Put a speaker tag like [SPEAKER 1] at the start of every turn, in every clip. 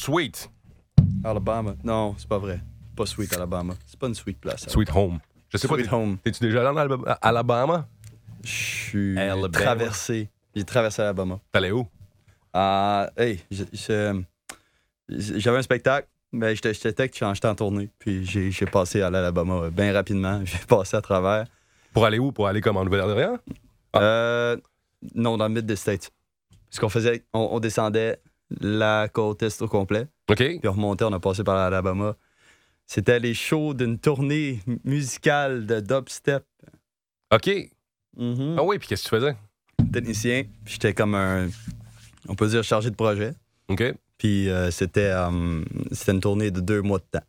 [SPEAKER 1] Sweet.
[SPEAKER 2] Alabama. Non, c'est pas vrai. Pas Sweet Alabama. C'est pas une sweet place. Alabama.
[SPEAKER 1] Sweet Home. Je sais
[SPEAKER 2] Sweet
[SPEAKER 1] pas. t'es-
[SPEAKER 2] Home.
[SPEAKER 1] T'es-tu déjà allé en Alab- Alabama?
[SPEAKER 2] Je suis
[SPEAKER 1] Alabama.
[SPEAKER 2] traversé. J'ai traversé Alabama.
[SPEAKER 1] T'allais où?
[SPEAKER 2] Ah, hey, je- je- j'avais un spectacle, mais j'étais j'étais tech, j'étais en tournée. Puis j'ai j'ai passé à l'Alabama bien rapidement. J'ai passé à travers.
[SPEAKER 1] Pour aller où? Pour aller comme en Nouvelle-Orléans? Ah.
[SPEAKER 2] Euh, non, dans le mid des States. Ce qu'on faisait, on, on descendait la côte est au complet,
[SPEAKER 1] OK.
[SPEAKER 2] puis on remontait, on a passé par l'Alabama. C'était les shows d'une tournée musicale de dubstep.
[SPEAKER 1] OK.
[SPEAKER 2] Mhm.
[SPEAKER 1] Ah oui, puis qu'est-ce que tu faisais?
[SPEAKER 2] Technicien, puis j'étais comme un, on peut dire, chargé de projet.
[SPEAKER 1] OK.
[SPEAKER 2] Puis euh, c'était euh, c'était une tournée de deux mois de temps.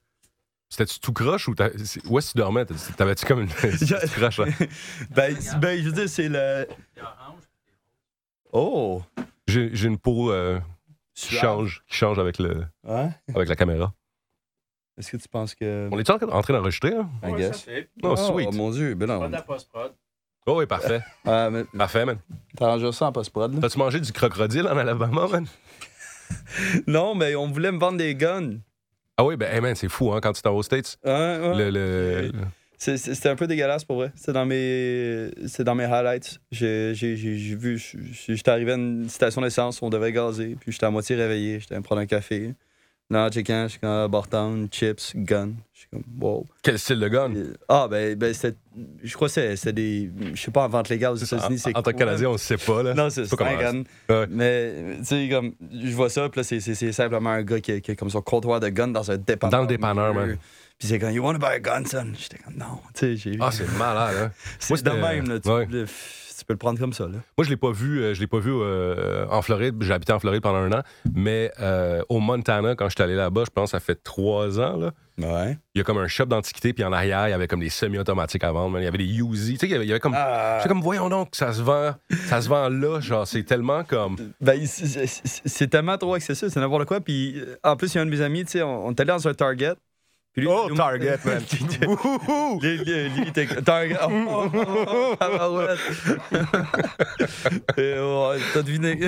[SPEAKER 1] C'était-tu tout croche ou t'as- c'est- où est-ce que tu dormais? T'as- T'avais-tu comme une.
[SPEAKER 2] Je-
[SPEAKER 1] tout croche, là.
[SPEAKER 2] ben, ben, je veux dire, c'est le. Oh!
[SPEAKER 1] J'ai j'ai une peau euh, qui, change, qui change avec, le,
[SPEAKER 2] Hein?
[SPEAKER 1] avec la caméra.
[SPEAKER 2] Est-ce que tu penses que.
[SPEAKER 1] On est-tu en en train d'enregistrer? Hein?
[SPEAKER 2] I
[SPEAKER 3] Ouais, ça
[SPEAKER 2] guess.
[SPEAKER 3] fait.
[SPEAKER 1] Oh,
[SPEAKER 2] Oh,
[SPEAKER 1] sweet.
[SPEAKER 2] mon Dieu, ben
[SPEAKER 3] Pas
[SPEAKER 2] non.
[SPEAKER 3] de la post-prod.
[SPEAKER 1] Oh oui, parfait.
[SPEAKER 2] Ah, mais
[SPEAKER 1] parfait, man.
[SPEAKER 2] t'arranges ça en post-prod, là?
[SPEAKER 1] T'as-tu mangé du crocodile en Alabama, man?
[SPEAKER 2] Non, mais on voulait me vendre des guns.
[SPEAKER 1] Ah oui, ben, hey, man, c'est fou, hein, quand tu t'en vas aux States.
[SPEAKER 2] Hein, ouais.
[SPEAKER 1] Le, le- le-
[SPEAKER 2] C'est- c'est- C'était un peu dégueulasse pour vrai. C'est dans mes, c'est dans mes highlights. J'ai j'ai- j'ai- j'ai vu, j'ai- j'étais arrivé à une station d'essence, on devait gazer, puis j'étais à moitié réveillé, j'étais allé me prendre un café. Non, checkant, je suis comme ah, Bartown, chips, gun. Je suis comme wow.
[SPEAKER 1] Quel style de gun?
[SPEAKER 2] Euh, Ah ben, ben c'était- je crois que c'est- c'est des, je sais pas en vente légale aux États-Unis,
[SPEAKER 1] En,
[SPEAKER 2] c'est
[SPEAKER 1] en tant que
[SPEAKER 2] quoi?
[SPEAKER 1] Canadien, on ne sait pas, là.
[SPEAKER 2] Non, c'est
[SPEAKER 1] Pas
[SPEAKER 2] c'est un
[SPEAKER 1] comment-
[SPEAKER 2] gun.
[SPEAKER 1] Ouais.
[SPEAKER 2] Mais tu sais comme, je vois ça, puis là c'est- c'est c'est simplement un gars qui a, qui a comme son comptoir de gun dans un dépanneur.
[SPEAKER 1] Dans le dépanneur, man.
[SPEAKER 2] Puis c'est comme you wanna buy a gun, son. J'étais comme non, tu sais j'ai.
[SPEAKER 1] Ah, c'est malade, hein.
[SPEAKER 2] C'est de
[SPEAKER 1] c'était-
[SPEAKER 2] même, là, tu,
[SPEAKER 1] ouais.
[SPEAKER 2] le- pff, tu peux le prendre comme ça. Là.
[SPEAKER 1] Moi, je l'ai pas vu, euh, je l'ai pas vu euh, en Floride. J'ai habité en Floride pendant un an, mais euh, au Montana, quand je suis allé là-bas, je pense que ça fait trois ans, là,
[SPEAKER 2] Ouais.
[SPEAKER 1] il y a comme un shop d'antiquité, puis en arrière, il y avait comme des semi-automatiques à vendre. man. Il y avait des Uzi. Tu sais, il y avait- il y avait comme.
[SPEAKER 2] Ah.
[SPEAKER 1] C'est comme, voyons donc, ça se vend, ça se vend là, genre, c'est tellement comme.
[SPEAKER 2] Ben, c'est- c'est c'est tellement trop accessible, c'est n'importe quoi. Puis euh, en plus, il y a un de mes amis, tu sais, on, on est allé dans un Target. Puis lui, nous- Lui,
[SPEAKER 1] Wouhou!
[SPEAKER 2] lui, lui, lui, il était- Target. Oh, oh, oh, oh, tabarouette. Et, ouais, T'as deviné.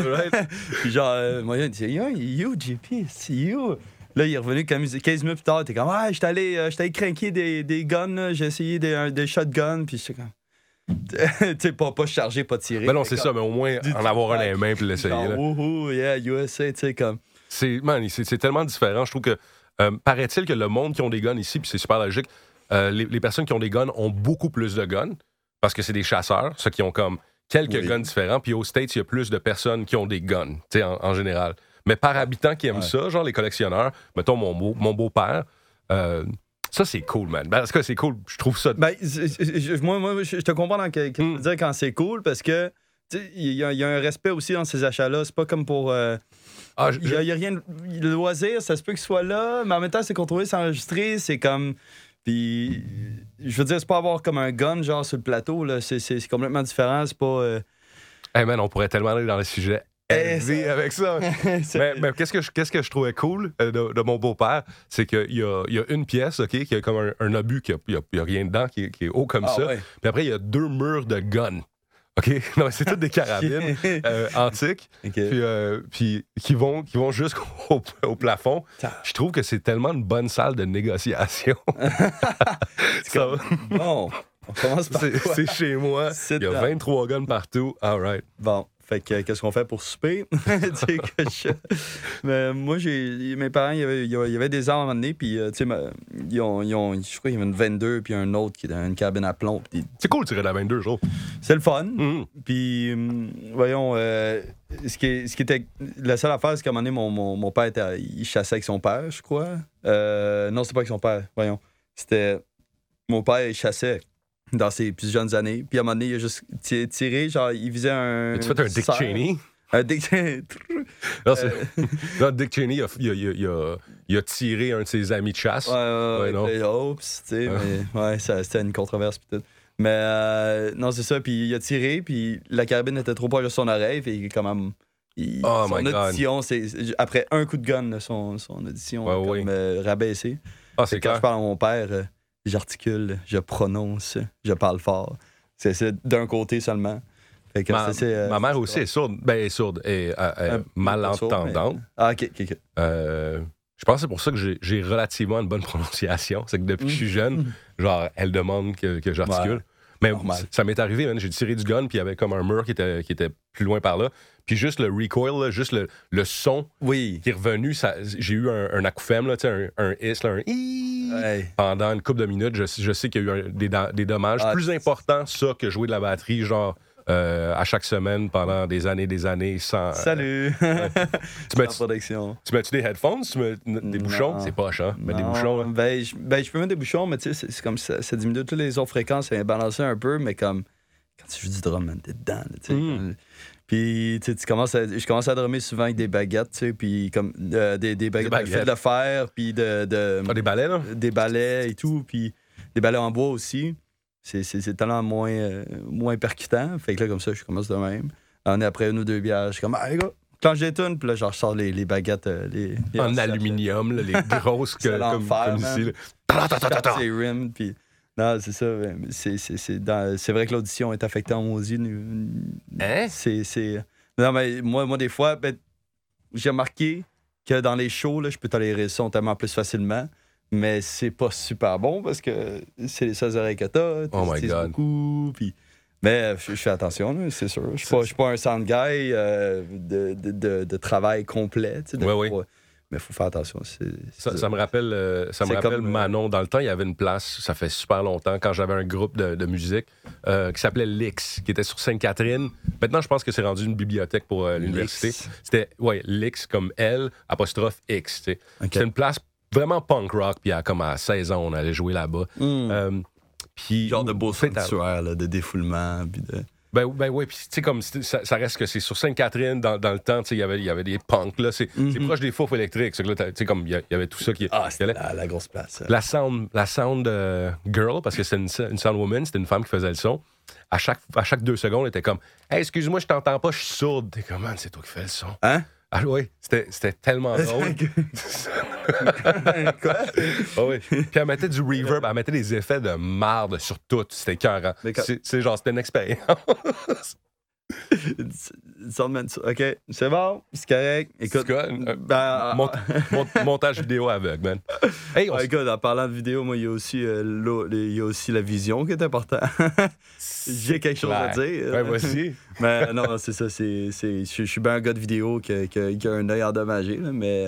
[SPEAKER 2] Puis genre, euh, moi, il dit Yo, yo, JP, c'est you. Là, il est revenu comme 15 minutes plus tard. T'es comme, ah, j'étais allé, euh, j'étais allé craquer des, des guns, là. j'ai essayé des, un- des shotguns, puis j'étais comme. tu sais, pas, pas chargé, pas tiré.
[SPEAKER 1] Ben non, c'est
[SPEAKER 2] T'es
[SPEAKER 1] ça, mais au moins
[SPEAKER 2] Du-
[SPEAKER 1] en avoir un dans les mains puis l'essayer.
[SPEAKER 2] Genre,
[SPEAKER 1] là.
[SPEAKER 2] wouhou, yeah, USA, tu sais, comme.
[SPEAKER 1] C'est man, c'est- c'est tellement différent. Je trouve que euh, paraît-il que le monde qui ont des guns ici, puis c'est super logique, euh, les, les personnes qui ont des guns ont beaucoup plus de guns parce que c'est des chasseurs, ceux qui ont comme quelques
[SPEAKER 2] Oui.
[SPEAKER 1] guns différents. Puis aux States, il y a plus de personnes qui ont des guns, tu sais, en, en général. Mais par habitant qui aiment
[SPEAKER 2] Ouais.
[SPEAKER 1] ça, genre les collectionneurs, mettons mon, beau- mon beau-père, euh, ça c'est cool, man. Ben, en tout cas, c'est cool. Je trouve ça.
[SPEAKER 2] Ben, je- je- je- moi, moi, je je te comprends dans que, que-
[SPEAKER 1] Mm.
[SPEAKER 2] dire quand c'est cool parce que. tu sais, Il y, a- il y a un respect aussi dans ces achats-là. C'est pas comme pour. euh,
[SPEAKER 1] Ah, je-
[SPEAKER 2] Il y a, il y a rien. de- Le loisir, ça se peut qu'il soit là, mais en même temps, c'est contrôlé, c'est enregistré, c'est comme. Puis. Je veux dire, c'est pas avoir comme un gun, genre, sur le plateau, là. C'est, c'est- c'est complètement différent. C'est pas. euh,
[SPEAKER 1] Hey, man, on pourrait tellement aller dans le sujet
[SPEAKER 2] Eh,
[SPEAKER 1] élevé
[SPEAKER 2] ça-
[SPEAKER 1] avec ça.
[SPEAKER 2] c'est-
[SPEAKER 1] Mais, mais qu'est-ce, que je, qu'est-ce que je trouvais cool euh, de, de mon beau-père, c'est qu'il y a, il y a une pièce, OK, qui a comme un, un obus, qui a, il y a- il y a rien dedans, qui, est- qui est haut comme
[SPEAKER 2] Ah,
[SPEAKER 1] ça.
[SPEAKER 2] ouais.
[SPEAKER 1] Puis après, il y a deux murs de guns. OK? Non, mais c'est toutes des carabines euh, antiques,
[SPEAKER 2] Ok.
[SPEAKER 1] puis, euh, puis qui vont, qui vont jusqu'au au plafond.
[SPEAKER 2] Ta-
[SPEAKER 1] Je trouve que c'est tellement une bonne salle de négociation. Ça va.
[SPEAKER 2] Bon, on commence par.
[SPEAKER 1] c'est,
[SPEAKER 2] quoi?
[SPEAKER 1] c'est chez moi.
[SPEAKER 2] C'est
[SPEAKER 1] Il y a
[SPEAKER 2] dans-
[SPEAKER 1] 23 guns partout. All right.
[SPEAKER 2] Bon, fait que euh, qu'est-ce qu'on fait pour souper? Tu sais, que je- Mais moi, j'ai mes parents, il y avait, il y avait- il y avait des armes à un moment donné, puis euh, tu sais, ma- ils ont, ils ont- je crois qu'il y avait une 22, puis un autre qui était dans une cabine à plomb. puis
[SPEAKER 1] C'est cool de tirer de la 22 jours.
[SPEAKER 2] C'est le fun.
[SPEAKER 1] Mhm.
[SPEAKER 2] Puis, hum, voyons, euh, ce, qui, est- ce qui était. La seule affaire, c'est qu'à un moment donné, mon, mon, mon père, était, il chassait avec son père, je crois. Euh, non, c'était pas avec son père, voyons. C'était. Mon père, il chassait dans ses plus jeunes années. Puis à un moment donné, il a juste ti- tiré, genre, il visait un.
[SPEAKER 1] Tu fais un Dick
[SPEAKER 2] cerf.
[SPEAKER 1] Cheney?
[SPEAKER 2] Un Dick Cheney.
[SPEAKER 1] Non, c'est-
[SPEAKER 2] Euh,
[SPEAKER 1] non, Dick Cheney, il a, il a- il a- il a- il a tiré un de ses amis de chasse.
[SPEAKER 2] Ouais, ouais,
[SPEAKER 1] Ouais,
[SPEAKER 2] ouais,
[SPEAKER 1] non.
[SPEAKER 2] les Hopes, tu sais,
[SPEAKER 1] Ouais.
[SPEAKER 2] mais ouais, ça, c'était une controverse pis tout. Mais euh, non, c'est ça, puis il a tiré, puis la carabine était trop proche de son oreille, puis quand même, il,
[SPEAKER 1] Oh
[SPEAKER 2] son
[SPEAKER 1] my God.
[SPEAKER 2] audition, c'est c'est- après un coup de gun, là, son, son audition
[SPEAKER 1] Ouais,
[SPEAKER 2] est comme,
[SPEAKER 1] oui.
[SPEAKER 2] euh, rabaissée.
[SPEAKER 1] Ah, c'est
[SPEAKER 2] quand
[SPEAKER 1] clair.
[SPEAKER 2] je parle à mon père, euh, j'articule, je prononce, je parle fort. C'est c'est d'un côté seulement. Fait que
[SPEAKER 1] Ma,
[SPEAKER 2] c'est- c'est, euh,
[SPEAKER 1] ma mère
[SPEAKER 2] c'est
[SPEAKER 1] aussi
[SPEAKER 2] drôle.
[SPEAKER 1] est sourde. Ben, elle est sourde et euh, euh,
[SPEAKER 2] Un- pas sourde, mais-
[SPEAKER 1] malentendante.
[SPEAKER 2] Ah, ok, ok, ok.
[SPEAKER 1] Euh, Je pense que c'est pour ça que j'ai- j'ai relativement une bonne prononciation. C'est que depuis que je suis jeune, genre, elle demande que, que j'articule.
[SPEAKER 2] Mm. Ouais.
[SPEAKER 1] Mais
[SPEAKER 2] Normal.
[SPEAKER 1] c- ça m'est arrivé, man. j'ai tiré du gun, puis il y avait comme un mur qui était, qui était plus loin par là. Puis juste le recoil, là, juste le, le son
[SPEAKER 2] Oui.
[SPEAKER 1] qui est revenu, ça- j'ai eu un, un acouphème, là, tu sais, un, un hiss, là, un hi
[SPEAKER 2] Ouais.
[SPEAKER 1] pendant une couple de minutes. Je, je sais qu'il y a eu un- des, da- des dommages
[SPEAKER 2] Ah,
[SPEAKER 1] plus
[SPEAKER 2] c'est-
[SPEAKER 1] importants, ça, que jouer de la batterie, genre euh, à chaque semaine pendant des années, des années, sans.
[SPEAKER 2] Salut.
[SPEAKER 1] Tu mets-
[SPEAKER 2] Sans protection.
[SPEAKER 1] Tu mets-tu des headphones? Tu mets n- des
[SPEAKER 2] Non.
[SPEAKER 1] bouchons? C'est poche, hein? Mais des
[SPEAKER 2] Non,
[SPEAKER 1] bouchons, là.
[SPEAKER 2] Ben je, ben, je peux mettre des bouchons, mais tu sais, c'est- c'est comme ça, ça diminue toutes les autres fréquences, ça vient balancer un peu, mais comme quand tu joues du drum, man, t'es dedans, là, tu sais.
[SPEAKER 1] Mm.
[SPEAKER 2] comme- Puis, tu sais, tu commences à- je commence à drummer souvent avec des baguettes, tu sais, puis comme euh, des, des baguettes,
[SPEAKER 1] baguettes.
[SPEAKER 2] faites de fer, puis de, de-
[SPEAKER 1] Ah, des balais, là?
[SPEAKER 2] des balais et tout, puis des balais en bois aussi. C'est, c'est, c'est tellement moins, euh, moins percutant. Fait que là, comme ça, je commence de même. On est après une ou deux bières, je suis comme, ah, allez, go, quand j'ai tunes, puis là, genre, je sors les, les baguettes, euh, les, les
[SPEAKER 1] en aluminium, là, les grosses que,
[SPEAKER 2] C'est
[SPEAKER 1] comme,
[SPEAKER 2] l'enfer,
[SPEAKER 1] comme
[SPEAKER 2] man.
[SPEAKER 1] ici. là. Ta, ta, ta, ta, ta.
[SPEAKER 2] C'est rim, puis. Non, c'est ça. ouais, mais c'est- C'est c'est dans- c'est vrai que l'audition est affectée en maudit. nu-
[SPEAKER 1] Hein?
[SPEAKER 2] C'est. c'est- Non, mais moi, moi des fois, ben, j'ai remarqué que dans les shows, là, je peux tolérer le son tellement plus facilement, mais c'est pas super bon parce que c'est les seules oreilles que t'as.
[SPEAKER 1] Oh my
[SPEAKER 2] t'utilises
[SPEAKER 1] God.
[SPEAKER 2] beaucoup, puis- Mais euh, je je fais attention, là, c'est sûr. Je suis pas, je suis pas un sound guy euh, de, de- de- de travail complet. tu sais, de-
[SPEAKER 1] Ouais, ouais.
[SPEAKER 2] Mais faut faire attention. c'est-
[SPEAKER 1] Ça,
[SPEAKER 2] c'est-
[SPEAKER 1] ça me rappelle, euh, ça me
[SPEAKER 2] C'est
[SPEAKER 1] rappelle
[SPEAKER 2] comme, euh,
[SPEAKER 1] Manon. Dans le temps, il y avait une place, ça fait super longtemps, quand j'avais un groupe de, de musique euh, qui s'appelait Lix, qui était sur Sainte-Catherine. Maintenant, je pense que c'est rendu une bibliothèque pour euh, l'université.
[SPEAKER 2] Lix.
[SPEAKER 1] C'était, ouais, Lix comme L, apostrophe X. tu sais.
[SPEAKER 2] Ok.
[SPEAKER 1] C'était une place vraiment punk rock, puis à, comme à 16 ans, on allait jouer là-bas.
[SPEAKER 2] Hmm.
[SPEAKER 1] Euh, puis,
[SPEAKER 2] genre de beau
[SPEAKER 1] C'est à-
[SPEAKER 2] sanctuaire, là, de défoulement. Puis de...
[SPEAKER 1] Ben, ben oui, puis tu sais, comme c'est- ça, ça reste que c'est sur Sainte-Catherine, dans, dans le temps, tu sais, il y avait- il y avait des punks, là. C'est c'est proche des fours électriques. c'est que là, t'as- Tu sais, comme il y, a- il y avait tout ça qui.
[SPEAKER 2] Mm-hmm. Ah,
[SPEAKER 1] qui
[SPEAKER 2] c'était
[SPEAKER 1] allait.
[SPEAKER 2] la, la grosse place.
[SPEAKER 1] La sound, la sound euh, girl, parce que c'est une, une sound woman, c'était une femme qui faisait le son. À chaque, à chaque deux secondes, elle était comme Hey, excuse-moi, je t'entends pas, je suis sourde. T'es comme, Man, c'est toi qui fais le son.
[SPEAKER 2] Hein?
[SPEAKER 1] Ah oui, c'était c'était tellement drôle.
[SPEAKER 2] Quoi?
[SPEAKER 1] Ah oui. Puis elle mettait du reverb, elle mettait des effets de marde sur tout. C'était écœurant.
[SPEAKER 2] Mais quand-
[SPEAKER 1] C'est c'est genre, c'était une expérience.
[SPEAKER 2] Sandman, tu- OK, c'est bon, c'est correct. Écoute,
[SPEAKER 1] C'est quoi, euh,
[SPEAKER 2] ben,
[SPEAKER 1] Mont-
[SPEAKER 2] ah,
[SPEAKER 1] mont- montage vidéo aveugle, man. Hey, on
[SPEAKER 2] ah,
[SPEAKER 1] s-
[SPEAKER 2] écoute, en parlant de vidéo, moi, il y a aussi, euh, l'eau- il y a aussi la vision qui est importante. J'ai quelque chose à
[SPEAKER 1] Claire.
[SPEAKER 2] dire.
[SPEAKER 1] Ben, vas-y.
[SPEAKER 2] mais non, c'est ça. c'est c'est- Je je suis bien un gars de vidéo que- que- qui a un œil endommagé, là, mais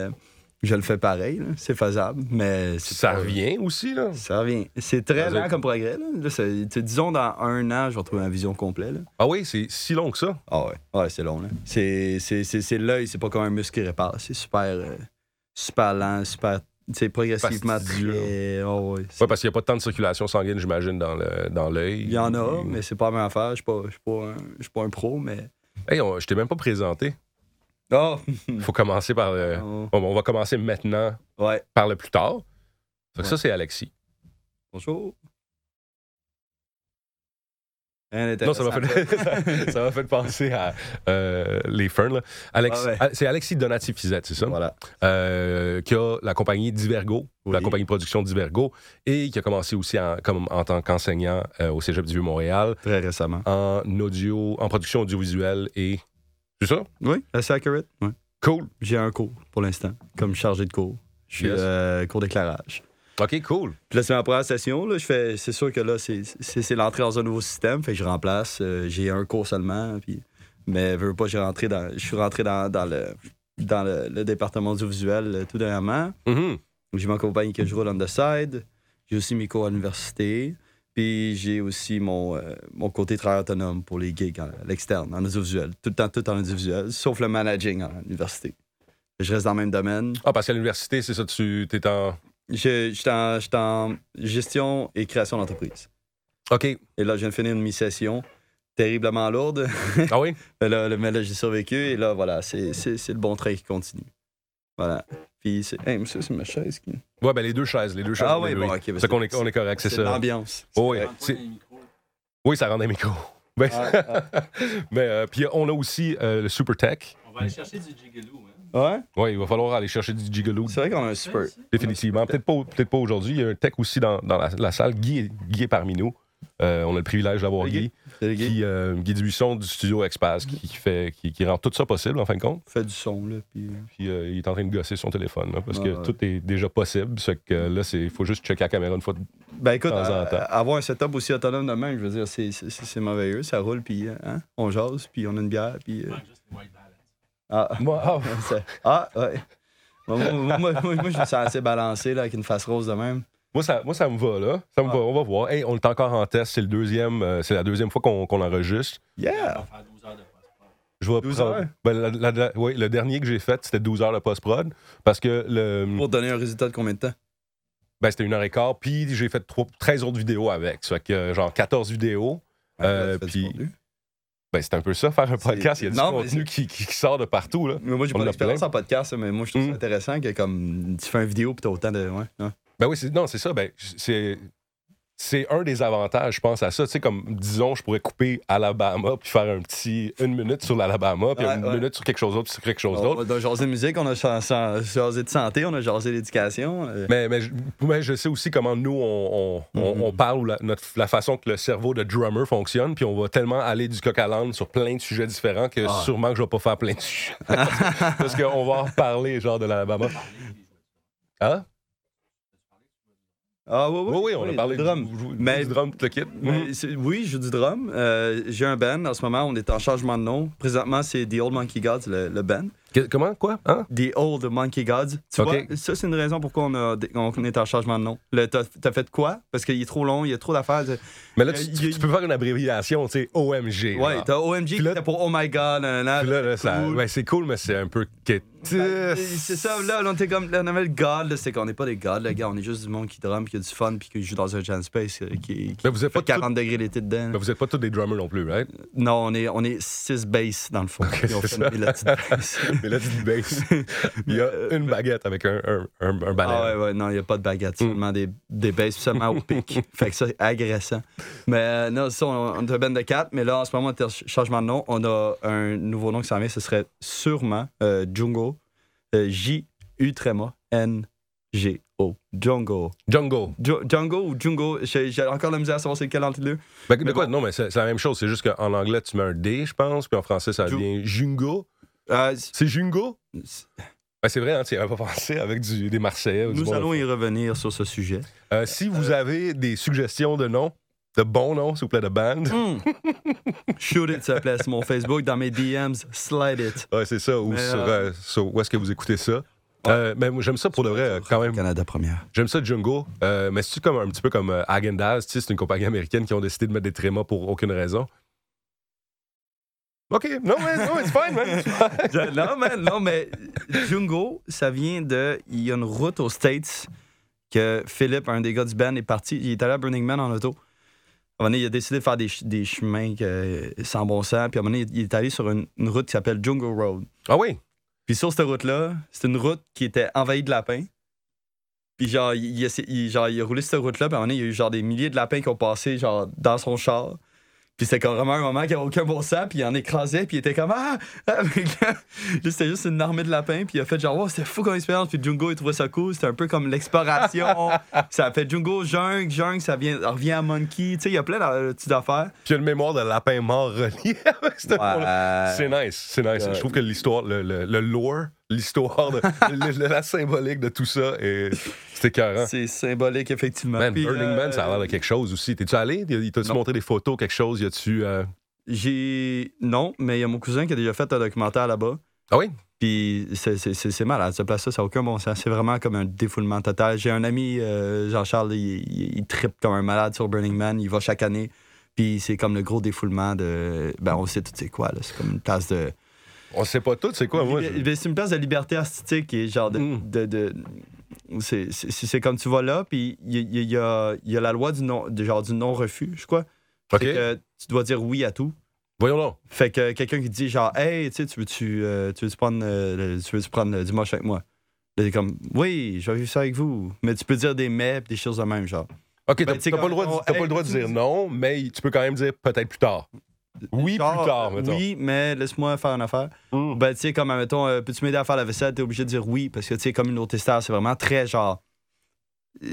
[SPEAKER 2] je le fais pareil. là, C'est faisable, mais c'est
[SPEAKER 1] Ça
[SPEAKER 2] pas-
[SPEAKER 1] revient aussi, là.
[SPEAKER 2] Ça revient. C'est très
[SPEAKER 1] Dans un-
[SPEAKER 2] lent comme progrès. Là. Là, c'est- tu- disons, dans un an, je vais retrouver ma vision complète. là.
[SPEAKER 1] Ah oui, c'est si long que ça.
[SPEAKER 2] Ah ouais. Ouais, c'est long. là. C'est c'est- c'est- c'est l'œil, c'est pas comme un muscle qui répare. C'est super, euh, super lent, super. tu sais, progressivement
[SPEAKER 1] Fastidieux.
[SPEAKER 2] très- oh, ouais.
[SPEAKER 1] Ouais, parce qu'il n'y a pas tant de circulation sanguine, j'imagine, dans le- dans l'œil.
[SPEAKER 2] Il y en a, mais c'est pas la même affaire. Je suis pas, je suis pas, un- je suis pas un pro, mais.
[SPEAKER 1] Hey, on- je t'ai même pas présenté.
[SPEAKER 2] Oh!
[SPEAKER 1] Faut commencer par. le-
[SPEAKER 2] Oh.
[SPEAKER 1] Bon, on va commencer maintenant
[SPEAKER 2] Ouais.
[SPEAKER 1] par le plus tard. Fait que
[SPEAKER 2] Ouais.
[SPEAKER 1] Ça, c'est Alexis.
[SPEAKER 2] Bonjour. Rien
[SPEAKER 1] Non, ça m'a fait,
[SPEAKER 2] d'intéressant.
[SPEAKER 1] ça- ça m'a fait penser à euh, les ferns. là. Alex-
[SPEAKER 2] Ah ouais.
[SPEAKER 1] Al- C'est Alexis Donati-Fizette, c'est ça?
[SPEAKER 2] Voilà.
[SPEAKER 1] euh, qui a la compagnie Divergo,
[SPEAKER 2] Oui.
[SPEAKER 1] la compagnie de production Divergo, et qui a commencé aussi en, comme, en tant qu'enseignant euh, au Cégep du Vieux-Montréal
[SPEAKER 2] Très récemment.
[SPEAKER 1] en audio, en production audiovisuelle et... C'est ça?
[SPEAKER 2] Oui, assez accurate. Ouais.
[SPEAKER 1] Cool.
[SPEAKER 2] J'ai un cours pour l'instant, comme chargé de cours. Je suis
[SPEAKER 1] Yes.
[SPEAKER 2] euh, cours d'éclairage.
[SPEAKER 1] OK, cool.
[SPEAKER 2] Puis là, c'est ma première session. Là, je fais, c'est sûr que là, c'est, c'est, c'est l'entrée dans un nouveau système. Fait que je remplace. euh, j'ai un cours seulement. Puis, mais veux veux pas, j'ai rentré dans, je suis rentré dans, dans le, dans le, le département du visuel euh, tout dernièrement.
[SPEAKER 1] Mhm.
[SPEAKER 2] J'ai ma compagnie que je roule on the side. J'ai aussi mes cours à l'université. Puis j'ai aussi mon, euh, mon côté travail autonome pour les gigs en- à l'externe, en audiovisuel. Tout le temps, tout en audiovisuel, sauf le managing en université. Je reste dans le même domaine.
[SPEAKER 1] Ah, parce qu'à l'université, c'est ça, tu t'es en...
[SPEAKER 2] Je, je suis en- je suis en gestion et création d'entreprise.
[SPEAKER 1] OK.
[SPEAKER 2] Et là, je viens de finir une mi-session terriblement lourde.
[SPEAKER 1] Ah oui?
[SPEAKER 2] mais là, le- mais là, j'ai survécu. Et là, voilà, c'est, c'est, c'est le bon train qui continue. Voilà. Puis, c'est, hey, monsieur, c'est ma chaise qui.
[SPEAKER 1] Ouais, ben les deux chaises, les deux chaises.
[SPEAKER 2] Ah
[SPEAKER 1] on
[SPEAKER 2] oui,
[SPEAKER 1] est
[SPEAKER 2] bon,
[SPEAKER 1] oui.
[SPEAKER 2] ok. ben,
[SPEAKER 1] C'est qu'on est, on est correct, c'est
[SPEAKER 2] c'est
[SPEAKER 1] ça.
[SPEAKER 2] l'ambiance.
[SPEAKER 1] Oh, oui. C'est- oui, ça rend des micros. Ben,
[SPEAKER 2] Ah,
[SPEAKER 1] mais euh, puis on a aussi euh, le Super Tech.
[SPEAKER 3] On va aller chercher du gigolo, hein?
[SPEAKER 2] ah. Ouais?
[SPEAKER 1] Oui, il va falloir aller chercher du gigolo
[SPEAKER 2] C'est vrai qu'on a un super.
[SPEAKER 1] Définitivement. Peut-être pas, peut-être pas aujourd'hui. Il y a un tech aussi dans, dans la, la salle. Guy est, Guy est parmi nous. Euh, on a le privilège d'avoir
[SPEAKER 2] Le
[SPEAKER 1] Guy,
[SPEAKER 2] Salut, Guy.
[SPEAKER 1] qui, euh, Guy Dubuisson du studio Expaz, qui, qui fait, qui, qui rend tout ça possible, en fin de compte.
[SPEAKER 2] Fais du son, là. Puis...
[SPEAKER 1] Puis euh, il est en train de gosser son téléphone, là, parce
[SPEAKER 2] Ah
[SPEAKER 1] que
[SPEAKER 2] ouais.
[SPEAKER 1] tout est déjà possible. Ce que là, il faut juste checker la caméra une fois. de-
[SPEAKER 2] Ben écoute,
[SPEAKER 1] De temps en
[SPEAKER 2] à-
[SPEAKER 1] temps.
[SPEAKER 2] avoir un setup aussi autonome de même, je veux dire, c'est- c'est c'est merveilleux. Ça roule, puis hein, on jase, puis on a une bière, puis. euh,
[SPEAKER 3] Not just white balance.
[SPEAKER 2] ah,
[SPEAKER 1] Moi, ah,
[SPEAKER 2] c'est- ah, ouais. Moi, moi, moi, moi, moi, je me sens assez balancé, là, avec une face rose de même.
[SPEAKER 1] Moi, ça, moi, ça me va, là. Ça me
[SPEAKER 2] Ah.
[SPEAKER 1] va. On va voir. Hey, on est encore en test. C'est le deuxième, euh, c'est la deuxième fois qu'on qu'on enregistre.
[SPEAKER 2] Yeah!
[SPEAKER 3] On va faire 12 heures de passeport.
[SPEAKER 1] Je vais
[SPEAKER 2] 12
[SPEAKER 1] prendre-
[SPEAKER 2] heures?
[SPEAKER 1] ben, la- la- la- oui, le dernier que j'ai fait, c'était 12 heures de post-prod. Parce que le,
[SPEAKER 2] Pour donner un résultat de combien de temps?
[SPEAKER 1] ben, c'était une heure et quart. Puis j'ai fait trois- 13 autres vidéos avec. Ça fait que, euh, genre 14 vidéos. Euh,
[SPEAKER 2] Ça fait du
[SPEAKER 1] puis-
[SPEAKER 2] contenu.
[SPEAKER 1] Ben, c'est un peu ça, faire un
[SPEAKER 2] C'est-
[SPEAKER 1] podcast. Il y a du
[SPEAKER 2] Non, mais
[SPEAKER 1] contenu qui, qui- qui sort de partout, là.
[SPEAKER 2] Mais moi, j'ai
[SPEAKER 1] on
[SPEAKER 2] pas
[SPEAKER 1] l'a
[SPEAKER 2] d'expérience
[SPEAKER 1] plein.
[SPEAKER 2] en podcast, mais moi, je trouve
[SPEAKER 1] Mm.
[SPEAKER 2] ça intéressant que, comme, tu fais une vidéo, puis t'as autant de. Ouais, ouais.
[SPEAKER 1] Ben oui, c'est- non, c'est ça. Ben, c'est. C'est un des avantages, je pense, à ça. Tu sais, comme, disons, je pourrais couper Alabama puis faire un petit... une minute sur l'Alabama, puis
[SPEAKER 2] Ouais,
[SPEAKER 1] une
[SPEAKER 2] ouais.
[SPEAKER 1] minute sur quelque chose d'autre, puis sur quelque chose d'autre.
[SPEAKER 2] On, on a jasé de musique, on a chan- chan- jasé de santé, on a jasé d'éducation. euh,
[SPEAKER 1] Mais, mais, je, mais je sais aussi comment nous, on, on- on-
[SPEAKER 2] Mhm.
[SPEAKER 1] on parle, ou la, notre- la façon que le cerveau de drummer fonctionne, puis on va tellement aller du coq à l'âne sur plein de sujets différents que
[SPEAKER 2] Ah.
[SPEAKER 1] sûrement que je vais pas faire plein de sujets. Parce qu'on va en reparler, genre, de l'Alabama. Hein?
[SPEAKER 2] Ah, oui, oui.
[SPEAKER 1] Oui, oui, on a parlé
[SPEAKER 2] le drum.
[SPEAKER 1] du, du-
[SPEAKER 2] Mais-
[SPEAKER 1] du drum, tout le kit. Mhm.
[SPEAKER 2] Mais c'est- oui, je joue du drum. Euh, J'ai un band. En ce moment, on est en changement de nom. Présentement, c'est The Old Monkey Gods, le, le band.
[SPEAKER 1] Que- comment? Quoi? Hein?
[SPEAKER 2] The Old Monkey Gods. Tu
[SPEAKER 1] Ok.
[SPEAKER 2] vois, ça, c'est une raison pourquoi on, a, on est en changement de nom. Le- T'as t'as fait quoi? Parce qu'il est trop long, il y a trop d'affaires.
[SPEAKER 1] Mais là,
[SPEAKER 2] Euh,
[SPEAKER 1] tu,
[SPEAKER 2] y-
[SPEAKER 1] tu- tu peux faire une abréviation, tu sais, OMG.
[SPEAKER 2] Ouais,
[SPEAKER 1] genre.
[SPEAKER 2] t'as OMG,
[SPEAKER 1] Puis là-
[SPEAKER 2] t'as pour Oh My God, nanana.
[SPEAKER 1] Puis là, là, ça-
[SPEAKER 2] Cool.
[SPEAKER 1] ouais, c'est cool, mais c'est un peu...
[SPEAKER 2] Euh,
[SPEAKER 1] quétiste.
[SPEAKER 2] C'est ça, là, on était comme, là, on avait le God, là, c'est qu'on n'est pas des gods, le gars, on est juste du monde qui drum, puis qui a du fun, puis qui joue dans un jam space, euh, qui, qui
[SPEAKER 1] Mais vous êtes
[SPEAKER 2] fait
[SPEAKER 1] pas
[SPEAKER 2] 40 degrés l'été dedans.
[SPEAKER 1] Mais vous n'êtes pas tous des drummers non plus, right?
[SPEAKER 2] Non, on est, on est six basses dans le fond. Puis on
[SPEAKER 1] c'est
[SPEAKER 2] fait
[SPEAKER 1] ça.
[SPEAKER 2] nommer la petite bass.
[SPEAKER 1] Mais là, tu dis bass. Il y a une baguette avec un, un, un, un balai.
[SPEAKER 2] Ah ouais, ouais, non, il n'y a pas de baguette,
[SPEAKER 1] Hmm.
[SPEAKER 2] seulement des, des basses, seulement au pic. fait que ça, c'est agressant. Mais euh, non, ça, on, on est un band de quatre, mais là, en ce moment, on est en ch- changement de nom. On a un nouveau nom qui s'en vient, ce serait sûrement euh, Jungo, euh, J-U tréma, N-G-O, Jungo.
[SPEAKER 1] Jungle.
[SPEAKER 2] Ju- Django ou Jungo, j'ai j'ai encore la misère à savoir c'est lequel entre les deux.
[SPEAKER 1] Ben, de
[SPEAKER 2] Mais
[SPEAKER 1] quoi? Non, mais c'est c'est la même chose. C'est juste qu'en anglais, tu mets un D, je pense, puis en français, ça
[SPEAKER 2] Ju-
[SPEAKER 1] devient Jungo.
[SPEAKER 2] Euh, c-
[SPEAKER 1] C'est Jungo?
[SPEAKER 2] c-
[SPEAKER 1] Ben, c'est vrai, hein, tu n'y avais pas pensé avec du- des Marseillais. ou du
[SPEAKER 2] nous
[SPEAKER 1] bon-
[SPEAKER 2] allons y revenir sur ce sujet.
[SPEAKER 1] Euh, si vous avez des suggestions de noms, de bons noms, s'il vous plaît, de bandes,
[SPEAKER 2] Mm. Shoot it, s'il te plaît, sur mon Facebook, dans mes DMs, slide it.
[SPEAKER 1] ouais, c'est ça, ou
[SPEAKER 2] Mais,
[SPEAKER 1] sur,
[SPEAKER 2] euh,
[SPEAKER 1] euh, sur où est-ce que vous écoutez ça. Euh, mais moi, j'aime ça pour de vrai, euh, quand même.
[SPEAKER 2] Canada première.
[SPEAKER 1] J'aime ça Jungo, euh, mais c'est comme un petit peu comme euh, Häagen-Dazs, tu sais, c'est une compagnie américaine qui ont décidé de mettre des trémas pour aucune raison. OK, non, mais non, it's fine, man. it's fine.
[SPEAKER 2] non, mais, non, mais Jungo, ça vient de. Il y a une route aux States que Philippe, un des gars du band, est parti. Il est allé à Burning Man en auto. À un moment donné, il a décidé de faire des, ch- des chemins que- sans bon sens. Puis à un moment donné, il est allé sur une- une route qui s'appelle Jungle Road.
[SPEAKER 1] Ah oui,
[SPEAKER 2] Puis sur cette route-là, c'est une route qui était envahie de lapins. Puis genre, il, il essa- il- genre, il a roulé cette route-là, puis à un moment donné, il y a eu genre des milliers de lapins qui ont passé genre dans son char. Puis c'était comme vraiment un moment qui avait aucun bon sens, puis il en écrasait, puis il était comme Ah! Ah! Puis là, c'était juste une armée de lapins, puis il a fait genre, wow, c'était fou comme expérience, puis Jungo, il trouvait ça cool, c'était un peu comme l'exploration. ça a fait Jungo, jungle, jungle, ça vient, ça revient à Monkey, tu sais, il y a plein euh, d'a- d'affaires.
[SPEAKER 1] puis il y a une mémoire de lapin mort relié avec ce mot-là. C'est nice, c'est nice.
[SPEAKER 2] Ouais.
[SPEAKER 1] Je trouve que l'histoire, le, le- le lore, l'histoire, de- le- le- la symbolique de tout ça, est- c'est écœurant.
[SPEAKER 2] C'est symbolique, effectivement.
[SPEAKER 1] Man,
[SPEAKER 2] Puis,
[SPEAKER 1] Burning Man,
[SPEAKER 2] euh,
[SPEAKER 1] ça a l'air de quelque chose aussi. T'es-tu allé? Il t'a-tu
[SPEAKER 2] Non.
[SPEAKER 1] montré des photos, quelque chose? Y a-tu... euh,
[SPEAKER 2] J'ai. Non, mais il y a mon cousin qui a déjà fait un documentaire là-bas.
[SPEAKER 1] Ah oui?
[SPEAKER 2] Puis c'est- c'est c'est- c'est malade, cette place-là, ça n'a aucun bon sens. C'est vraiment comme un défoulement total. J'ai un ami, euh, Jean-Charles, il, il, il trippe comme un malade sur Burning Man. Il va chaque année. Puis c'est comme le gros défoulement de. Ben, on sait tout c'est quoi, là. C'est comme une place de.
[SPEAKER 1] On sait pas tout, c'est quoi? Moi,
[SPEAKER 2] Libé-
[SPEAKER 1] je-
[SPEAKER 2] ben, c'est une place de liberté artistique et genre de.
[SPEAKER 1] Mm.
[SPEAKER 2] de- de- c'est- c'est c'est comme tu vas là, puis il y, a- il y a, il y a la loi du non- de genre du non-refus, je crois.
[SPEAKER 1] OK,
[SPEAKER 2] C'est que tu dois dire oui à tout.
[SPEAKER 1] voyons donc.
[SPEAKER 2] Fait que quelqu'un qui dit genre Hey, tu sais, tu veux-tu euh, tu veux-tu prendre, euh, le- tu veux prendre euh, du moche avec moi? Là, t'es comme Oui, je vais vivre ça avec vous. Mais tu peux dire des mais pis des choses de même, genre.
[SPEAKER 1] OK,
[SPEAKER 2] Ben,
[SPEAKER 1] t'as
[SPEAKER 2] tu sais,
[SPEAKER 1] t'as pas,
[SPEAKER 2] quand
[SPEAKER 1] le droit de-
[SPEAKER 2] on-
[SPEAKER 1] t'as pas le
[SPEAKER 2] hey,
[SPEAKER 1] droit de
[SPEAKER 2] tu-
[SPEAKER 1] dire non, mais tu peux quand même dire peut-être plus tard. Oui,
[SPEAKER 2] Genre,
[SPEAKER 1] plus tard,
[SPEAKER 2] euh,
[SPEAKER 1] mettons.
[SPEAKER 2] Oui, mais laisse-moi faire une affaire.
[SPEAKER 1] Mm.
[SPEAKER 2] Ben, tu sais, comme, mettons, peux-tu m'aider à faire la vaisselle? T'es obligé de dire oui, parce que, tu sais, comme une autre star, c'est vraiment très genre.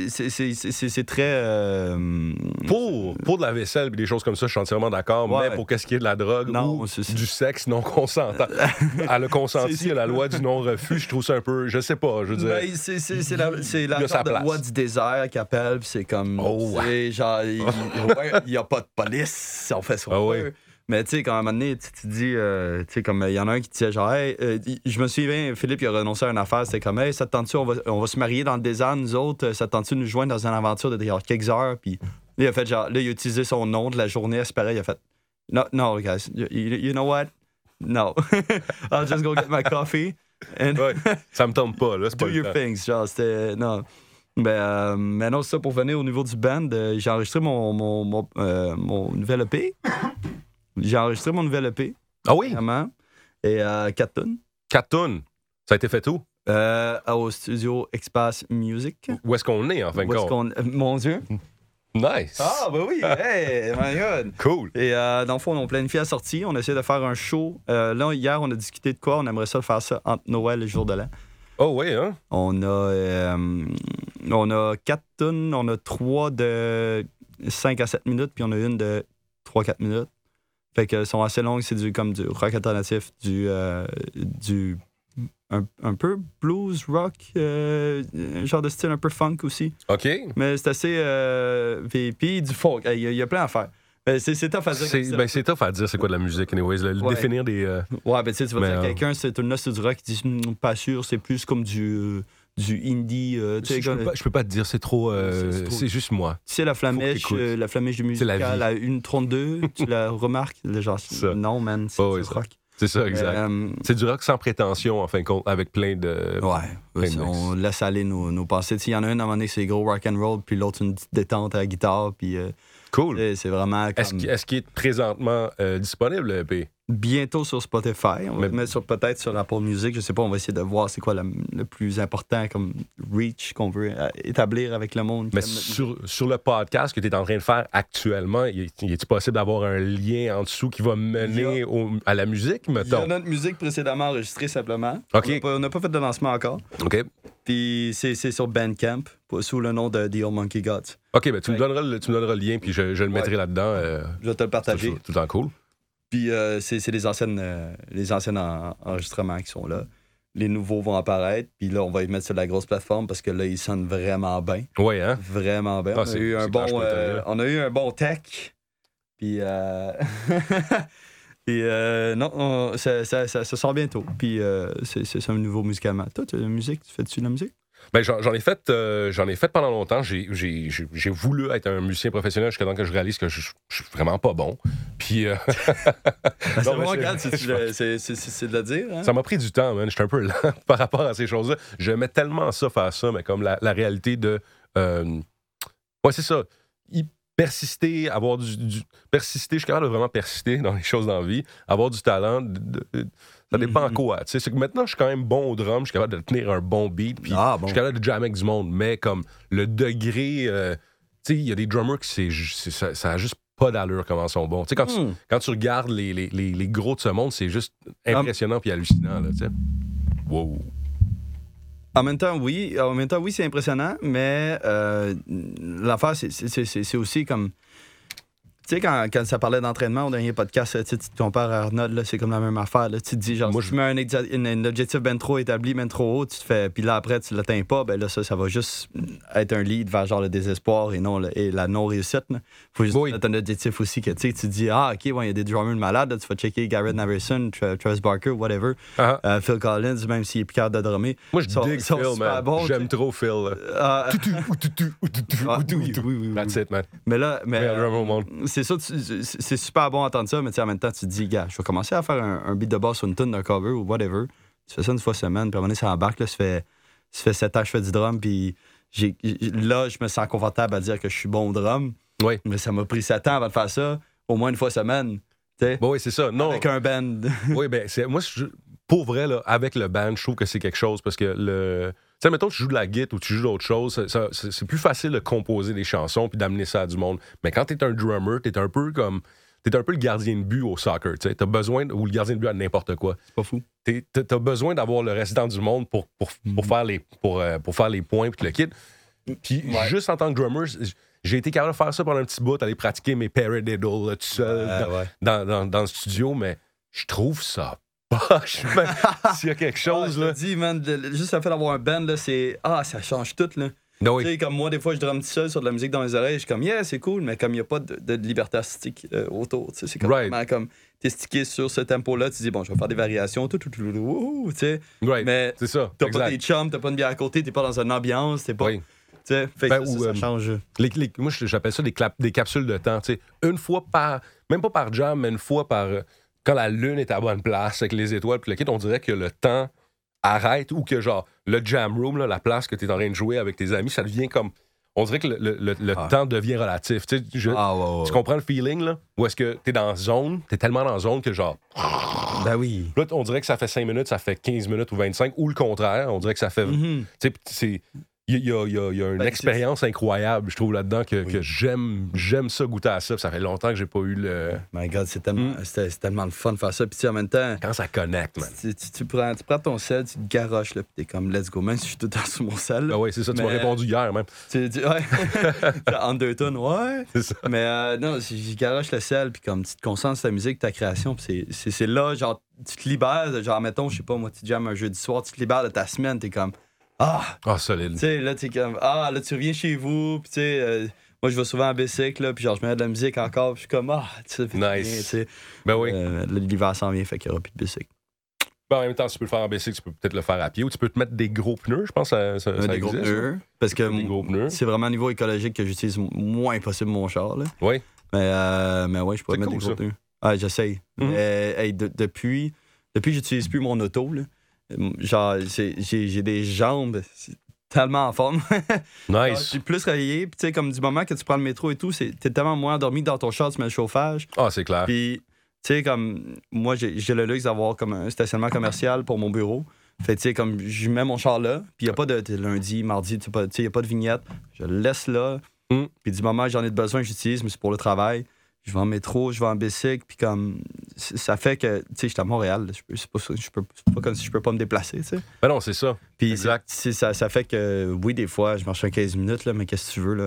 [SPEAKER 2] c'est- c'est- c'est c'est très. euh,
[SPEAKER 1] Pour, pour de la vaisselle et des choses comme ça, je suis entièrement d'accord,
[SPEAKER 2] Ouais.
[SPEAKER 1] mais pour qu'est-ce qui est de la drogue
[SPEAKER 2] Non,
[SPEAKER 1] ou
[SPEAKER 2] c'est- c'est-
[SPEAKER 1] du sexe non consentant, elle a
[SPEAKER 2] C'est-
[SPEAKER 1] consenti
[SPEAKER 2] c'est-
[SPEAKER 1] à la loi du non-refus, je trouve ça un peu, je sais pas, je veux dire.
[SPEAKER 2] Ben, c'est c'est- c'est la, c'est la
[SPEAKER 1] Il y a sa
[SPEAKER 2] sorte de
[SPEAKER 1] place.
[SPEAKER 2] loi du désert qui appelle, puis c'est comme.
[SPEAKER 1] Oh, ouais.
[SPEAKER 2] c'est genre, il n'y a pas de police, on fait ça.
[SPEAKER 1] Ah ouais.
[SPEAKER 2] Mais tu sais, quand à un moment donné, tu te dis, euh, tu sais, comme il y en a un qui disait, genre, hey, euh, il- je me souviens, Philippe, il a renoncé à une affaire, c'était comme, hey, ça te tente-tu, on va, on va se marier dans le désert, nous autres, euh, ça te tente-tu de nous joindre dans une aventure de genre, quelques heures, puis là, il a fait, genre, là, il a utilisé son nom de la journée, c'est pareil, il a fait, no, no, guys, you, you know what? No. I'll just go get my coffee. And
[SPEAKER 1] Ouais, ça me tente pas, là, c'est pas
[SPEAKER 2] Do
[SPEAKER 1] le
[SPEAKER 2] your
[SPEAKER 1] temps.
[SPEAKER 2] things. Genre, c'était. Non. Ben, euh, mais non, c'est ça pour venir au niveau du band. euh, j'ai enregistré mon, mon, mon, euh, mon nouvel EP. J'ai enregistré mon nouvel EP,
[SPEAKER 1] Ah oui,
[SPEAKER 2] vraiment. Et euh, 4 tonnes.
[SPEAKER 1] quatre tunes. Ça a été fait où?
[SPEAKER 2] Euh, au studio Espace Music.
[SPEAKER 1] Où est-ce qu'on est, en fin de
[SPEAKER 2] Où est-ce
[SPEAKER 1] compte?
[SPEAKER 2] qu'on- euh, Mon Dieu.
[SPEAKER 1] Nice!
[SPEAKER 2] Ah, ben oui. Hey, my God.
[SPEAKER 1] Cool!
[SPEAKER 2] Et euh, dans le fond, on planifie la sortie. On essaie de faire un show. Euh, là, hier, on a discuté de quoi. On aimerait ça faire ça entre Noël et le jour de l'an.
[SPEAKER 1] Oh oui, hein?
[SPEAKER 2] On a, euh, on a 4 tonnes, on a 3 de 5 à 7 minutes, puis on a une de 3-4 minutes. Fait que sont assez longues, c'est du comme du rock alternatif, du, euh, du un, un peu blues rock, euh, un genre de style un peu funk aussi.
[SPEAKER 1] OK.
[SPEAKER 2] Mais c'est assez euh, puis- puis du folk. Hey, Il y, a- il y a plein à faire. Mais C'est c'est tough à dire.
[SPEAKER 1] C'est ben, c'est tough à dire c'est quoi de la musique, anyways. Le, le
[SPEAKER 2] Ouais.
[SPEAKER 1] Définir des. euh,
[SPEAKER 2] Ouais, ben tu sais, tu vas
[SPEAKER 1] Mais,
[SPEAKER 2] dire à
[SPEAKER 1] euh,
[SPEAKER 2] quelqu'un, c'est une noce du rock, qui dit Hum, pas sûr, c'est plus comme du, euh, du indie. euh, tu sais,
[SPEAKER 1] je,
[SPEAKER 2] comme-
[SPEAKER 1] peux pas, je peux pas te dire, c'est trop. euh,
[SPEAKER 2] C'est trop-
[SPEAKER 1] c'est juste moi.
[SPEAKER 2] Tu sais, la flamèche,
[SPEAKER 1] Faut que t'écoutes.
[SPEAKER 2] euh, la flamèche du
[SPEAKER 1] C'est la
[SPEAKER 2] musical
[SPEAKER 1] vie.
[SPEAKER 2] à 1,32, tu la remarques, le genre,
[SPEAKER 1] Ça.
[SPEAKER 2] non, man, c'est
[SPEAKER 1] Oh,
[SPEAKER 2] du
[SPEAKER 1] oui, ça.
[SPEAKER 2] rock.
[SPEAKER 1] C'est ça, exact.
[SPEAKER 2] Euh,
[SPEAKER 1] C'est du rock sans prétention, en fin de compte, avec plein de.
[SPEAKER 2] ouais,
[SPEAKER 1] Remix.
[SPEAKER 2] on laisse aller nos, nos pensées. Tu sais, Il y en a un à un moment donné, c'est gros rock and roll, puis l'autre, une petite détente à la guitare, puis euh,
[SPEAKER 1] Cool.
[SPEAKER 2] c'est vraiment comme-
[SPEAKER 1] Est-ce qu'il est-ce qu'il est présentement euh, disponible, le EP?
[SPEAKER 2] bientôt sur Spotify. On va
[SPEAKER 1] Mais-
[SPEAKER 2] le mettre sur- peut-être sur Apple Music, je sais pas, on va essayer de voir c'est quoi le, le plus important comme reach qu'on veut euh, établir avec le monde. qui
[SPEAKER 1] Mais
[SPEAKER 2] aime notre-
[SPEAKER 1] sur, sur le podcast que tu es en train de faire actuellement, y est- y est-il possible d'avoir un lien en dessous qui va
[SPEAKER 2] Il
[SPEAKER 1] mener au- à la musique,
[SPEAKER 2] Il y a
[SPEAKER 1] mettons?
[SPEAKER 2] notre musique précédemment enregistrée simplement.
[SPEAKER 1] Ok.
[SPEAKER 2] On n'a pas- On n'a pas fait de lancement encore.
[SPEAKER 1] OK.
[SPEAKER 2] Puis c'est c'est sur Bandcamp, pour- sous le nom de The Old Monkey Gods.
[SPEAKER 1] OK, ben, tu, me
[SPEAKER 2] Ouais.
[SPEAKER 1] donneras le, tu me donneras le lien, puis je, je le
[SPEAKER 2] Ouais.
[SPEAKER 1] mettrai là-dedans. euh,
[SPEAKER 2] Je vais te
[SPEAKER 1] c'est
[SPEAKER 2] le partager.
[SPEAKER 1] tout, tout le temps cool.
[SPEAKER 2] Puis euh, c'est c'est les anciennes, euh, les anciennes en- enregistrements qui sont là. Les nouveaux vont apparaître. Puis là, on va les mettre sur la grosse plateforme parce que là, ils sonnent vraiment bien.
[SPEAKER 1] Ouais, hein?
[SPEAKER 2] Vraiment bien.
[SPEAKER 1] Ah,
[SPEAKER 2] on, a
[SPEAKER 1] c'est-
[SPEAKER 2] eu un
[SPEAKER 1] c'est clair, je
[SPEAKER 2] bon,
[SPEAKER 1] peux le
[SPEAKER 2] euh,
[SPEAKER 1] dire.
[SPEAKER 2] on a eu un bon tech. Puis. euh, Puis euh, non, on- ça, ça- ça- ça sort bientôt. Puis euh, c'est c'est ça, un nouveau musicalement. Toi, tu as de la musique? Tu fais-tu de la musique?
[SPEAKER 1] Ben, j'en j'en ai fait, euh, j'en ai fait pendant longtemps. J'ai- J'ai j'ai- j'ai voulu être un musicien professionnel jusqu'à temps que je réalise que je, je suis vraiment pas bon. Puis euh,
[SPEAKER 2] Ben, c'est
[SPEAKER 1] mais
[SPEAKER 2] vraiment
[SPEAKER 1] c'est-
[SPEAKER 2] grave, c'est-
[SPEAKER 1] je
[SPEAKER 2] c'est c'est- c'est- c'est de le dire. hein?
[SPEAKER 1] ça m'a pris du temps, man. J'étais un peu lent par rapport à ces choses-là. J'aimais tellement ça faire ça, mais comme la, la réalité de, euh, ouais, c'est ça. Y persister, avoir du, du- persister, je suis capable de vraiment persister dans les choses dans la vie, avoir du talent. de- de- de- ça dépend
[SPEAKER 2] Mhm.
[SPEAKER 1] en quoi. Tu sais, c'est que maintenant, je suis quand même bon au drum, je suis capable de tenir un bon beat, puis
[SPEAKER 2] Ah, bon.
[SPEAKER 1] Je suis capable de jammer avec du monde, mais comme le degré. euh, tu sais, il y a des drummers qui c'est ju- c'est- ça, ça a juste pas d'allure comment ils sont bons. Tu sais, quand, tu-
[SPEAKER 2] Hmm.
[SPEAKER 1] quand tu regardes les, les- les- les gros de ce monde, c'est juste
[SPEAKER 2] Ah.
[SPEAKER 1] impressionnant puis hallucinant, là, tu sais. Wow.
[SPEAKER 2] En même temps, oui. En même temps, oui, c'est impressionnant, mais euh, l'affaire, c'est- c'est- c'est c'est- c'est aussi comme. Tu sais, quand, quand ça parlait d'entraînement au dernier podcast, euh, tu sais, tu te compares à Arnold, là, c'est comme la même affaire. Là. Tu te dis, genre,
[SPEAKER 1] Moi,
[SPEAKER 2] si
[SPEAKER 1] je-
[SPEAKER 2] tu mets un, exa- un- un objectif ben trop établi, ben trop haut, tu te fais. Puis là, après, tu l'atteins pas, ben là, ça, ça va juste être un lead vers genre le désespoir et non le- et la non-réussite. là. Faut juste
[SPEAKER 1] Oui.
[SPEAKER 2] mettre un objectif aussi que tu sais, tu dis, ah, ok, ouais, il y a des drummers de malades, là, tu vas checker Garrett Naverson, Tra- Travis Barker, whatever,
[SPEAKER 1] Ah,
[SPEAKER 2] euh, Phil Collins, même s'il est plus capable de drummer.
[SPEAKER 1] moi, je
[SPEAKER 2] Ils sont-
[SPEAKER 1] dig
[SPEAKER 2] ils sont
[SPEAKER 1] Phil,
[SPEAKER 2] super
[SPEAKER 1] man.
[SPEAKER 2] bons,
[SPEAKER 1] J'aime
[SPEAKER 2] tu-
[SPEAKER 1] trop Phil. là.
[SPEAKER 2] Ah,
[SPEAKER 1] Outou, outou, outou,
[SPEAKER 2] ah,
[SPEAKER 1] outou,
[SPEAKER 2] oui,
[SPEAKER 1] outou.
[SPEAKER 2] oui, oui, oui.
[SPEAKER 1] That's it, man.
[SPEAKER 2] Mais là, mais,
[SPEAKER 1] Meilleur drummer au monde.
[SPEAKER 2] euh, c'est ça, tu- c'est c'est super bon d'entendre ça, mais tu sais, en même temps, tu te dis, gars, je vais commencer à faire un, un beat de basse sur une tune d'un cover ou whatever. Tu fais ça une fois semaine, puis à un moment donné, ça embarque, là, ça fait, ça fait 7 ans que je fais du drum, puis j'ai- j'ai- là, je me sens confortable à dire que je suis bon au drum,
[SPEAKER 1] Oui.
[SPEAKER 2] mais ça m'a pris 7 ans avant de faire ça, au moins une fois semaine, tu sais,
[SPEAKER 1] Bon, euh, oui, c'est ça. Non.
[SPEAKER 2] avec un band.
[SPEAKER 1] Oui, ben, c'est, moi, je- pour vrai, là, avec le band, je trouve que c'est quelque chose parce que le. Tu sais, mettons, tu joues de la guitare ou tu joues d'autres choses, ça- ça- c'est, c'est plus facile de composer des chansons puis d'amener ça à du monde. Mais quand t'es un drummer, t'es un peu comme. T'es un peu le gardien de but au soccer, tu sais. T'as besoin. de- Ou le gardien de but à n'importe quoi.
[SPEAKER 2] C'est pas fou.
[SPEAKER 1] T'es- Mm-hmm. t'as t'as besoin d'avoir le restant du monde pour, pour, pour faire, les, pour, euh, pour faire les points puis le kit. Puis
[SPEAKER 2] Ouais.
[SPEAKER 1] juste en tant que drummer, j- j'ai été capable de faire ça pendant un petit bout, aller pratiquer mes paradiddle là, tout seul
[SPEAKER 2] Ah, ouais.
[SPEAKER 1] dans, dans- dans- dans le studio, mais je trouve ça poche. man. S'il y a quelque chose,
[SPEAKER 2] Ah,
[SPEAKER 1] là.
[SPEAKER 2] je te dis, man, le- le- juste le fait d'avoir un band, là, c'est. Ah, ça change tout, là.
[SPEAKER 1] Non,
[SPEAKER 2] Tu sais, comme moi, des fois, je drum tout seul sur de la musique dans les oreilles, je suis comme, yeah, c'est cool, mais comme il n'y a pas de, de liberté artistique euh, autour, tu sais, c'est comme
[SPEAKER 1] Right.
[SPEAKER 2] vraiment comme, t'es stické sur ce tempo-là, tu dis, bon, je vais faire des variations, tout, tout, tout, tout, tout, tu sais,
[SPEAKER 1] right.
[SPEAKER 2] mais
[SPEAKER 1] C'est ça.
[SPEAKER 2] t'as
[SPEAKER 1] exact.
[SPEAKER 2] pas tes chums, t'as pas une bière à côté, t'es pas dans une ambiance, t'es pas.
[SPEAKER 1] Oui.
[SPEAKER 2] Tu sais, fait que
[SPEAKER 1] Ben,
[SPEAKER 2] ça,
[SPEAKER 1] ou,
[SPEAKER 2] ça, ça
[SPEAKER 1] euh,
[SPEAKER 2] change.
[SPEAKER 1] Les- les- moi, je- j'appelle ça des, clap- des capsules de temps. tu sais. Une fois par, même pas par jam, mais une fois par. euh, Quand la lune est à la bonne place, avec les étoiles, puis le kit, on dirait que le temps arrête ou que, genre, le jam room, là, la place que tu es en train de jouer avec tes amis, ça devient comme. On dirait que le, le- le- le
[SPEAKER 2] Ah.
[SPEAKER 1] temps devient relatif. Tu sais, je-
[SPEAKER 2] Ah, ouais,
[SPEAKER 1] tu comprends le feeling, là? Ou est-ce que t'es dans zone, t'es tellement dans zone que, genre,
[SPEAKER 2] Ben oui.
[SPEAKER 1] là, on dirait que ça fait 5 minutes, ça fait 15 minutes ou 25, ou le contraire, on dirait que ça fait tu sais, pis c'est. Il y a, il y a- il y a une
[SPEAKER 2] Mhm. Ben,
[SPEAKER 1] expérience incroyable, je trouve, là-dedans, que,
[SPEAKER 2] Oui.
[SPEAKER 1] que j'aime, j'aime ça goûter à ça. pis Ça fait longtemps que j'ai pas eu le.
[SPEAKER 2] My God, c'est tellement,
[SPEAKER 1] Mm.
[SPEAKER 2] c'était- c'est tellement le fun de faire ça, puis tu sais, en même temps.
[SPEAKER 1] Quand ça connecte, man.
[SPEAKER 2] Tu, tu- tu prends, tu prends ton sel, tu te garoches, là, pis t'es comme, let's go, même si je suis tout le temps sur mon sel. là,
[SPEAKER 1] Ah ouais, c'est ça, tu m'as
[SPEAKER 2] Mais- euh,
[SPEAKER 1] répondu hier même.
[SPEAKER 2] Tu, tu- ouais. en deux tonnes, ouais.
[SPEAKER 1] C'est ça.
[SPEAKER 2] Mais euh, non, je garoche le sel, puis comme tu te concentres sur ta musique, ta création, puis c'est- c'est c'est là, genre, tu te libères, de- genre, mettons, je sais pas, moi, tu jammes un jeudi soir, tu te libères de ta semaine, t'es comme, ah,
[SPEAKER 1] Ah,
[SPEAKER 2] tu
[SPEAKER 1] solide.
[SPEAKER 2] sais, là, t'es comme, ah, là, tu reviens chez vous, puis tu sais, euh, moi, je vais souvent en bicycle, là, puis genre, je mets de la musique encore, puis je suis comme, ah, tu sais, ça fait du bien,
[SPEAKER 1] Nice.
[SPEAKER 2] tu sais.
[SPEAKER 1] Ben oui.
[SPEAKER 2] Euh, là, L'hiver s'en vient, fait qu'il y aura plus de bicycle.
[SPEAKER 1] Ben, en même temps, si tu peux le faire en bicycle, tu peux peut-être le faire à pied ou tu peux te mettre des gros pneus, je pense. Ça, ça,
[SPEAKER 2] Euh,
[SPEAKER 1] ça
[SPEAKER 2] des gros
[SPEAKER 1] existe,
[SPEAKER 2] pneus, parce que
[SPEAKER 1] ça. Des gros pneus.
[SPEAKER 2] c'est vraiment au niveau écologique que j'utilise m- moins possible mon char, là.
[SPEAKER 1] Oui.
[SPEAKER 2] Mais, euh, mais ouais, je pourrais
[SPEAKER 1] C'est
[SPEAKER 2] mettre
[SPEAKER 1] cool,
[SPEAKER 2] des gros pneus. Ah, j'essaye.
[SPEAKER 1] Mhm.
[SPEAKER 2] Euh, hey, de- depuis, depuis j'utilise plus mon auto. Là. Euh, Genre, c'est- j'ai j'ai des jambes c'est tellement en forme. J'ai
[SPEAKER 1] Nice.
[SPEAKER 2] suis plus réveillé. Puis, Ah, tu sais, comme du moment que tu prends le métro et tout, c'est- t'es tellement moins endormi que dans ton char, tu mets le chauffage.
[SPEAKER 1] Ah, c'est clair.
[SPEAKER 2] Puis, tu sais, comme moi, j'ai j'ai le luxe d'avoir comme un stationnement commercial pour mon bureau. Fait, tu sais, comme je mets mon char là, puis il n'y a pas de t'es lundi, mardi, tu sais, pas- tu sais, il n'y a pas de vignette. Je le laisse là.
[SPEAKER 1] Mm.
[SPEAKER 2] Puis du moment que j'en ai de besoin, j'utilise, mais c'est pour le travail. Je vais en métro, je vais en bicycle, puis comme c- ça fait que, tu sais, je suis à Montréal, là, je peux, c'est pas, ça- je peux, c'est pas comme si je peux pas me déplacer, tu sais.
[SPEAKER 1] Ben non, c'est ça.
[SPEAKER 2] Puis
[SPEAKER 1] Exact.
[SPEAKER 2] c'est- c'est- ça, ça fait que, oui, des fois, je marche un 15 minutes, là, mais qu'est-ce que tu veux? Là?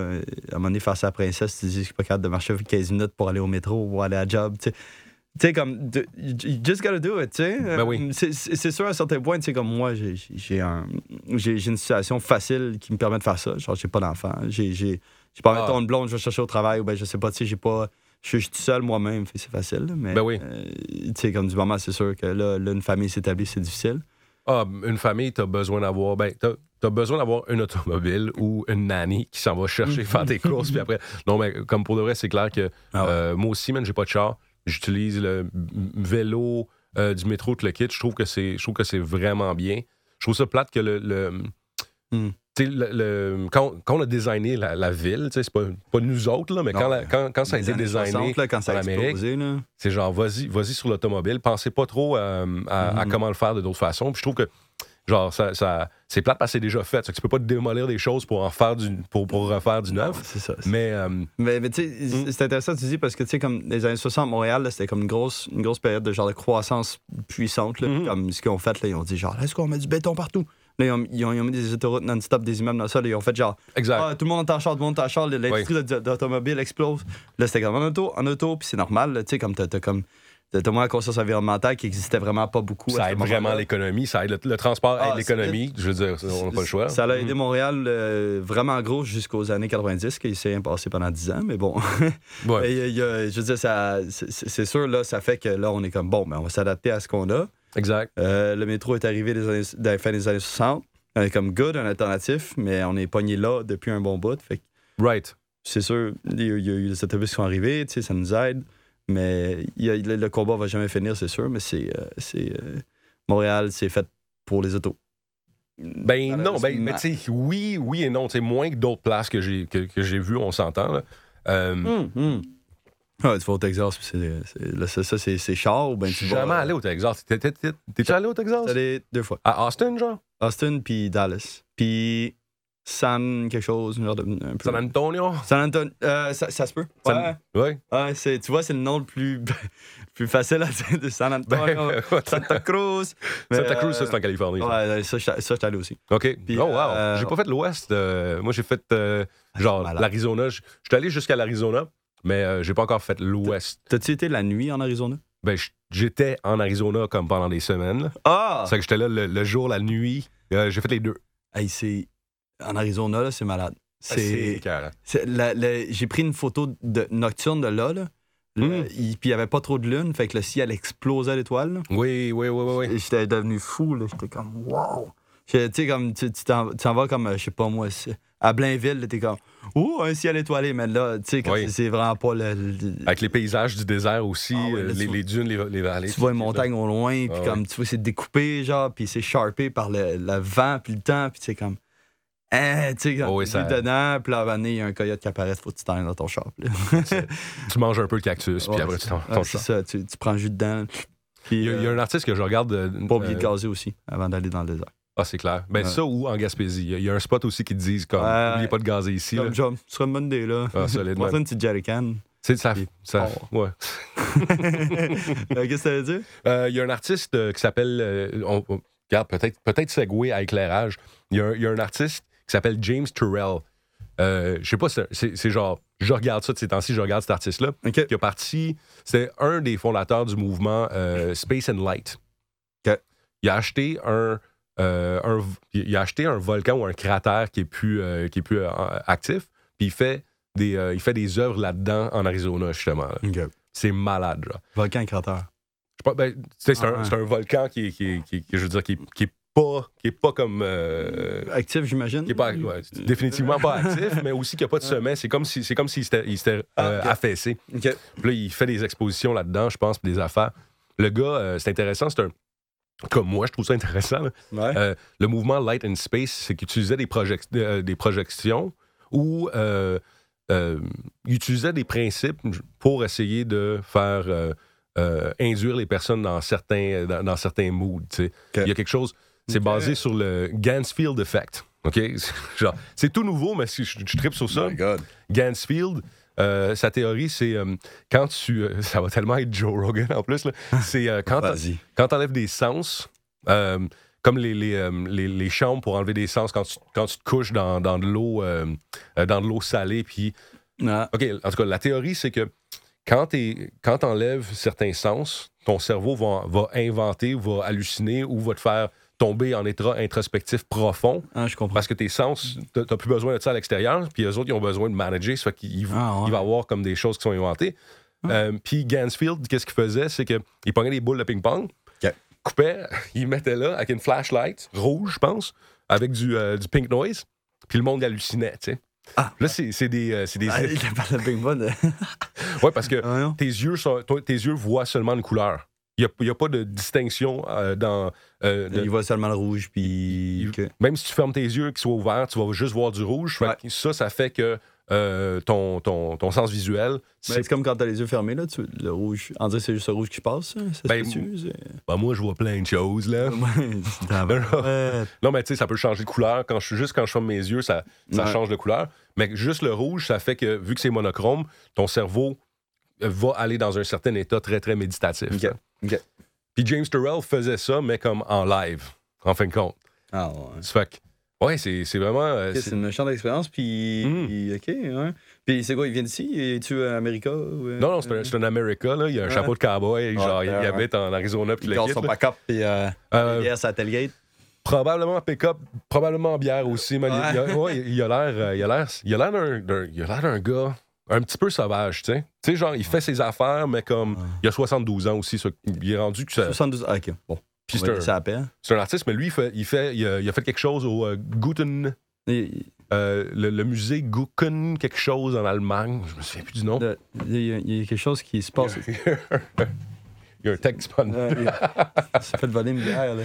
[SPEAKER 2] À un moment donné, face à la princesse, tu dis, je suis pas capable de marcher 15 minutes pour aller au métro ou aller à la job. Tu sais. Tu sais, comme, de- you just gotta do it, tu sais.
[SPEAKER 1] Ben oui.
[SPEAKER 2] C'est- C'est c'est sûr, à certains points, tu sais, comme moi, j'ai- j'ai j'ai un- j'ai- j'ai une situation facile qui me permet de faire ça. Genre, j'ai pas d'enfant, j'ai j'ai- j'ai pas
[SPEAKER 1] Ah.
[SPEAKER 2] mettons, une blonde, je vais chercher au travail, ou ben, je sais pas, tu sais, j'ai pas. Je suis je suis tout seul moi-même, fait que c'est facile. là, Mais,
[SPEAKER 1] Ben oui.
[SPEAKER 2] euh, tu sais, comme du moment, c'est sûr que là, là, une famille s'établit, c'est difficile.
[SPEAKER 1] Ah, une famille, t'as besoin d'avoir. Ben, t'as, t'as besoin d'avoir une automobile ou une nanny qui s'en va chercher faire tes courses. Puis après. Non, mais comme pour le vrai, c'est clair que
[SPEAKER 2] Ah ouais.
[SPEAKER 1] euh, moi aussi, man, j'ai pas de char. J'utilise le m- m- vélo euh, du métro, tout le kit. Je trouve que c'est, je trouve que c'est vraiment bien. Je trouve ça plate que le. le-
[SPEAKER 2] Hmm.
[SPEAKER 1] tu sais, le- le- quand, quand on a designé la, la ville, tu sais, c'est pas, pas nous autres, là, mais
[SPEAKER 2] Non.
[SPEAKER 1] quand, la- quand, quand ça a
[SPEAKER 2] Des
[SPEAKER 1] été
[SPEAKER 2] années
[SPEAKER 1] designé,
[SPEAKER 2] 60, là, quand ça a
[SPEAKER 1] en Amérique.
[SPEAKER 2] explosé, là.
[SPEAKER 1] c'est genre, vas-y, vas-y sur l'automobile. Pensez pas trop euh, à, à
[SPEAKER 2] Mhm.
[SPEAKER 1] comment le faire de d'autres façons. Puis je trouve que, genre, ça, ça- c'est plate parce que c'est déjà fait. C'est que tu peux pas démolir des choses pour en faire du, pour, pour refaire du neuf.
[SPEAKER 2] Ah, C'est ça. Mm.
[SPEAKER 1] Mais euh,
[SPEAKER 2] Mais, mais tu sais, c'est- c'est intéressant, tu dis, parce que tu sais, comme les années 60, Montréal, là, c'était comme une grosse, une grosse période de genre de croissance puissante, là,
[SPEAKER 1] Mhm.
[SPEAKER 2] comme ce qu'ils ont fait, là, ils ont dit genre, est-ce qu'on met du béton partout? Là, ils ont, ils ont- ils ont mis des autoroutes non-stop, des immeubles dans ça, là, ils ont fait genre,
[SPEAKER 1] exact.
[SPEAKER 2] Ah, tout le monde est en char, tout le monde est en char, l'industrie de- d'automobile explose. Là, c'était comme en auto, en auto, puis c'est normal, là, tu sais, comme t'as t'as comme. T'as t'as moins la conscience environnementale qui existait vraiment pas beaucoup. à
[SPEAKER 1] ça
[SPEAKER 2] ce
[SPEAKER 1] aide
[SPEAKER 2] moment-là.
[SPEAKER 1] vraiment l'économie, ça aide le, le transport,
[SPEAKER 2] Ah,
[SPEAKER 1] aide l'économie. Je veux dire, Euh, on n'a pas le choix. Mm.
[SPEAKER 2] Ça a aidé Montréal euh, vraiment gros jusqu'aux années 90, qui s'est passé pendant 10 ans, mais bon.
[SPEAKER 1] Ouais.
[SPEAKER 2] Et, il y a- je veux dire, ça- c'est- c'est sûr, là, ça fait que là, on est comme, bon, mais on va s'adapter à ce qu'on a.
[SPEAKER 1] Exact.
[SPEAKER 2] Euh, le métro est arrivé des années, dans la fin des années 60. On est comme good, un alternatif, mais on est pogné là depuis un bon bout. Fait que
[SPEAKER 1] Right.
[SPEAKER 2] c'est sûr, il y, a- il y a eu les autobus qui sont arrivés, tu sais, ça nous aide. Mais il y a- le, le combat va jamais finir, c'est sûr, mais c'est... euh, c'est, euh, Montréal, c'est fait pour les autos. Ah,
[SPEAKER 1] Ben non, ben,
[SPEAKER 2] Malheureusement.
[SPEAKER 1] mais tu sais, oui, oui et non. Tu sais, moins que d'autres places que j'ai, que, que j'ai vues, on s'entend. là. Euh,
[SPEAKER 2] Hum, hum. Ah, tu vas au Texas, puis c'est, c'est- là, ça, ça, c'est, c'est char ou ben
[SPEAKER 1] je
[SPEAKER 2] tu euh,
[SPEAKER 1] suis
[SPEAKER 2] vas- euh,
[SPEAKER 1] jamais allé au Texas. T'es, t'es- t'es- t'es-tu allé au Texas?
[SPEAKER 2] J'étais allé deux fois.
[SPEAKER 1] À Austin, genre?
[SPEAKER 2] Austin puis Dallas. Puis San quelque chose, genre de, un peu.
[SPEAKER 1] San Antonio?
[SPEAKER 2] San Antonio. euh, ça, ça se peut. Ouais.
[SPEAKER 1] San- Ouais.
[SPEAKER 2] Ouais, c'est, tu vois, c'est le nom le plus, le plus facile à dire de San Antonio.
[SPEAKER 1] Ben, what the-
[SPEAKER 2] Santa Cruz. mais,
[SPEAKER 1] Santa Cruz, ça,
[SPEAKER 2] euh,
[SPEAKER 1] c'est en Californie. ça.
[SPEAKER 2] Ouais, ça, je- ça, je suis allé aussi.
[SPEAKER 1] OK.
[SPEAKER 2] Puis,
[SPEAKER 1] oh, wow.
[SPEAKER 2] euh, Ah,
[SPEAKER 1] j'ai pas fait l'Ouest. euh, moi, j'ai fait euh, genre
[SPEAKER 2] malade.
[SPEAKER 1] l'Arizona. Je je suis allé jusqu'à l'Arizona, mais euh, j'ai pas encore fait l'Ouest.
[SPEAKER 2] T'as-tu été la nuit en Arizona?
[SPEAKER 1] Ben, je- j'étais en Arizona comme pendant des semaines. là.
[SPEAKER 2] Ah!
[SPEAKER 1] C'est que j'étais là le, le jour, la nuit. Euh, j'ai fait les deux.
[SPEAKER 2] Hey, c'est. En Arizona, là, c'est malade.
[SPEAKER 1] Ah,
[SPEAKER 2] C'est.
[SPEAKER 1] écœurant.
[SPEAKER 2] c'est la- la- J'ai pris une photo de, nocturne de là, là. Le-
[SPEAKER 1] Mm.
[SPEAKER 2] il- Puis il n'y avait pas trop de lune, fait que le ciel explosait à l'étoile. là.
[SPEAKER 1] Oui, oui, oui, oui. oui.
[SPEAKER 2] Et J'étais devenu fou, là. J'étais comme, wow! J'étais- Tu sais, comme, tu tu t'en tu t'en vas comme, euh, je sais pas moi, c'est- à Blainville, là, t'es comme, ouh, un ciel étoilé, mais là, tu sais, comme
[SPEAKER 1] Oui.
[SPEAKER 2] c'est- c'est vraiment pas le. le-
[SPEAKER 1] Avec les paysages du désert aussi,
[SPEAKER 2] Ah ouais,
[SPEAKER 1] euh,
[SPEAKER 2] là,
[SPEAKER 1] les,
[SPEAKER 2] tu-
[SPEAKER 1] les dunes, les, les vallées.
[SPEAKER 2] tu vois une montagne au loin, puis
[SPEAKER 1] Ah ouais.
[SPEAKER 2] comme, tu vois, c'est découpé, genre, puis c'est sharpé par le, le vent, puis le temps, puis c'est comme, hein, tu sais, comme,
[SPEAKER 1] Oh oui,
[SPEAKER 2] t'es
[SPEAKER 1] ça-
[SPEAKER 2] dedans, puis là, à un moment donné, il y a un coyote qui apparaît, faut que tu t'en dans ton char. puis là.
[SPEAKER 1] Tu manges un peu de cactus, puis
[SPEAKER 2] Ouais,
[SPEAKER 1] après, tu t'en
[SPEAKER 2] ouais,
[SPEAKER 1] t'en
[SPEAKER 2] c'est
[SPEAKER 1] sors.
[SPEAKER 2] ça, tu, tu prends le jus dedans.
[SPEAKER 1] Il
[SPEAKER 2] Puis,
[SPEAKER 1] y, a- il y a
[SPEAKER 2] euh,
[SPEAKER 1] un artiste que je regarde. euh,
[SPEAKER 2] pas oublier de
[SPEAKER 1] euh,
[SPEAKER 2] gazer aussi, avant d'aller dans le désert.
[SPEAKER 1] Ah, c'est clair. Ben,
[SPEAKER 2] Ouais.
[SPEAKER 1] ça ou en Gaspésie. Il y a- il y, a un spot aussi qui te disent comme,
[SPEAKER 2] Ouais.
[SPEAKER 1] n'oubliez pas de gazer ici. là.
[SPEAKER 2] Comme, genre, ce serait une bonne idée, là.
[SPEAKER 1] Ah, solidement.
[SPEAKER 2] Prends-toi une petite jerrycan.
[SPEAKER 1] C'est ça.
[SPEAKER 2] Puis-
[SPEAKER 1] ça ouais.
[SPEAKER 2] Euh, Qu'est-ce que ça veut dire?
[SPEAKER 1] Euh, Il y a un artiste euh, qui s'appelle. euh, on- on- regarde, peut-être peut segway à éclairage. Il y, a un- il y a un artiste qui s'appelle James Turrell. Euh, je sais pas, c'est- c'est c'est genre. Je regarde ça de ces temps-ci, je regarde cet artiste-là.
[SPEAKER 2] OK.
[SPEAKER 1] Qui a parti. C'est un des fondateurs du mouvement euh, Space and Light.
[SPEAKER 2] OK.
[SPEAKER 1] Il a acheté un. euh, un v- il a acheté un volcan ou un cratère qui est plus, euh, qui est plus euh, actif, puis il fait des, euh, il fait des œuvres là-dedans en Arizona, justement. là.
[SPEAKER 2] OK.
[SPEAKER 1] C'est malade, genre.
[SPEAKER 2] Volcan cratère.
[SPEAKER 1] Je pense- ben, tu sais, c'est
[SPEAKER 2] Ah
[SPEAKER 1] un,
[SPEAKER 2] ouais.
[SPEAKER 1] c'est un volcan qui, est- qui, est- qui est- qui est- je veux dire, qui, est- qui est pas, qui est pas comme, euh,
[SPEAKER 2] Actif, j'imagine.
[SPEAKER 1] qui est pas, ouais, c'est définitivement pas actif, mais aussi qui a pas de sommet. C'est comme si, c'est comme s'il s'était, il s'était, euh,
[SPEAKER 2] Ah, ok.
[SPEAKER 1] affaissé.
[SPEAKER 2] OK.
[SPEAKER 1] Puis là, il fait des expositions là-dedans, je pense, puis des affaires. Le gars, euh, c'est intéressant. C'est un, comme moi, je trouve ça intéressant. là.
[SPEAKER 2] Ouais.
[SPEAKER 1] Euh, le mouvement Light and Space, c'est qu'il utilisait des, projec- euh, des projections ou euh, euh, il utilisait des principes pour essayer de faire euh, euh, induire les personnes dans certains, dans, dans certains moods. tu sais. Il y a quelque chose, c'est
[SPEAKER 2] Ok.
[SPEAKER 1] basé sur le Gansfield Effect. OK? Genre, c'est tout nouveau, mais si je, je tripe sur ça.
[SPEAKER 2] God.
[SPEAKER 1] Gansfield, euh, sa théorie, c'est euh, quand tu. euh, ça va tellement être Joe Rogan en plus, là. C'est euh, quand,
[SPEAKER 2] Vas-y.
[SPEAKER 1] quand tu enlèves des sens, euh, comme les, les, euh, les- les chambres pour enlever des sens, quand tu, quand tu te couches dans, dans de l'eau euh, euh, dans de l'eau salée, puis.
[SPEAKER 2] Ah,
[SPEAKER 1] OK, en tout cas, la théorie, c'est que quand tu enlèves certains sens, ton cerveau va, va inventer, va halluciner ou va te faire tomber en état introspectif profond
[SPEAKER 2] ah, je comprends.
[SPEAKER 1] parce que tes sens, t'as t'as plus besoin de ça à l'extérieur, puis les autres, ils ont besoin de manager, ça fait qu'ils
[SPEAKER 2] Ah, ouais. Hein?
[SPEAKER 1] il va avoir comme des choses qui sont inventées. Euh, puis Gansfield, qu'est-ce qu'il faisait, c'est qu'il pognait des boules de ping-pong,
[SPEAKER 2] Ok.
[SPEAKER 1] coupait, il mettait là avec une flashlight rouge, je pense, avec du, euh, du pink noise, puis le monde hallucinait, tu sais.
[SPEAKER 2] Ah.
[SPEAKER 1] Là, c'est c'est des... euh, c'est des
[SPEAKER 2] Ah, il a parlé de Big Bud.
[SPEAKER 1] ouais, parce que
[SPEAKER 2] Ah, non.
[SPEAKER 1] tes yeux, sont- toi, tes yeux voient seulement une couleur. Il n'y a, pas de distinction euh, dans... euh, de-
[SPEAKER 2] Il voit seulement le rouge, puis.
[SPEAKER 1] il-
[SPEAKER 2] OK.
[SPEAKER 1] Même si tu fermes tes yeux qu'ils soient ouverts, tu vas juste voir du rouge. Fait
[SPEAKER 2] Ouais.
[SPEAKER 1] que Ça, ça fait que euh, ton, ton, ton sens visuel,
[SPEAKER 2] Mais
[SPEAKER 1] c'est
[SPEAKER 2] Ben, C'est comme quand t'as les yeux fermés, là, tu, le rouge. On dirait que c'est juste le rouge qui passe, hein, ça. ça se
[SPEAKER 1] Ben,
[SPEAKER 2] peut-tu, c'est-
[SPEAKER 1] Ben, moi, je vois plein de choses, là.
[SPEAKER 2] Ouais, c'est dans la-
[SPEAKER 1] Non,
[SPEAKER 2] Ouais.
[SPEAKER 1] non, mais tu sais, ça peut changer de couleur. Quand je, juste quand je ferme mes yeux, ça, ça
[SPEAKER 2] Ouais.
[SPEAKER 1] change de couleur. Mais juste le rouge, ça fait que, vu que c'est monochrome, ton cerveau euh, va aller dans un certain état très, très méditatif.
[SPEAKER 2] Ok,
[SPEAKER 1] là.
[SPEAKER 2] ok.
[SPEAKER 1] Puis James Turrell faisait ça, mais comme en live, en fin de compte.
[SPEAKER 2] Ah, ouais.
[SPEAKER 1] Ça fait que, ouais, c'est c'est vraiment... euh,
[SPEAKER 2] Ok,
[SPEAKER 1] c'est-
[SPEAKER 2] C'est une méchante expérience, puis.
[SPEAKER 1] Mm.
[SPEAKER 2] puis, OK, ouais. Puis c'est quoi, il vient d'ici? Es-tu à America? euh,
[SPEAKER 1] Non, non, c'est un, c'est un America, là. Il a un
[SPEAKER 2] Ouais.
[SPEAKER 1] chapeau de cowboy, genre, il, il
[SPEAKER 2] ouais.
[SPEAKER 1] habite en Arizona, puis
[SPEAKER 2] Il
[SPEAKER 1] le
[SPEAKER 2] casse
[SPEAKER 1] quitte,
[SPEAKER 2] son
[SPEAKER 1] là.
[SPEAKER 2] pack-up, puis. Euh,
[SPEAKER 1] Euh,
[SPEAKER 2] yes, à Tailgate.
[SPEAKER 1] Probablement pick-up, probablement bière aussi. Mais il-
[SPEAKER 2] Ouais.
[SPEAKER 1] il, ouais, il a l'air, euh, il a l'air, il a l'air d'un, d'un- il a l'air d'un gars un petit peu sauvage, tu sais. Tu sais, genre, il fait ses affaires, mais comme il a 72 ans aussi, ça- il est rendu que ça.
[SPEAKER 2] 72. Ah, OK, bon.
[SPEAKER 1] Puis
[SPEAKER 2] On
[SPEAKER 1] c'est
[SPEAKER 2] va
[SPEAKER 1] un,
[SPEAKER 2] laisser à la paix. hein.
[SPEAKER 1] c'est un artiste, mais lui, il fait, il fait, il a, il a fait quelque chose au euh, Guten,
[SPEAKER 2] Il
[SPEAKER 1] euh, le, le musée Gucken quelque chose en Allemagne. Je me souviens plus du nom.
[SPEAKER 2] le- il y, a- il y a quelque chose qui se passe.
[SPEAKER 1] Il y a un texte.
[SPEAKER 2] Euh, il- ça fait le volume hier, là.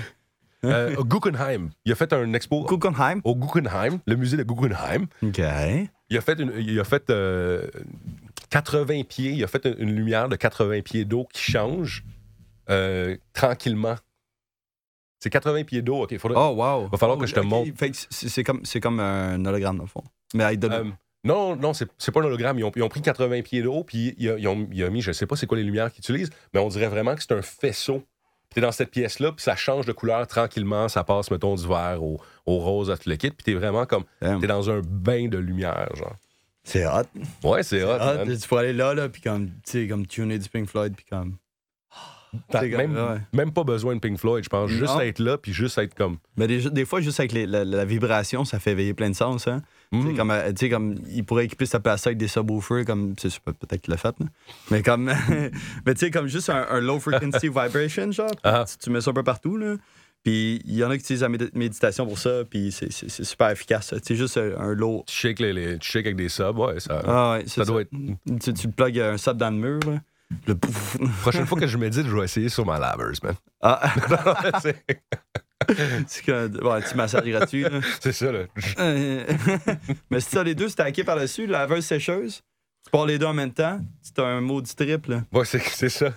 [SPEAKER 1] Euh, au Guggenheim. Il a fait un expo
[SPEAKER 2] Guggenheim.
[SPEAKER 1] au Guggenheim, le musée de Guggenheim.
[SPEAKER 2] OK.
[SPEAKER 1] Il a fait, une- il a fait euh, 80 pieds, il a fait une, une lumière de 80 pieds d'eau qui change euh, tranquillement. C'est 80 pieds d'eau, OK. faudrait-
[SPEAKER 2] Oh, wow.
[SPEAKER 1] Va falloir que
[SPEAKER 2] Oh,
[SPEAKER 1] je te
[SPEAKER 2] ok,
[SPEAKER 1] montre.
[SPEAKER 2] fait que c'est c'est comme, c'est comme un hologramme, dans le fond. Mais avec de l'eau.
[SPEAKER 1] Euh, non, non, c'est c'est pas un hologramme. Ils ont, ils ont pris 80 pieds d'eau, puis ils, ils ont, ils ont mis, je sais pas c'est quoi les lumières qu'ils utilisent, mais on dirait vraiment que c'est un faisceau. Puis t'es dans cette pièce-là, puis ça change de couleur tranquillement, ça passe, mettons, du vert au, au rose, à tout le kit, puis t'es vraiment comme,
[SPEAKER 2] Damn.
[SPEAKER 1] t'es dans un bain de lumière, genre.
[SPEAKER 2] C'est hot.
[SPEAKER 1] Ouais, c'est hot,
[SPEAKER 2] Ah,
[SPEAKER 1] man.
[SPEAKER 2] tu faut aller là, là, puis comme, tu sais, comme tuner du Pink Floyd, puis comme.
[SPEAKER 1] T'as
[SPEAKER 2] c'est
[SPEAKER 1] même,
[SPEAKER 2] comme- ouais.
[SPEAKER 1] même pas besoin de Pink Floyd, je pense. Juste
[SPEAKER 2] Non.
[SPEAKER 1] être là, puis juste être comme...
[SPEAKER 2] Mais des, des fois, juste avec les- la, la vibration, ça fait éveiller plein de sens, hein. Tu sais,
[SPEAKER 1] hmm.
[SPEAKER 2] comme, euh, tu sais, comme, il pourrait équiper sa place avec des subwoofers, comme, c'est sûr, peut-être qu'il l'a fait, là. mais comme, mais tu sais, comme juste un, un low frequency vibration, genre,
[SPEAKER 1] Ah.
[SPEAKER 2] tu, tu mets ça un peu partout, là. Puis il y en a qui utilisent la médi- méditation pour ça, puis c'est- c'est c'est super efficace, ça. Tu sais, juste euh, un low.
[SPEAKER 1] Tu shakes, les, les- tu shakes avec des subs, ouais, ça...
[SPEAKER 2] Ah ouais, c'est
[SPEAKER 1] ça doit être...
[SPEAKER 2] Tu, tu plugues un sub dans le mur, là. Le pouf.
[SPEAKER 1] Prochaine fois que je médite, je vais essayer sur ma lavers, man.
[SPEAKER 2] Ah,
[SPEAKER 1] c'est
[SPEAKER 2] c'est que- ouais, petit massage gratuit, là.
[SPEAKER 1] c'est ça, là.
[SPEAKER 2] Euh, mais si t'as les deux stackés par-dessus, laveuse sécheuse, tu pars les deux en même temps, c'est un mot du triple.
[SPEAKER 1] Ouais, c'est c'est ça.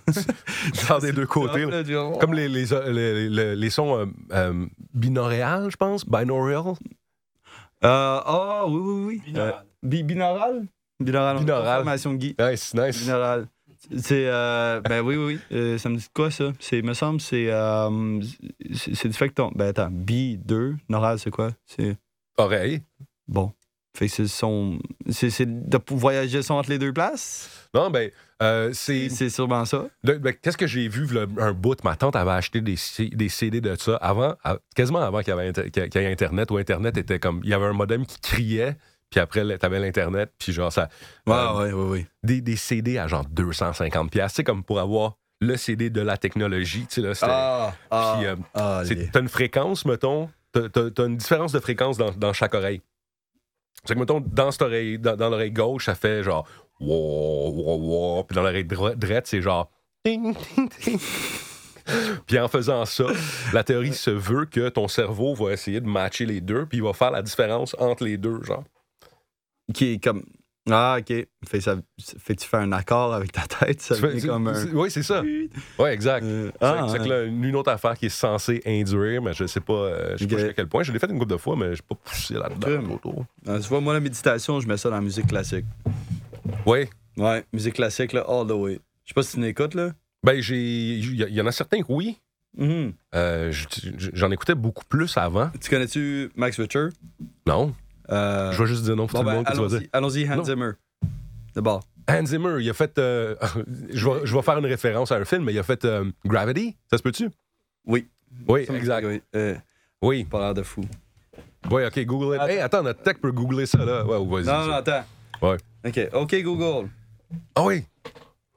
[SPEAKER 1] Dans des deux côtés. là. Comme les, les, les, les- les- les sons euh, euh, binauréales, je pense. Binaural.
[SPEAKER 2] Euh, oh, oui, oui, oui. Euh,
[SPEAKER 3] Binaural.
[SPEAKER 2] bi- binaural? Binaural.
[SPEAKER 1] Binaural.
[SPEAKER 2] Formation de Guy.
[SPEAKER 1] Nice, nice.
[SPEAKER 2] Binaural. C'est. euh, ben oui, oui, oui. Euh, ça me dit quoi, ça? C'est, me semble, c'est. euh, c'est c'est du fait que ton. Ben attends, bi-2, noral, c'est quoi? C'est.
[SPEAKER 1] Oreille.
[SPEAKER 2] Bon. Fait que c'est son. C'est, c'est de voyager le son entre les deux places?
[SPEAKER 1] Non, ben, euh, c'est.
[SPEAKER 2] C'est sûrement ça.
[SPEAKER 1] de- ben, Qu'est-ce que j'ai vu v'là un bout? Ma tante avait acheté des, C- des CD de ça avant, à- quasiment avant qu'il y, avait inter- qu'il y a- qu'il y ait Internet, où Internet était comme. Il y avait un modem qui criait, puis après, là, t'avais l'Internet, puis genre, ça. euh,
[SPEAKER 2] ouais, ouais, ouais.
[SPEAKER 1] des, des CD à genre 250$. piastres. C'est comme pour avoir le CD de la technologie, tu sais, là. c'était-
[SPEAKER 2] Ah, ah,
[SPEAKER 1] Puis, euh,
[SPEAKER 2] ah,
[SPEAKER 1] C'est-
[SPEAKER 2] les-
[SPEAKER 1] T'as une fréquence, mettons, t'as- t'as t'as une différence de fréquence dans, dans chaque oreille. C'est que, mettons, dans cette oreille, dans, dans l'oreille gauche, ça fait genre wow, wow, wow, puis dans l'oreille dro- droite, c'est genre ting, ting, ting. Puis en faisant ça, la théorie se veut que ton cerveau va essayer de matcher les deux, puis il va faire la différence entre les deux, genre.
[SPEAKER 2] qui est comme. Ah, ok. Fait, que ça, fait que tu fais un accord avec ta tête, ça
[SPEAKER 1] Tu fais-
[SPEAKER 2] devient
[SPEAKER 1] c'est-
[SPEAKER 2] comme un.
[SPEAKER 1] c'est- Oui, c'est ça. Oui, exact.
[SPEAKER 2] Euh,
[SPEAKER 1] C'est
[SPEAKER 2] ah,
[SPEAKER 1] c'est que
[SPEAKER 2] ouais.
[SPEAKER 1] là, une autre affaire qui est censée induire, mais je sais pas, euh, je sais pas
[SPEAKER 2] Ok.
[SPEAKER 1] jusqu'à quel point. Je l'ai fait une couple de fois, mais je suis pas poussé là-dedans.
[SPEAKER 2] Crime. Ah, tu vois, moi, la méditation, je mets ça dans la musique classique.
[SPEAKER 1] Oui.
[SPEAKER 2] Ouais, musique classique, là, all the way. Je sais pas si tu l'écoutes, là.
[SPEAKER 1] Ben, j'ai. Il y, a- il y en a certains que oui.
[SPEAKER 2] Mhm.
[SPEAKER 1] Euh, j- j- J'en écoutais beaucoup plus avant.
[SPEAKER 2] Tu connais-tu Max Richter?
[SPEAKER 1] Non.
[SPEAKER 2] Euh,
[SPEAKER 1] Je vais juste dire non pour tout
[SPEAKER 2] bon,
[SPEAKER 1] le
[SPEAKER 2] ben,
[SPEAKER 1] monde. qu'est-ce que tu vas
[SPEAKER 2] allons-y,
[SPEAKER 1] dire?
[SPEAKER 2] allons-y,
[SPEAKER 1] Non.
[SPEAKER 2] Hans Zimmer. D'abord.
[SPEAKER 1] Hans Zimmer, il a fait. euh, je, vais, je vais faire une référence à un film, mais il a fait euh, Gravity. Ça se peut-tu?
[SPEAKER 2] Oui.
[SPEAKER 1] Oui,
[SPEAKER 2] Ça me-
[SPEAKER 1] exact.
[SPEAKER 2] Oui, euh,
[SPEAKER 1] Oui.
[SPEAKER 2] pas l'air de fou.
[SPEAKER 1] Oui, OK, Google it.
[SPEAKER 2] Attends.
[SPEAKER 1] Hey, attends, notre tech peut googler ça, là. Ouais, ou vas-y.
[SPEAKER 2] Non,
[SPEAKER 1] ça.
[SPEAKER 2] non, attends.
[SPEAKER 1] Ouais.
[SPEAKER 2] Ok, ok, Google.
[SPEAKER 1] Ah oui.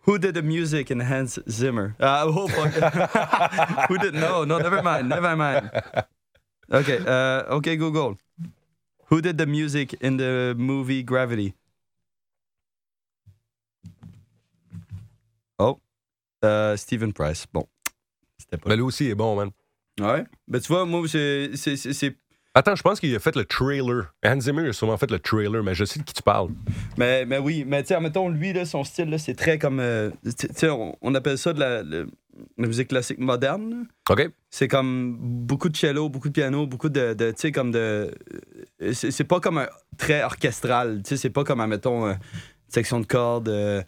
[SPEAKER 2] Who did the music in Hans Zimmer? Uh, oh, fuck. Who did? No, no, never mind, never mind. Okay, uh, okay, Google. Who did the music in the movie Gravity? Oh, euh, Stephen Price. Bon, c'était pas.
[SPEAKER 1] Mais ben, lui aussi est bon, man.
[SPEAKER 2] Ouais. Mais tu vois, moi, c'est, c'est, c'est, c'est-
[SPEAKER 1] Attends, je pense qu'il a fait le trailer. Hans Zimmer a sûrement fait le trailer, mais je sais de qui tu parles.
[SPEAKER 2] Mais, mais oui, mais tu sais, mettons, lui, là, son style, là, c'est très comme. euh, tu tu sais, on, on appelle ça de la, le- la musique classique moderne. là.
[SPEAKER 1] OK?
[SPEAKER 2] c'est comme beaucoup de cello, beaucoup de piano, beaucoup de, de tu sais, comme de... euh, C'est c'est pas comme un très orchestral, tu sais, c'est pas comme, admettons, euh, une section de cordes, euh,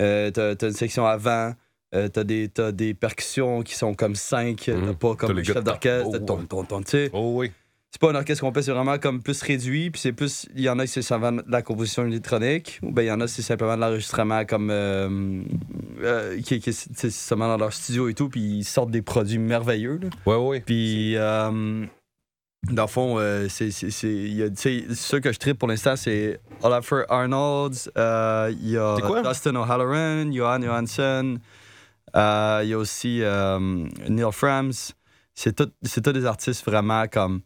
[SPEAKER 2] euh, t'as t'as une section avant, euh, t'as des, t'as des percussions qui sont comme cinq,
[SPEAKER 1] Mhm.
[SPEAKER 2] t'as pas
[SPEAKER 1] T'as
[SPEAKER 2] comme
[SPEAKER 1] les
[SPEAKER 2] un
[SPEAKER 1] gars
[SPEAKER 2] chef
[SPEAKER 1] de
[SPEAKER 2] d'orchestre,
[SPEAKER 1] tambour.
[SPEAKER 2] ton, ton, ton, tu sais.
[SPEAKER 1] Oh oui.
[SPEAKER 2] C'est pas un orchestre qu'on fait, c'est vraiment comme plus réduit, puis c'est plus, il y en a qui c'est simplement de la composition électronique, ou bien il y en a c'est simplement de l'enregistrement comme, euh, euh, qui, qui c'est c'est seulement dans leur studio et tout, puis ils sortent des produits merveilleux, là.
[SPEAKER 1] Ouais, ouais.
[SPEAKER 2] Puis, euh, dans le fond, euh, c'est, c'est, c'est, il y a, tu sais, ceux que je tripe pour l'instant, c'est Olafur Arnolds, euh, il y a
[SPEAKER 1] C'est quoi?
[SPEAKER 2] Dustin O'Halloran, Johan Johansson, euh, il y a aussi euh, Neil Frams. C'est tous c'est tout des artistes vraiment comme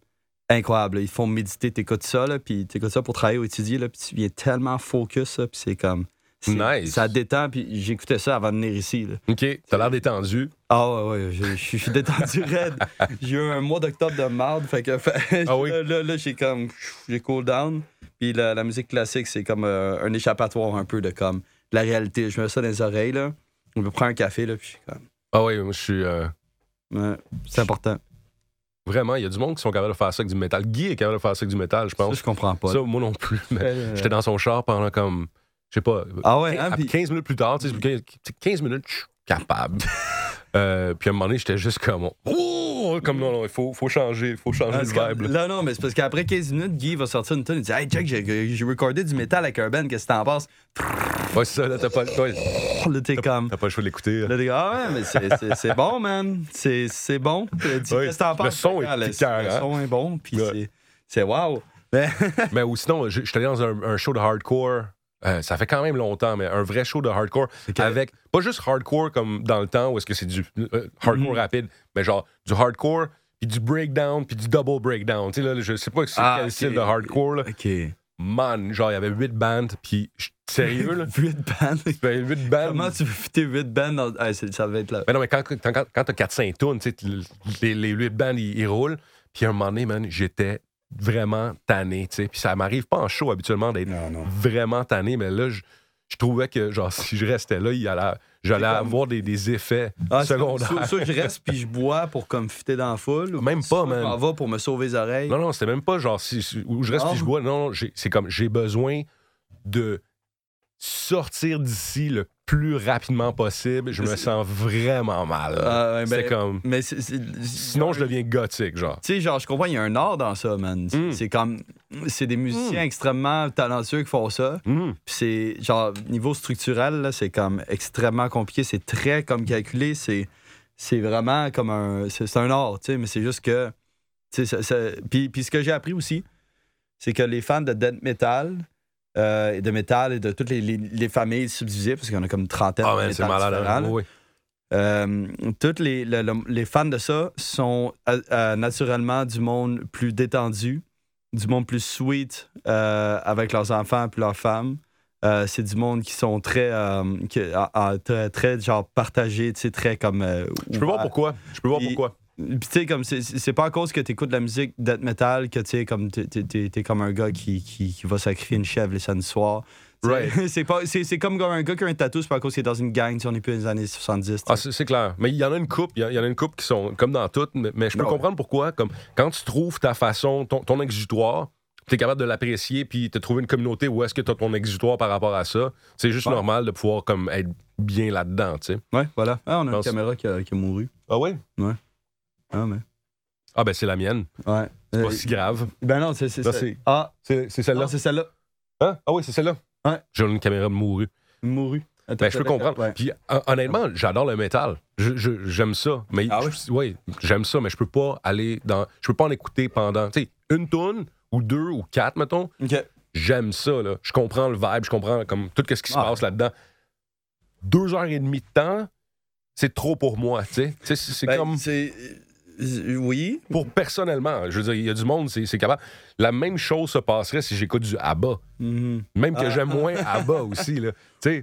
[SPEAKER 2] incroyables. là. Ils font méditer, t'écoutes ça, là, puis t'écoutes ça pour travailler ou étudier, là, puis tu viens tellement focus, là, puis c'est comme... c'est-
[SPEAKER 1] Nice.
[SPEAKER 2] Ça détend, puis j'écoutais ça avant de venir ici. là.
[SPEAKER 1] OK. T'as l'air détendu.
[SPEAKER 2] Ah ouais, ouais, je je suis je suis détendu raide. J'ai eu un mois d'octobre de marde, fait que fait-
[SPEAKER 1] Ah oui?
[SPEAKER 2] là, là, là, j'ai comme, j'ai cool down. Puis la, la musique classique, c'est comme euh, un échappatoire un peu de comme la réalité. Je mets ça dans les oreilles, là. On peut prendre un café, là, puis je suis comme,
[SPEAKER 1] Ah oui, moi, je suis. euh,
[SPEAKER 2] ouais, c'est important.
[SPEAKER 1] Vraiment, il y a du monde qui sont capables de faire ça avec du métal. Guy est capable de faire ça avec du métal, je
[SPEAKER 2] Ça,
[SPEAKER 1] pense.
[SPEAKER 2] je comprends pas.
[SPEAKER 1] Ça, moi non plus. mais
[SPEAKER 2] Euh,
[SPEAKER 1] J'étais dans son char pendant comme, je sais pas,
[SPEAKER 2] Ah ouais, hein,
[SPEAKER 1] à-
[SPEAKER 2] puis- Mm.
[SPEAKER 1] 15 minutes plus tard, tu sais, 15, 15 minutes, je suis capable. Euh, puis à un moment donné, j'étais juste comme, oh, comme non, non, il faut, faut changer, il faut changer
[SPEAKER 2] Ah,
[SPEAKER 1] le
[SPEAKER 2] c'est comme-
[SPEAKER 1] vibe. là.
[SPEAKER 2] Là, non, mais c'est parce qu'après 15 minutes, Guy va sortir une tonne. Il dit Hey, Jack, j'ai j'ai recordé du métal avec Urban, qu'est-ce que t'en penses
[SPEAKER 1] Ouais, c'est ça, là, t'as pas, le- ouais,
[SPEAKER 2] Là, t'es comme.
[SPEAKER 1] t'as pas le choix de l'écouter. là.
[SPEAKER 2] Là, t'es comme, Ah ouais, mais c'est- c'est- c'est bon, man. C'est c'est bon. Tu dis,
[SPEAKER 1] Oui,
[SPEAKER 2] Qu'est-ce que t'en
[SPEAKER 1] le
[SPEAKER 2] penses
[SPEAKER 1] son est
[SPEAKER 2] Ah, le-
[SPEAKER 1] piquant,
[SPEAKER 2] Le
[SPEAKER 1] hein?
[SPEAKER 2] son est bon, puis
[SPEAKER 1] Ouais.
[SPEAKER 2] c'est- c'est wow. Ben,
[SPEAKER 1] Mais ou sinon, je- j'étais allé dans un, un show de hardcore. euh, ça fait quand même longtemps, mais un vrai show de hardcore avec pas juste hardcore comme dans le temps où est-ce que c'est du euh, hardcore
[SPEAKER 2] Mhm.
[SPEAKER 1] rapide, mais genre du hardcore puis du breakdown puis du double breakdown. Tu sais là, je sais pas c'est
[SPEAKER 2] Ah,
[SPEAKER 1] quel
[SPEAKER 2] ok.
[SPEAKER 1] style de hardcore là.
[SPEAKER 2] Ok.
[SPEAKER 1] Man, genre il y avait huit bandes puis je- sérieux là,
[SPEAKER 2] 8 bands.
[SPEAKER 1] il y avait huit bandes.
[SPEAKER 2] Comment tu veux fitter 8 bands dans... Ah, c'est- ça va être là.
[SPEAKER 1] Mais Ben non, mais quand, quand, quand- quand t'as 4-5 tonnes, tu sais, le- les, les 8 bandes, ils, ils roulent. Puis à un moment donné, man, j'étais vraiment tanné, tu sais. Puis ça m'arrive pas en show habituellement d'être
[SPEAKER 2] Non, non.
[SPEAKER 1] vraiment tanné, mais là, je, je trouvais que, genre, si je restais là, il allait, j'allais
[SPEAKER 2] C'est comme-
[SPEAKER 1] avoir des, des effets
[SPEAKER 2] Ah, c'est comme-
[SPEAKER 1] secondaires.
[SPEAKER 2] Soit, soit je reste puis je bois pour comme fitter dans la foule. ou
[SPEAKER 1] Même
[SPEAKER 2] soit
[SPEAKER 1] pas, man.
[SPEAKER 2] Je m'en vais pour me sauver les oreilles.
[SPEAKER 1] Non, non, c'était même pas genre si, si- où je reste
[SPEAKER 2] Non.
[SPEAKER 1] puis je bois. Non, non, j'ai- c'est comme j'ai besoin de sortir d'ici le plus rapidement possible. Je me
[SPEAKER 2] C'est-
[SPEAKER 1] sens vraiment mal.
[SPEAKER 2] Ah, ouais, ben-
[SPEAKER 1] C'était comme.
[SPEAKER 2] Mais c'est- c'est-
[SPEAKER 1] Sinon, je deviens gothique, genre.
[SPEAKER 2] Tu sais, genre, je comprends, il y a un art dans ça, man. C'est-
[SPEAKER 1] Mm.
[SPEAKER 2] C'est comme. C'est des
[SPEAKER 1] Hmm.
[SPEAKER 2] musiciens extrêmement talentueux qui font ça.
[SPEAKER 1] Hum.
[SPEAKER 2] Puis c'est, genre, niveau structurel, là, c'est comme extrêmement compliqué. C'est très comme calculé. C'est, c'est vraiment comme un. C'est, c'est un art, tu sais, mais c'est juste que. tu sais, ça- ça- puis, puis ce que j'ai appris aussi, c'est que les fans de death metal. euh, et de métal et de toutes les, les- les familles subdivisées, parce qu'il y en a comme une trentaine
[SPEAKER 1] Ah,
[SPEAKER 2] de
[SPEAKER 1] man, c'est
[SPEAKER 2] métal
[SPEAKER 1] malade. hein.
[SPEAKER 2] différents, là.
[SPEAKER 1] Oui.
[SPEAKER 2] Euh, toutes les, le- le- les fans de ça sont euh, euh, naturellement du monde plus détendu, du monde plus sweet euh, avec leurs enfants puis leurs femmes. Euh, c'est du monde qui sont très, euh, qui- ah, ah, très, très, genre partagés, tu sais, très comme. euh,
[SPEAKER 1] Je peux voir
[SPEAKER 2] ouverts.
[SPEAKER 1] pourquoi. Je peux voir
[SPEAKER 2] Puis-
[SPEAKER 1] pourquoi.
[SPEAKER 2] Puis tu sais, comme c'est- c'est c'est pas à cause que t'écoutes de la musique death metal que tu sais, comme t'es- t'es t'es- t'es comme un gars qui, qui, qui va sacrifier une chèvre les samedis soirs. Tu sais,
[SPEAKER 1] Right.
[SPEAKER 2] c'est pas- c'est c'est comme un gars qui a un tatou, c'est pas à cause qu'il est dans une gang, si on est plus dans les années 70. tu
[SPEAKER 1] Ah, c'est c'est clair. Mais il y en a une coupe, il y, en- il y en a une coupe qui sont comme dans toutes, mais, mais je peux
[SPEAKER 2] Ouais.
[SPEAKER 1] comprendre pourquoi. Comme quand tu trouves ta façon, ton, ton exutoire, tu es capable de l'apprécier, puis tu as trouvé une communauté où est-ce que tu as ton exutoire par rapport à ça. C'est juste
[SPEAKER 2] Ouais.
[SPEAKER 1] normal de pouvoir comme être bien là-dedans, tu sais.
[SPEAKER 2] Ouais, voilà. Ah, on a une
[SPEAKER 1] Pense-
[SPEAKER 2] caméra qui a, qui a mouru.
[SPEAKER 1] Ah ouais?
[SPEAKER 2] Ah, mais.
[SPEAKER 1] Ah ben c'est la mienne.
[SPEAKER 2] Ouais.
[SPEAKER 1] C'est
[SPEAKER 2] Euh,
[SPEAKER 1] pas si grave.
[SPEAKER 2] ben non, c'est c'est
[SPEAKER 1] Là,
[SPEAKER 2] ça.
[SPEAKER 1] c'est-
[SPEAKER 2] Ah,
[SPEAKER 1] C'est c'est
[SPEAKER 2] non,
[SPEAKER 1] celle-là.
[SPEAKER 2] c'est celle-là.
[SPEAKER 1] Hein? Ah oui, c'est celle-là.
[SPEAKER 2] Ouais.
[SPEAKER 1] J'ai une caméra mourue.
[SPEAKER 2] Mouru. Attends,
[SPEAKER 1] Ben, je peux
[SPEAKER 2] attends,
[SPEAKER 1] comprendre.
[SPEAKER 2] ouais.
[SPEAKER 1] Puis hon- honnêtement, j'adore le métal. Je- je- J'aime ça. Mais
[SPEAKER 2] Ah ouais?
[SPEAKER 1] je- ouais, j'aime ça, mais je peux pas aller dans. Je peux pas en écouter pendant. Tu sais, une toune ou deux ou quatre, mettons.
[SPEAKER 2] Ok.
[SPEAKER 1] J'aime ça, là. Je comprends le vibe, je comprends comme tout ce qui se
[SPEAKER 2] Ah.
[SPEAKER 1] passe là-dedans. Deux heures et demie de temps, c'est trop pour moi, tu sais. Tu sais. C'est c'est
[SPEAKER 2] Ben,
[SPEAKER 1] comme.
[SPEAKER 2] C'est. euh, Oui.
[SPEAKER 1] Pour personnellement, je veux dire, il y a du monde, c'est c'est capable. La même chose se passerait si j'écoute du ABBA.
[SPEAKER 2] Mhm.
[SPEAKER 1] Même que
[SPEAKER 2] Ah.
[SPEAKER 1] j'aime moins ABBA aussi, là. Tu sais,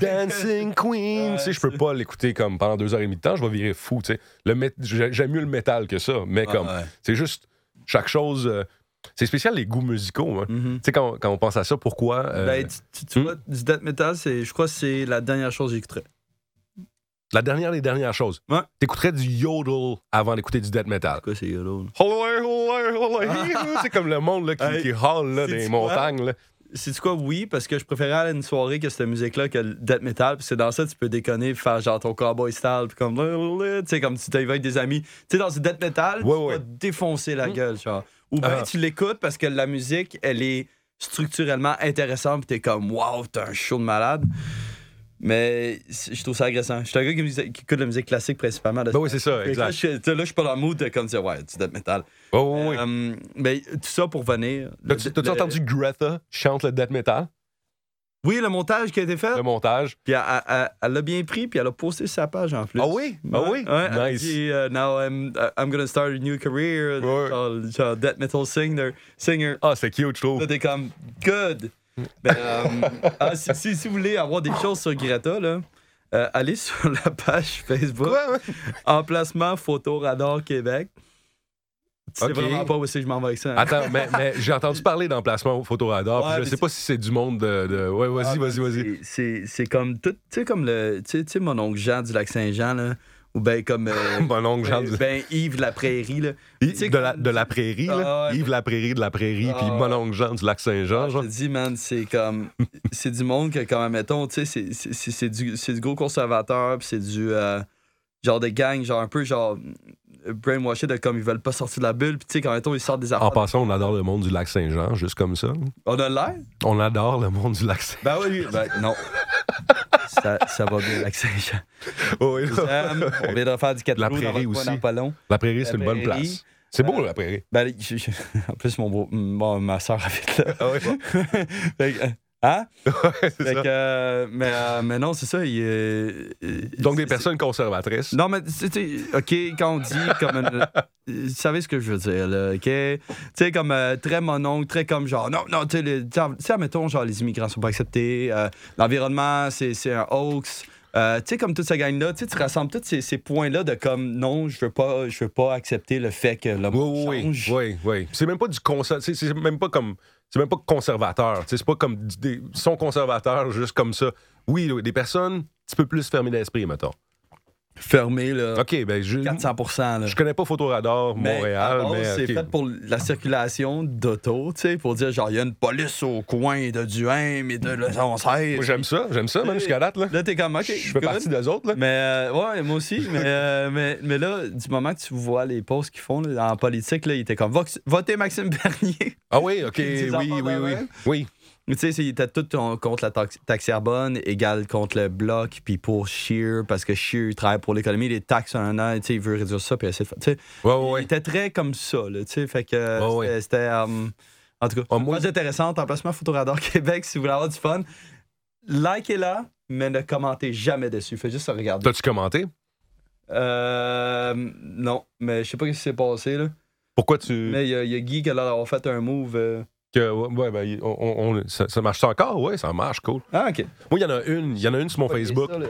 [SPEAKER 1] Dancing Queen,
[SPEAKER 2] Ouais,
[SPEAKER 1] tu sais, je peux
[SPEAKER 2] c'est-
[SPEAKER 1] pas l'écouter comme pendant deux heures et demie de temps, je vais virer fou, tu sais. Le mét- j'ai- J'aime mieux le métal que ça, mais
[SPEAKER 2] Ah,
[SPEAKER 1] comme,
[SPEAKER 2] ouais.
[SPEAKER 1] c'est juste, chaque chose, euh, c'est spécial les goûts musicaux, hein.
[SPEAKER 2] Mhm.
[SPEAKER 1] Tu sais, quand, quand on pense à ça, pourquoi... euh,
[SPEAKER 2] Ben, tu, tu- tu
[SPEAKER 1] hmm.
[SPEAKER 2] vois, du death metal, c'est, je crois que c'est la dernière chose que j'écouterais.
[SPEAKER 1] La dernière des dernières choses,
[SPEAKER 2] Ouais.
[SPEAKER 1] t'écouterais du yodel avant d'écouter du death metal.
[SPEAKER 2] Quoi, c'est yellow. là?
[SPEAKER 1] Holloway, holloway, holloway, hee-hoo. C'est comme le monde là, qui,
[SPEAKER 2] Ah. Hey,
[SPEAKER 1] qui hurle là,
[SPEAKER 2] sais-tu
[SPEAKER 1] des
[SPEAKER 2] quoi?
[SPEAKER 1] montagnes. Là.
[SPEAKER 2] C'est quoi, oui, parce que je préférais aller à une soirée que cette musique-là que le death metal, parce que dans ça, tu peux déconner, puis faire genre ton cowboy style, puis comme, tu sais, comme tu t'éveilles avec des amis. Tu sais, dans du death metal,
[SPEAKER 1] Ouais,
[SPEAKER 2] tu
[SPEAKER 1] ouais.
[SPEAKER 2] vas défoncer la gueule, genre. Ou bien
[SPEAKER 1] Ah.
[SPEAKER 2] tu l'écoutes parce que la musique, elle est structurellement intéressante, puis t'es comme, wow, t'as un show de malade. Mais c'est- je trouve ça agressant. Je suis un gars qui, mus- qui écoute la musique classique principalement. de-
[SPEAKER 1] Ben oui, c'est ça,
[SPEAKER 2] Fait que Là,
[SPEAKER 1] exact.
[SPEAKER 2] je, suis- tu sais, là, je suis pas dans le mood de comme dire, ouais, du death metal.
[SPEAKER 1] Oh, oui, oui.
[SPEAKER 2] Euh, mais tout ça pour venir.
[SPEAKER 1] T'as-tu t'as-tu
[SPEAKER 2] Le-
[SPEAKER 1] entendu Greta chante le death metal,
[SPEAKER 2] Oui, le montage qui a été fait.
[SPEAKER 1] le montage?
[SPEAKER 2] Puis elle- elle elle- elle l'a bien pris, puis elle a posté sa page en plus.
[SPEAKER 1] Ah oui? Ah oui?
[SPEAKER 2] Ouais, elle
[SPEAKER 1] nice.
[SPEAKER 2] dit, euh, now I'm, I'm gonna start a new career.
[SPEAKER 1] Ouais.
[SPEAKER 2] Genre, genre death metal singer. singer.
[SPEAKER 1] Ah, c'est cute, je trouve.
[SPEAKER 2] Là, t'es comme, good. Ben, euh, ah, si, si- si vous voulez avoir des choses sur Greta, là, euh, allez sur la page Facebook. Emplacement Photo Radar Québec. C'est
[SPEAKER 1] Ok.
[SPEAKER 2] vraiment pas où c'est que je m'en vais avec ça. hein.
[SPEAKER 1] Attends, mais, mais j'ai entendu parler d'emplacement photoradar. puis
[SPEAKER 2] Ouais,
[SPEAKER 1] je
[SPEAKER 2] mais Ah,
[SPEAKER 1] sais
[SPEAKER 2] tu-
[SPEAKER 1] pas si c'est du monde de. de- Ouais, vas-y, vas-y, vas-y.
[SPEAKER 2] C'est- C'est c'est comme tout, tu sais, comme le, tu sais- tu sais, mon oncle Jean du Lac-Saint-Jean, là, Ou ben comme. euh,
[SPEAKER 1] Mon oncle Jean.
[SPEAKER 2] ben, ben, Yves de la Prairie, là. Tu sais,
[SPEAKER 1] de, la, de la prairie, là.
[SPEAKER 2] Ah ouais.
[SPEAKER 1] Yves la prairie de la prairie, puis
[SPEAKER 2] Ah ouais. Ah,
[SPEAKER 1] mon oncle Jean du lac Saint-Jean. Ah,
[SPEAKER 2] Je
[SPEAKER 1] genre.
[SPEAKER 2] te dis, man, c'est comme. C'est du monde que, comme, mettons, tu sais, c'est- c'est- c'est c'est du, c'est du gros conservateur, puis c'est du. euh, genre de gang, genre un peu, genre. euh, Brainwashed de comme ils veulent pas sortir de la bulle, puis tu sais, quand, mettons, ils sortent des
[SPEAKER 1] En
[SPEAKER 2] affaires.
[SPEAKER 1] passant, on adore le monde du lac Saint-Jean, juste comme ça.
[SPEAKER 2] On a l'air?
[SPEAKER 1] On adore le monde du lac Saint-Jean.
[SPEAKER 2] Ben oui, ben non. ça, ça va bien, l'accent.
[SPEAKER 1] Oui, là.
[SPEAKER 2] Euh, on viendra faire du 4
[SPEAKER 1] La
[SPEAKER 2] roues dans
[SPEAKER 1] prairie
[SPEAKER 2] votre coin
[SPEAKER 1] aussi.
[SPEAKER 2] dans pas long.
[SPEAKER 1] La prairie, c'est
[SPEAKER 2] La
[SPEAKER 1] une bonne
[SPEAKER 2] prairie.
[SPEAKER 1] place. C'est beau, la prairie.
[SPEAKER 2] Ben, je- je- en plus, mon beau, mon- ma soeur habite là.
[SPEAKER 1] Ah ouais, ouais,
[SPEAKER 2] Fait que, euh, hein?
[SPEAKER 1] c'est
[SPEAKER 2] Fait
[SPEAKER 1] ça.
[SPEAKER 2] que, euh, mais, euh, mais non, c'est ça. il, euh, euh,
[SPEAKER 1] Donc, des
[SPEAKER 2] c'est-
[SPEAKER 1] personnes conservatrices.
[SPEAKER 2] Non, mais tu sais, OK, quand on dit comme. une- euh, vous savez ce que je veux dire, là, OK? Tu sais, comme euh, très mononcle, très comme genre. Non, non, tu sais, les- tu sais, admettons, genre, les immigrants sont pas acceptés, euh, l'environnement, c'est c'est un hoax. Euh, tu sais, comme toute cette gang-là, tu sais, tu rassembles tous ces, ces points-là de comme non, je veux pas, je veux pas accepter le fait que l'homme
[SPEAKER 1] Oui, oui, oui,
[SPEAKER 2] change.
[SPEAKER 1] oui, oui. C'est même pas du conser- c'est- C'est même pas comme. C'est même pas conservateur. tu sais, C'est pas comme. du- Des, ils sont conservateurs juste comme ça. Oui, oui, des personnes, tu peux plus fermer l'esprit, mettons.
[SPEAKER 2] Fermé, là,
[SPEAKER 1] OK, ben je.
[SPEAKER 2] 400 là.
[SPEAKER 1] Je connais pas Photoradar
[SPEAKER 2] Mais Ben, à
[SPEAKER 1] Montréal,
[SPEAKER 2] base,
[SPEAKER 1] mais.
[SPEAKER 2] c'est
[SPEAKER 1] ok.
[SPEAKER 2] fait pour la circulation d'auto, tu sais, pour dire genre, il y a une police au coin de Duhem et de Le
[SPEAKER 1] Moi,
[SPEAKER 2] 116.
[SPEAKER 1] j'aime ça, j'aime ça, même jusqu'à date, là.
[SPEAKER 2] Là, t'es comme, ok,
[SPEAKER 1] je fais
[SPEAKER 2] good.
[SPEAKER 1] partie d'eux autres, là.
[SPEAKER 2] Mais euh, ouais, moi aussi. Mais, euh, mais, mais là, du moment que tu vois les posts qu'ils font là, en politique, là, il était comme Vox- votez Maxime Bernier.
[SPEAKER 1] Ah oui, ok,
[SPEAKER 2] Des
[SPEAKER 1] oui,
[SPEAKER 2] affaires
[SPEAKER 1] oui,
[SPEAKER 2] de
[SPEAKER 1] oui.
[SPEAKER 2] même.
[SPEAKER 1] Oui,
[SPEAKER 2] Mais tu sais, c'est- il était tout en- contre la taxe, taxe carbone, égal contre le bloc, puis pour Shear, parce que Shear il travaille pour l'économie, les taxes, un an, tu sais, il veut réduire ça, puis essayer de faire- tu sais,
[SPEAKER 1] ouais, ouais,
[SPEAKER 2] Il
[SPEAKER 1] ouais.
[SPEAKER 2] était très comme ça, là, tu sais, fait que euh,
[SPEAKER 1] Ouais, ouais.
[SPEAKER 2] c'était- c'était. euh, en tout cas,
[SPEAKER 1] Ah, moi-
[SPEAKER 2] moi, intéressant, emplacement Photoradar Québec, si vous voulez avoir du fun, likez-la, mais ne commentez jamais dessus, faites juste regarder.
[SPEAKER 1] T'as-tu commenté?
[SPEAKER 2] Euh. Non, mais je sais pas ce qui s'est passé, là.
[SPEAKER 1] Mm. Pourquoi tu.
[SPEAKER 2] Mais il y, a- il y a Guy qui a l'air d'avoir fait un move. euh.
[SPEAKER 1] que- ouais, ben, y- on- on- on- ça, ça marche ça encore? Ouais, ça marche, cool.
[SPEAKER 2] Ah, ok.
[SPEAKER 1] Moi, il y en a une, il y en a une sur hein. mon Facebook. Moi,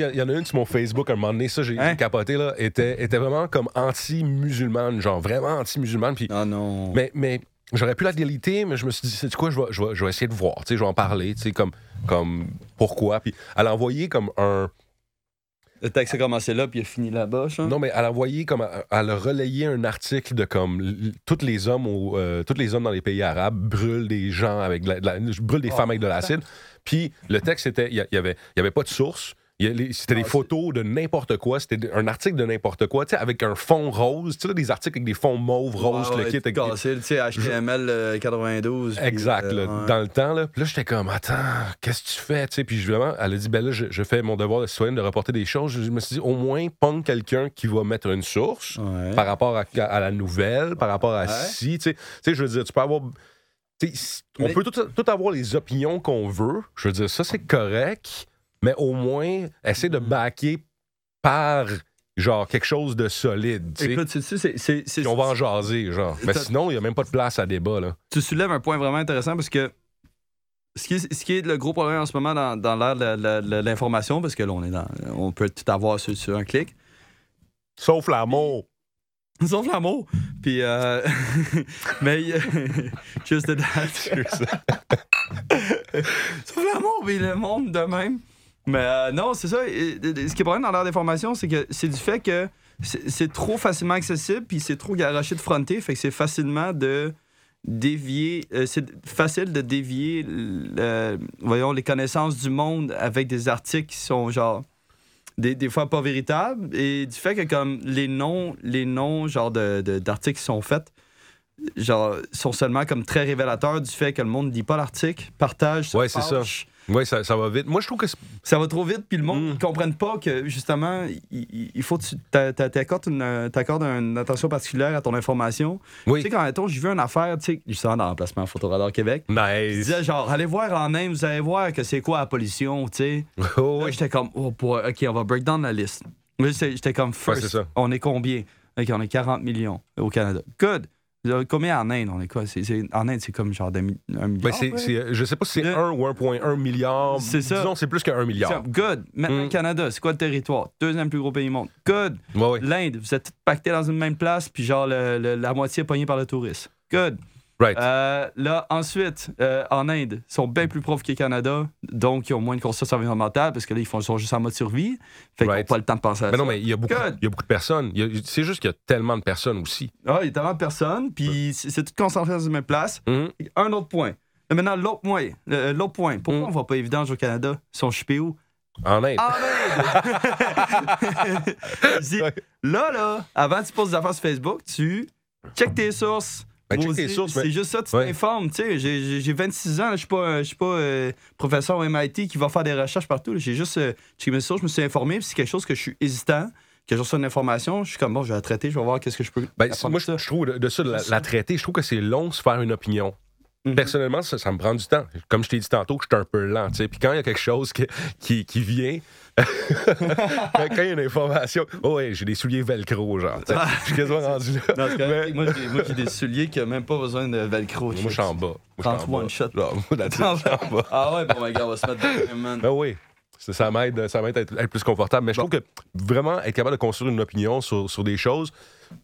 [SPEAKER 1] il y, en a une sur mon Facebook, à un moment donné, ça, j'ai
[SPEAKER 2] Hein?
[SPEAKER 1] j'ai capoté, là, était, était vraiment comme anti-musulmane, genre vraiment anti-musulmane. Puis,
[SPEAKER 2] Ah non.
[SPEAKER 1] mais, mais j'aurais pu la déliter, mais je me suis dit, c'est quoi, je vais, je, vais, je vais essayer de voir, tu sais, je vais en parler, tu sais, comme, comme pourquoi. Puis, elle a envoyé comme un.
[SPEAKER 2] Le texte a commencé là, puis il a fini là-bas, je
[SPEAKER 1] Non, mais elle a envoyé comme elle a relayé un article de comme l- tous les hommes au, euh, tous les hommes dans les pays arabes brûlent des gens avec de la, de la- brûlent des
[SPEAKER 2] Oh,
[SPEAKER 1] femmes avec de l'acide. Puis le texte était il y, a- il y avait il y avait pas de source. Il y a les- C'était des
[SPEAKER 2] Ah,
[SPEAKER 1] photos de n'importe quoi, c'était de- un article de n'importe quoi, tu sais, avec un fond rose, tu sais, là, des articles avec des fonds mauve, rose,
[SPEAKER 2] Ah,
[SPEAKER 1] le kit. avec-
[SPEAKER 2] cassé, tu sais, HTML euh, 92. puis,
[SPEAKER 1] Exact,
[SPEAKER 2] euh,
[SPEAKER 1] là,
[SPEAKER 2] ouais.
[SPEAKER 1] dans le temps. Là. Puis là, j'étais comme, attends, qu'est-ce que tu fais? Tu sais, puis je- vraiment, elle a dit, ben là, je, je fais mon devoir de citoyen de reporter des choses. Je, me suis dit, au moins, pong quelqu'un qui va mettre une source
[SPEAKER 2] Ouais.
[SPEAKER 1] par rapport à, à la nouvelle, par rapport à
[SPEAKER 2] Ouais.
[SPEAKER 1] si, tu sais, tu sais, je veux dire, tu peux avoir, tu sais, si- on
[SPEAKER 2] Mais-
[SPEAKER 1] peut tout, tout avoir les opinions qu'on veut, je veux dire, ça c'est correct, mais au moins, essayer
[SPEAKER 2] Mm.
[SPEAKER 1] de backer par, genre, quelque chose de solide, tu sais,
[SPEAKER 2] Écoute, tu sais, c'est- c'est- c'est-
[SPEAKER 1] puis on va en jaser, genre, mais
[SPEAKER 2] T'as-
[SPEAKER 1] sinon, il n'y a même pas de place à débat, là.
[SPEAKER 2] tu soulèves un point vraiment intéressant parce que ce qui, est, ce qui est le gros problème en ce moment dans, dans l'ère de, la- de la- de l'information, parce que là, on est dans. On peut tout avoir sur, sur un clic.
[SPEAKER 1] Sauf l'amour.
[SPEAKER 2] Sauf l'amour. Puis, euh... mais euh, juste de Sauf l'amour, puis le monde de même. Mais euh, non, c'est ça. et- et- Ce qui est problème dans l'ère d'information, c'est que c'est du fait que c'est c'est trop facilement accessible, puis c'est trop garoché de fronter, fait que c'est facilement de dévier, euh, c'est facile de dévier, euh, voyons, les connaissances du monde avec des articles qui sont genre des, des fois pas véritables et du fait que comme les noms les noms genre de, de- d'articles qui sont faits genre sont seulement comme très révélateurs du fait que le monde ne lit pas l'article partage se
[SPEAKER 1] Ouais, c'est ça.
[SPEAKER 2] fâche.
[SPEAKER 1] Oui, ça, ça va vite. Moi, je trouve que c'est-
[SPEAKER 2] ça va trop vite puis le monde
[SPEAKER 1] Mm.
[SPEAKER 2] ne comprenne pas que justement il- il, il faut que tu t'a- t'a- t'accordes une, euh, t'accordes une attention particulière à ton information
[SPEAKER 1] Oui.
[SPEAKER 2] tu sais quand mettons, j'ai vu une affaire tu sais justement dans l'emplacement Photoradar Québec il
[SPEAKER 1] Nice.
[SPEAKER 2] disait genre allez voir en Inde vous allez voir que c'est quoi la pollution tu sais
[SPEAKER 1] Oh,
[SPEAKER 2] Là,
[SPEAKER 1] oui.
[SPEAKER 2] j'étais comme, oh boy, OK, on va break down la liste. Là, J'étais j'étais comme, first,
[SPEAKER 1] c'est ça.
[SPEAKER 2] on est combien? OK, on est 40 millions au Canada. Good. Euh, Combien en Inde? On est quoi? C'est- c'est- en Inde, c'est comme genre d'un mi- un milliard.
[SPEAKER 1] Ben, c'est-
[SPEAKER 2] ouais.
[SPEAKER 1] c'est- je sais pas si c'est
[SPEAKER 2] Le-
[SPEAKER 1] 1 ou 1,1 milliard.
[SPEAKER 2] C'est ça.
[SPEAKER 1] Disons, c'est plus qu'un milliard.
[SPEAKER 2] C'est- Good. Maintenant,
[SPEAKER 1] Mm.
[SPEAKER 2] le Canada, c'est quoi le territoire? Deuxième plus gros pays du monde. Good.
[SPEAKER 1] Ouais, ouais.
[SPEAKER 2] L'Inde, vous êtes tous pactés dans une même place, puis genre le- le- la moitié est pognée par le touriste. Good.
[SPEAKER 1] Right.
[SPEAKER 2] Euh, là, ensuite, euh, en Inde, ils sont bien plus profs qu'au Canada, donc ils ont moins de conscience environnementale parce que là, ils, font, ils sont juste en mode survie. Fait qu'ils
[SPEAKER 1] Right.
[SPEAKER 2] n'ont pas le temps de penser
[SPEAKER 1] mais
[SPEAKER 2] à ça.
[SPEAKER 1] non, mais il y a beaucoup,
[SPEAKER 2] God.
[SPEAKER 1] il y a beaucoup de personnes. Il y a- C'est juste qu'il y a tellement de personnes aussi.
[SPEAKER 2] Ah, il y a tellement de personnes, puis c'est c'est tout concentré dans une même place.
[SPEAKER 1] Mhm.
[SPEAKER 2] Un autre point. Mais maintenant, l'autre point. euh, l'autre point. Pourquoi
[SPEAKER 1] Mm. Ah,
[SPEAKER 2] on ne voit pas évidence au Canada? Ils sont chupés où?
[SPEAKER 1] En Inde.
[SPEAKER 2] En Inde! Je dis, là, là, avant tu poses des affaires sur Facebook, tu check tes sources.
[SPEAKER 1] Ben, check
[SPEAKER 2] Vas-y,
[SPEAKER 1] tes sources,
[SPEAKER 2] C'est
[SPEAKER 1] mais-
[SPEAKER 2] juste ça, tu
[SPEAKER 1] Ouais.
[SPEAKER 2] t'informes. Tu sais, j'ai- j'ai j'ai 26 ans, là, je suis pas, euh, je suis pas euh, professeur au MIT qui va faire des recherches partout. là. J'ai juste euh, checké mes sources, je me suis informé, puis c'est quelque chose que je suis hésitant, que je reçois une information, je suis comme, bon, je vais la traiter, je vais voir qu'est-ce que je peux
[SPEAKER 1] Ben, c'est-
[SPEAKER 2] apprendre
[SPEAKER 1] moi,
[SPEAKER 2] de ça.
[SPEAKER 1] je, je trouve de, de ça, de la,
[SPEAKER 2] C'est ça.
[SPEAKER 1] la traiter, je trouve que c'est long de se faire une opinion.
[SPEAKER 2] Mhm.
[SPEAKER 1] Personnellement, ça, ça me prend du temps. Comme je t'ai dit tantôt, que je suis un peu lent. tu sais. Puis quand il y a quelque chose que- qui, qui vient, quand quand il y a une information, oh ouais, j'ai des souliers velcro, genre. tu sais. Je suis quasiment rendu là.
[SPEAKER 2] Non, c'est correct.
[SPEAKER 1] Mais-
[SPEAKER 2] Moi, j'ai- Moi, j'ai des souliers qui n'ont même pas besoin de velcro.
[SPEAKER 1] ben, Moi, je suis en bas. Moi, je suis en
[SPEAKER 2] 30
[SPEAKER 1] bas.
[SPEAKER 2] one shot.
[SPEAKER 1] Genre, moi, là-dessus, je suis en bas.
[SPEAKER 2] Ah ouais, bon, ben, gars, on va se mettre dans le man.
[SPEAKER 1] Ben oui. Ça, ça m'aide, ça m'aide à être, à être plus confortable. Mais je trouve que vraiment être capable de construire une opinion sur, sur des choses,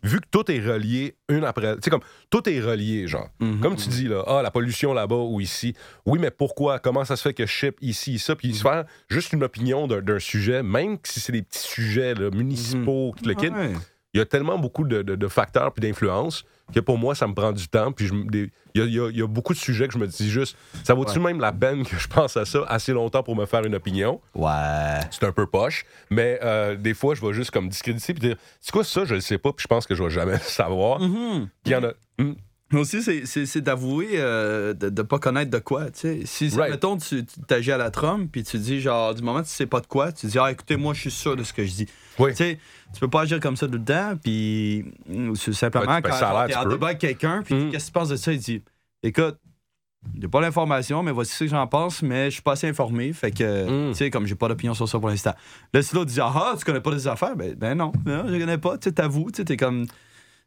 [SPEAKER 1] vu que tout est relié une après. Tu sais, comme tout est relié, genre.
[SPEAKER 2] Mhm.
[SPEAKER 1] Comme tu dis, là, ah, la pollution là-bas ou ici. Oui, mais pourquoi Comment ça se fait que je ship ici, ça Puis se
[SPEAKER 2] Mhm.
[SPEAKER 1] faire juste une opinion d'un, d'un sujet, même si c'est des petits sujets là, municipaux, tout le kit,
[SPEAKER 2] Mhm. Ouais.
[SPEAKER 1] il y a tellement beaucoup de, de- de facteurs puis d'influences que pour moi, ça me prend du temps. Puis je me- des- il y a, il y a- il y a beaucoup de sujets que je me dis juste, ça vaut-tu même la peine que je pense à ça assez longtemps pour me faire une opinion?
[SPEAKER 2] Ah Ouais.
[SPEAKER 1] C'est un peu poche, mais euh, des fois, je vais juste comme discréditer puis dire, c'est quoi ça? Je le sais pas, puis je pense que je vais jamais le
[SPEAKER 2] Mm.
[SPEAKER 1] savoir. Puis il y en a. Hmm.
[SPEAKER 2] Mais aussi, c'est- c'est c'est d'avouer euh, de ne pas connaître de quoi. tu sais. Si,
[SPEAKER 1] Right.
[SPEAKER 2] mettons, tu tu t'agis à la trompe, puis tu dis, genre, du moment que tu sais pas de quoi, tu dis, ah, écoutez, moi, je suis sûr de ce que je dis.
[SPEAKER 1] Oui.
[SPEAKER 2] Tu sais, tu peux pas agir comme ça tout le temps, puis ou c'est
[SPEAKER 1] Ben,
[SPEAKER 2] simplement
[SPEAKER 1] tu- ben, ça a
[SPEAKER 2] quand
[SPEAKER 1] l'air,
[SPEAKER 2] t'es
[SPEAKER 1] tu
[SPEAKER 2] en
[SPEAKER 1] peux.
[SPEAKER 2] débat avec quelqu'un, puis
[SPEAKER 1] Mm.
[SPEAKER 2] qu'est-ce que tu penses de ça, il dit, écoute, j'ai pas l'information, mais voici ce que j'en pense, mais je suis pas assez informé, fait que,
[SPEAKER 1] Mm.
[SPEAKER 2] tu sais, comme j'ai pas d'opinion sur ça pour l'instant. Là, si l'autre dit, ah, tu connais pas des affaires, ben, ben non, non, je connais pas, tu sais, t'avoues, tu sais, t'es comme.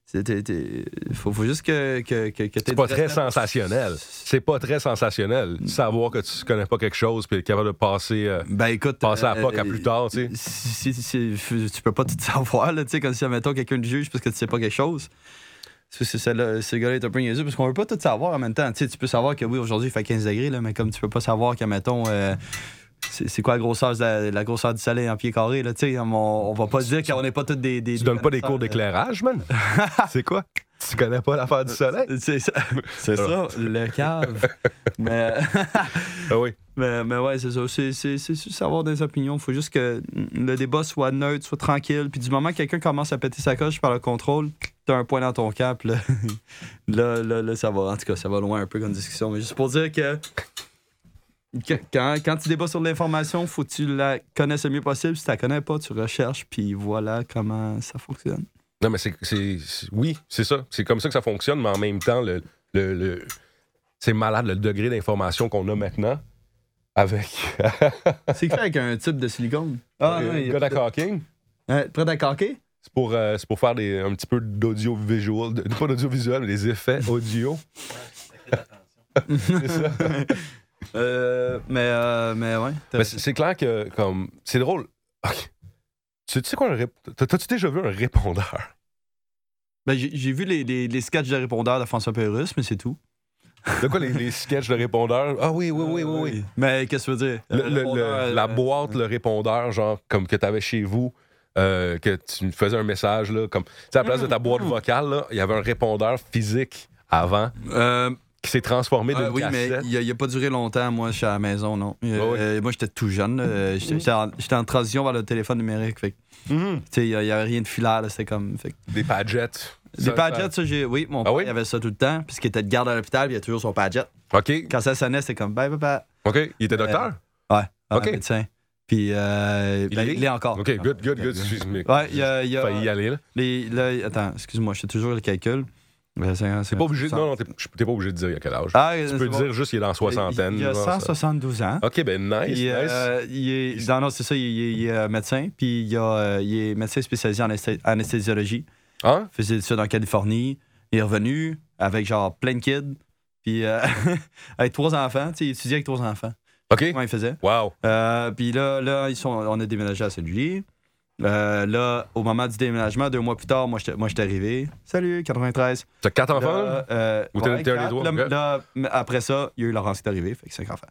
[SPEAKER 2] c'est- t'es- t'es- faut, faut juste que, que, que, que
[SPEAKER 1] C'est pas très sensationnel. C'est pas très sensationnel. Savoir que tu connais pas quelque chose puis être capable de passer, euh,
[SPEAKER 2] Ben écoute.
[SPEAKER 1] passer à
[SPEAKER 2] euh,
[SPEAKER 1] POC à plus tard, tu sais.
[SPEAKER 2] si- si- si- f- tu peux pas tout savoir, là, tu sais, comme si, admettons, quelqu'un te juge parce que tu sais pas quelque chose. Parce que c'est celle-là- ce gars-là est un peu niaiseux, parce qu'on veut pas tout savoir en même temps. Tu sais, tu peux savoir que oui, aujourd'hui, il fait 15 degrés, là, mais comme tu peux pas savoir que, mettons, euh, c'est c'est quoi la grosseur, de la, la grosseur du soleil en pied carré, là, tu sais, on, on va pas dire qu'on n'est pas tous des. des
[SPEAKER 1] Tu donnes pas des cours d'éclairage, man? c'est quoi? Tu connais pas l'affaire du soleil?
[SPEAKER 2] C'est ça, Ah. c'est ça, le cave. Mais.
[SPEAKER 1] Ah oui.
[SPEAKER 2] Mais, mais ouais, c'est ça. C'est, c'est, c'est juste savoir des opinions. faut juste que le débat soit neutre, soit tranquille. Puis du moment que quelqu'un commence à péter sa coche par le contrôle, t'as un point dans ton cap. Là. là, là, là, ça va. En tout cas, ça va loin un peu comme discussion. Mais juste pour dire que, que- quand, quand tu débats sur de l'information, faut que tu la connaisses le mieux possible. Si tu la connais pas, tu recherches. Puis voilà comment ça fonctionne.
[SPEAKER 1] Non, mais c'est. c'est- c'est- Oui, c'est ça. C'est comme ça que ça fonctionne, mais en même temps, le, le- le- c'est malade le degré d'information qu'on a maintenant avec.
[SPEAKER 2] C'est quoi avec un type de silicone? Ah, non, il y a-
[SPEAKER 1] Goda Hawking.
[SPEAKER 2] Hein, prêt à caquer?
[SPEAKER 1] C'est pour, euh, c'est pour faire des, un petit peu d'audiovisuel, de- pas d'audiovisuel, mais des effets audio. c'est ça.
[SPEAKER 2] Euh, mais, euh, mais ouais. t'as-
[SPEAKER 1] Mais c'est c'est clair que, comme, c'est drôle. Ok. Tu tu sais quoi, un rép- t'as- t'as-tu déjà vu un répondeur?
[SPEAKER 2] Ben, j'ai j'ai vu les, les, les sketchs de répondeurs de François Pérusse, mais c'est tout.
[SPEAKER 1] De quoi les, les sketchs de répondeur? Ah oui, oui, oui, oui, oui.
[SPEAKER 2] Euh, Mais qu'est-ce que tu veux dire?
[SPEAKER 1] Le- le-
[SPEAKER 2] Répondeur,
[SPEAKER 1] le-
[SPEAKER 2] euh,
[SPEAKER 1] la boîte, le répondeur, genre, comme que t'avais chez vous, euh, que tu me faisais un message, là, comme, tu sais, à la place de ta boîte vocale, là, il y avait un répondeur physique avant
[SPEAKER 2] euh,
[SPEAKER 1] qui s'est transformé d'une
[SPEAKER 2] ah oui, mais
[SPEAKER 1] cassette.
[SPEAKER 2] il a, il a pas duré longtemps, moi, je suis à la maison, non. Euh,
[SPEAKER 1] Ouais, ouais.
[SPEAKER 2] euh, moi, j'étais tout jeune. là. Euh, J'étais j'étais en, j'étais en transition vers le téléphone numérique. Fait que,
[SPEAKER 1] Mhm.
[SPEAKER 2] tu sais, il y a- il y avait rien de filaire, là, c'était comme... Fait que-
[SPEAKER 1] Des pagettes.
[SPEAKER 2] les
[SPEAKER 1] Ça-
[SPEAKER 2] pagettes, ça, j'ai... Oui, mon
[SPEAKER 1] Ah
[SPEAKER 2] père,
[SPEAKER 1] oui?
[SPEAKER 2] il avait ça tout le temps, puisqu'il était de garde à l'hôpital, puis il y a toujours son paget.
[SPEAKER 1] ça- OK,
[SPEAKER 2] Quand ça sonnait, c'était comme, bye, papa.
[SPEAKER 1] OK. Il était docteur?
[SPEAKER 2] Ouais, un
[SPEAKER 1] Ok.
[SPEAKER 2] médecin. Puis, euh,
[SPEAKER 1] Il
[SPEAKER 2] ben,
[SPEAKER 1] l'est?
[SPEAKER 2] il est encore.
[SPEAKER 1] OK, good, good, good. Excuse-moi.
[SPEAKER 2] Ouais, il y a... il y a-
[SPEAKER 1] Failli y aller, là.
[SPEAKER 2] Les, là, attends, excuse-moi, je fais toujours le calcul. Ben, c'est
[SPEAKER 1] T'es pas obligé, non, non, t'es t'es pas obligé de dire il y a quel âge.
[SPEAKER 2] Ah,
[SPEAKER 1] tu peux dire juste qu'il est dans la soixantaine.
[SPEAKER 2] Il y a
[SPEAKER 1] genre, ça.
[SPEAKER 2] 172 ans.
[SPEAKER 1] OK, ben nice,
[SPEAKER 2] Puis,
[SPEAKER 1] nice.
[SPEAKER 2] euh, il est, non, non, c'est ça, il est, il est, euh, médecin, puis il, y a, euh, il est médecin spécialisé en anesthé- anesthésiologie.
[SPEAKER 1] Hein?
[SPEAKER 2] Il faisait des études en Californie. Il est revenu avec genre plein de kids, puis euh, avec trois enfants. Tu sais, il étudiait avec trois enfants.
[SPEAKER 1] OK,
[SPEAKER 2] Comment il faisait?
[SPEAKER 1] wow.
[SPEAKER 2] Euh, puis là, là ils sont, on a déménagé à celui Euh, là, au moment du déménagement, deux mois plus tard, moi, j'étais moi, j'étais arrivé. Salut, 93.
[SPEAKER 1] T'as quatre enfants?
[SPEAKER 2] Là, euh,
[SPEAKER 1] Ou t'es-
[SPEAKER 2] ouais,
[SPEAKER 1] t'es un des
[SPEAKER 2] quatre.
[SPEAKER 1] trois?
[SPEAKER 2] Là,
[SPEAKER 1] Ok.
[SPEAKER 2] là, m- après ça, il y a eu Laurence qui est arrivé, fait que cinq enfants.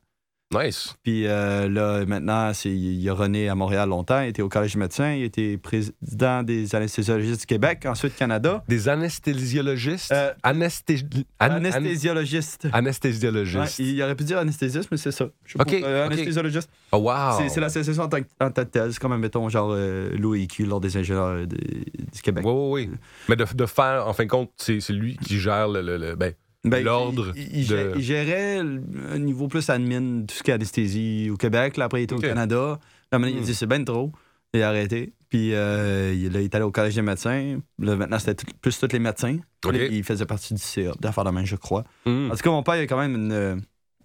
[SPEAKER 1] Nice.
[SPEAKER 2] Puis euh, là, maintenant, c'est- il a rené à Montréal longtemps. Il était au Collège des médecins. Il était président des anesthésiologistes du Québec, ensuite Canada.
[SPEAKER 1] Des anesthésiologistes?
[SPEAKER 2] Euh,
[SPEAKER 1] Anesthési- an- an-
[SPEAKER 2] Anesthésiologiste. Ouais,
[SPEAKER 1] Anesthésiologiste.
[SPEAKER 2] il aurait pu dire anesthésiste, mais c'est ça. Je sais
[SPEAKER 1] Ok,
[SPEAKER 2] pas, euh,
[SPEAKER 1] ok.
[SPEAKER 2] Anesthésiologiste.
[SPEAKER 1] Oh, wow.
[SPEAKER 2] C'est- C'est l'association en tant que en tant que telle. C'est comme, mettons, genre euh, l'OIQ, l'Ordre des ingénieurs euh, de- du Québec.
[SPEAKER 1] Oui, oui, oui. Mais de, de faire, en fin de compte, c'est c'est lui qui gère le. le- le- ben,
[SPEAKER 2] Ben,
[SPEAKER 1] L'ordre
[SPEAKER 2] Il, il- il
[SPEAKER 1] de-
[SPEAKER 2] gé- il gérait l- un niveau plus admin, tout ce qui est anesthésie au Québec. Là, après, il était
[SPEAKER 1] Ok.
[SPEAKER 2] au Canada. Là, maintenant, il a
[SPEAKER 1] Hmm.
[SPEAKER 2] dit c'est ben trop. Il a arrêté. Puis euh, il, là, il est allé au Collège des médecins. Là, maintenant, c'était tout- plus tous les médecins.
[SPEAKER 1] OK.
[SPEAKER 2] Là, il faisait partie du CA, d'affaires de main, je crois.
[SPEAKER 1] hmm.
[SPEAKER 2] En tout cas, mon père, il a quand même une,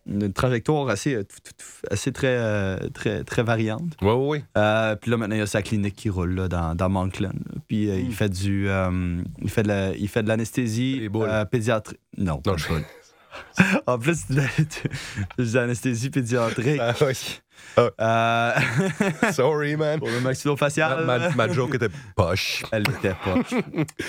[SPEAKER 2] une trajectoire assez, euh, tout- tout- tout- assez très, euh, très, très variante.
[SPEAKER 1] Oui, oui, oui.
[SPEAKER 2] Euh, puis là, maintenant, il y a sa clinique qui roule là, dans, dans Moncton. là. Puis euh,
[SPEAKER 1] Mm.
[SPEAKER 2] il fait du. euh, il, fait de la- il fait de l'anesthésie
[SPEAKER 1] Les boules.
[SPEAKER 2] euh, pédiatrique. Non.
[SPEAKER 1] Non, je-
[SPEAKER 2] En plus, de, de- de l'anesthésie pédiatrique.
[SPEAKER 1] Ah, oui.
[SPEAKER 2] Euh,
[SPEAKER 1] Sorry, man.
[SPEAKER 2] pour le
[SPEAKER 1] Ah. Ma,
[SPEAKER 2] maxillofacial.
[SPEAKER 1] ma- ma joke était poche.
[SPEAKER 2] Elle était pas.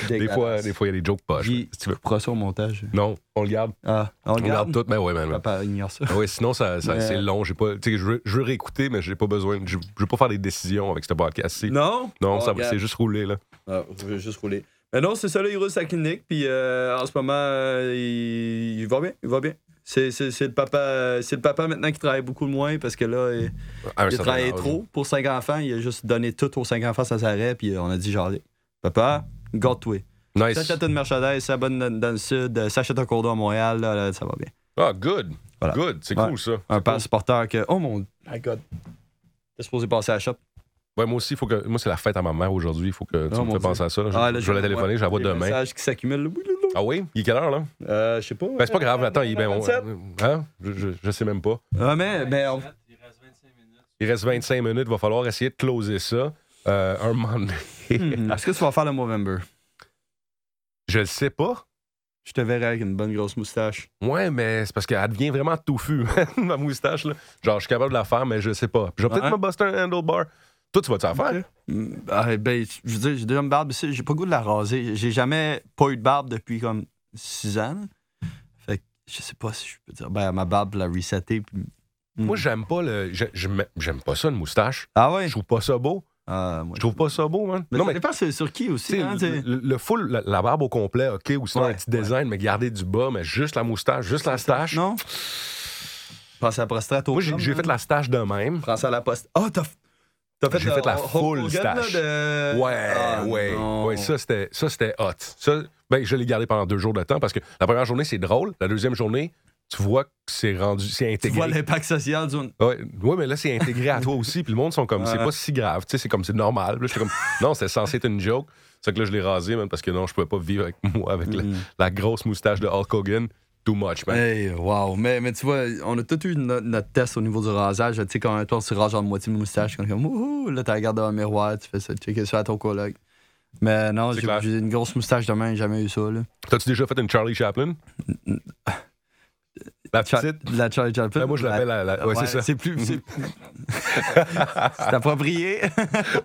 [SPEAKER 1] Des fois, des fois, il y a des jokes poches.
[SPEAKER 2] Puis,
[SPEAKER 1] Si tu veux.
[SPEAKER 2] Pourquoi ça au montage?
[SPEAKER 1] Non, on le garde.
[SPEAKER 2] Ah, on
[SPEAKER 1] On le
[SPEAKER 2] regarde.
[SPEAKER 1] garde tout. Mais ouais, man. man.
[SPEAKER 2] Papa ignore ça.
[SPEAKER 1] Ah ouais, sinon, ça, ça-
[SPEAKER 2] Mais- euh,
[SPEAKER 1] c'est long. J'ai pas, tu sais, je, veux, je veux réécouter, mais j'ai pas besoin. Je, je veux pas faire des décisions avec ce podcast-ci.
[SPEAKER 2] Non?
[SPEAKER 1] Non, ça va-
[SPEAKER 2] Regarde.
[SPEAKER 1] c'est juste roulé, là.
[SPEAKER 2] Ah, je vais juste rouler. Mais non, c'est ça, là, il roule sa clinique, puis euh, en ce moment, euh, il, il va bien, il va bien. C'est, c'est- c'est le papa, c'est le papa maintenant qui travaille beaucoup moins parce que là, il,
[SPEAKER 1] À un
[SPEAKER 2] il a
[SPEAKER 1] certain
[SPEAKER 2] travaillé
[SPEAKER 1] âge.
[SPEAKER 2] trop pour cinq enfants. Il a juste donné tout aux cinq enfants sans arrêt, puis euh, on a dit genre, papa, garde-toi.
[SPEAKER 1] Nice.
[SPEAKER 2] S'achète une merchandise, s'abonne dans, dans le sud, euh, s'achète un condo à Montréal, là, là, ça va bien.
[SPEAKER 1] Ah, good.
[SPEAKER 2] Voilà.
[SPEAKER 1] Good. C'est
[SPEAKER 2] Ouais.
[SPEAKER 1] cool, ça.
[SPEAKER 2] Un père supporter que, oh mon my god, t'es supposé passer à la shop.
[SPEAKER 1] Ouais, moi aussi, faut que. Moi, c'est la fête à ma mère aujourd'hui. Il faut que tu
[SPEAKER 2] Oh,
[SPEAKER 1] me
[SPEAKER 2] mon
[SPEAKER 1] fais
[SPEAKER 2] Dieu.
[SPEAKER 1] penser à ça. là. Je,
[SPEAKER 2] Ah, là,
[SPEAKER 1] je vais la téléphoner, je la vois
[SPEAKER 2] Les
[SPEAKER 1] demain.
[SPEAKER 2] messages qui s'accumulent. là, oui, là, là.
[SPEAKER 1] Ah oui? Il est quelle heure, là?
[SPEAKER 2] Euh, je sais pas.
[SPEAKER 1] Ben, c'est pas grave. Attends, il est bien.
[SPEAKER 2] 27.
[SPEAKER 1] Hein? Je, je, je sais même pas.
[SPEAKER 2] Ah, mais, mais on-
[SPEAKER 3] Il reste 25 minutes.
[SPEAKER 1] Il reste 25 minutes. Va falloir essayer de closer ça euh, un moment donné. Mm-hmm.
[SPEAKER 2] Hmm, Est-ce que tu vas faire le Movember?
[SPEAKER 1] Je le sais pas.
[SPEAKER 2] Je te verrai avec une bonne grosse moustache.
[SPEAKER 1] Ouais, mais c'est parce qu'elle devient vraiment touffue, ma moustache. Là. Genre, je suis capable de la faire, mais je sais pas. Puis Je vais peut-être me
[SPEAKER 2] Ouais.
[SPEAKER 1] buster un handlebar. Toi, tu vas-tu la faire?
[SPEAKER 2] Hmm, ah, ben, je veux dire, j'ai déjà une barbe ici. J'ai pas le goût de la raser. J'ai jamais pas eu de barbe depuis comme 6 ans. là. Fait que je sais pas si je peux dire. Ben, ma barbe, la resetter. puis- Hmm.
[SPEAKER 1] Moi, j'aime pas le. je- J'aime j'aime pas ça, une moustache.
[SPEAKER 2] Ah ouais?
[SPEAKER 1] Je trouve pas ça beau.
[SPEAKER 2] Ah, moi,
[SPEAKER 1] Je trouve pas ça beau, man.
[SPEAKER 2] Mais
[SPEAKER 1] non,
[SPEAKER 2] ça
[SPEAKER 1] mais.
[SPEAKER 2] dépend sur, sur qui
[SPEAKER 1] tu sais,
[SPEAKER 2] aussi. hein,
[SPEAKER 1] le,
[SPEAKER 2] t'sais.
[SPEAKER 1] le- le full, la, la barbe au complet, OK, ou sinon
[SPEAKER 2] Ouais,
[SPEAKER 1] un petit design, mais garder du bas, mais juste la moustache, juste la stache.
[SPEAKER 2] Non? Pense à la prostate au
[SPEAKER 1] Moi, j'ai
[SPEAKER 2] chum,
[SPEAKER 1] j'ai
[SPEAKER 2] là.
[SPEAKER 1] fait la stache de même.
[SPEAKER 2] Pense à la poste. Ah, t'as f- t'as fait
[SPEAKER 1] J'ai fait la
[SPEAKER 2] Hulk
[SPEAKER 1] full
[SPEAKER 2] Hogan,
[SPEAKER 1] stache.
[SPEAKER 2] là, de-
[SPEAKER 1] Ouais,
[SPEAKER 2] Ah,
[SPEAKER 1] ouais,
[SPEAKER 2] non.
[SPEAKER 1] ouais. Ça, c'était, ça, c'était hot. Ça, ben, je l'ai gardé pendant deux jours de temps parce que la première journée, c'est drôle. La deuxième journée, tu vois que c'est rendu, c'est
[SPEAKER 2] Tu vois
[SPEAKER 1] intégré.
[SPEAKER 2] l'impact social du.
[SPEAKER 1] Ouais, ouais, mais là, c'est intégré à toi aussi. Puis le monde sont comme, c'est
[SPEAKER 2] Ouais.
[SPEAKER 1] pas si grave. Tu sais, c'est comme, c'est normal. Puis Là, j'étais comme, non, c'était censé être une joke. C'est que là, je l'ai rasé, man, parce que non, je pouvais pas vivre avec moi, avec la,
[SPEAKER 2] Mhm.
[SPEAKER 1] la grosse moustache de Hulk Hogan. Too much, man.
[SPEAKER 2] Hey, wow. Mais, mais tu vois, on a tous eu no- notre test au niveau du rasage. Tu sais, quand toi, tu rases genre moitié de moustache, quand comme, ouh, là, tu regardes dans le miroir, tu fais ça, checker ça à ton collègue. Mais non,
[SPEAKER 1] C'est
[SPEAKER 2] j'ai
[SPEAKER 1] clair.
[SPEAKER 2] j'ai une grosse moustache demain, j'ai jamais eu ça, là.
[SPEAKER 1] T'as-tu déjà fait une Charlie Chaplin? La
[SPEAKER 2] Cha-
[SPEAKER 1] petite?
[SPEAKER 2] la Charlie Chaplin.
[SPEAKER 1] Là, Ben, moi, je l'appelle la. la-
[SPEAKER 2] la-
[SPEAKER 1] Ouais, c'est
[SPEAKER 2] ouais,
[SPEAKER 1] ça.
[SPEAKER 2] C'est plus. C'est c'est approprié.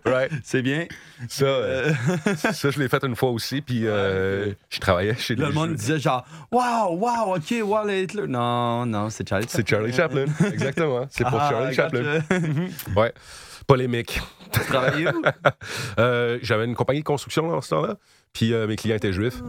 [SPEAKER 1] Right.
[SPEAKER 2] c'est bien.
[SPEAKER 1] Ça, euh,
[SPEAKER 2] Euh,
[SPEAKER 1] ça, je l'ai fait une fois aussi. Puis euh,
[SPEAKER 2] Ouais, ok.
[SPEAKER 1] je travaillais chez
[SPEAKER 2] là,
[SPEAKER 1] les-
[SPEAKER 2] le monde disait genre, wow, wow, ok, wow, les Hitler. Non, non, c'est Charlie Chaplin.
[SPEAKER 1] C'est Charlie Chaplin, exactement. C'est pour
[SPEAKER 2] Ah,
[SPEAKER 1] Charlie Chaplin.
[SPEAKER 2] gotcha.
[SPEAKER 1] Ouais. Polémique.
[SPEAKER 2] Tu travaillais où?
[SPEAKER 1] Euh, J'avais une compagnie de construction dans ce temps-là, puis euh, mes clients étaient juifs.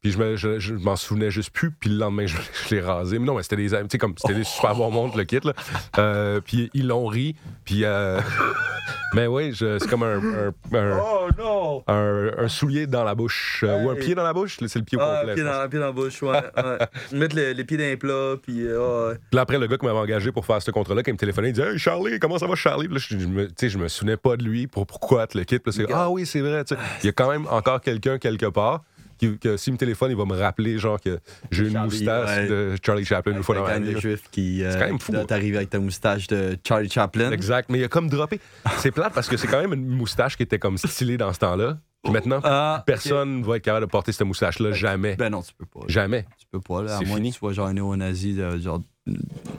[SPEAKER 1] Puis je me- je je m'en souvenais juste plus, puis le lendemain, je, je l'ai rasé. Mais non, mais c'était des, tu sais, comme, c'était des super bons mondes, le kit. Là. Euh, puis ils l'ont ri, puis. euh, mais oui, je- c'est comme un, un, un-
[SPEAKER 2] Oh non!
[SPEAKER 1] un- un soulier dans la bouche, euh, ou un
[SPEAKER 2] Hey.
[SPEAKER 1] pied dans la bouche, c'est le pied au
[SPEAKER 2] Ah,
[SPEAKER 1] complet.
[SPEAKER 2] pied
[SPEAKER 1] je pense.
[SPEAKER 2] dans, pied dans la bouche, ouais. ouais. Mettre les, les pieds dans les plats, puis. euh, ouais.
[SPEAKER 1] Puis là, après, le gars qui m'avait engagé pour faire ce contrat-là, qui me téléphonait, il dit Hey Charlie, comment ça va, Charlie Puis là, je, je me, tu sais, je me souvenais pas de lui, pour pourquoi te le quitte. Puis là, c'est Ah oui, c'est vrai. tu sais. Il y a quand même encore quelqu'un quelque part qui, que s'il me téléphone, il va me rappeler, genre, que j'ai une
[SPEAKER 2] Charlie,
[SPEAKER 1] moustache
[SPEAKER 2] ouais.
[SPEAKER 1] de Charlie Chaplin une fois dans ma
[SPEAKER 2] Quand
[SPEAKER 1] vie.
[SPEAKER 2] le
[SPEAKER 1] là.
[SPEAKER 2] juif qui.
[SPEAKER 1] C'est
[SPEAKER 2] euh,
[SPEAKER 1] quand même
[SPEAKER 2] qui
[SPEAKER 1] fou,
[SPEAKER 2] doit
[SPEAKER 1] hein.
[SPEAKER 2] t'arriver avec ta moustache de Charlie Chaplin.
[SPEAKER 1] Exact. Mais il a comme droppé. C'est plate parce que c'est quand même une moustache qui était comme stylée dans ce temps-là. Puis maintenant,
[SPEAKER 2] Ah,
[SPEAKER 1] personne va être capable de porter cette moustache-là, jamais.
[SPEAKER 2] Ben non, tu peux pas.
[SPEAKER 1] Jamais.
[SPEAKER 2] Tu peux pas, là. À
[SPEAKER 1] C'est
[SPEAKER 2] moins
[SPEAKER 1] fini.
[SPEAKER 2] que tu sois genre un néo-nazi, de- genre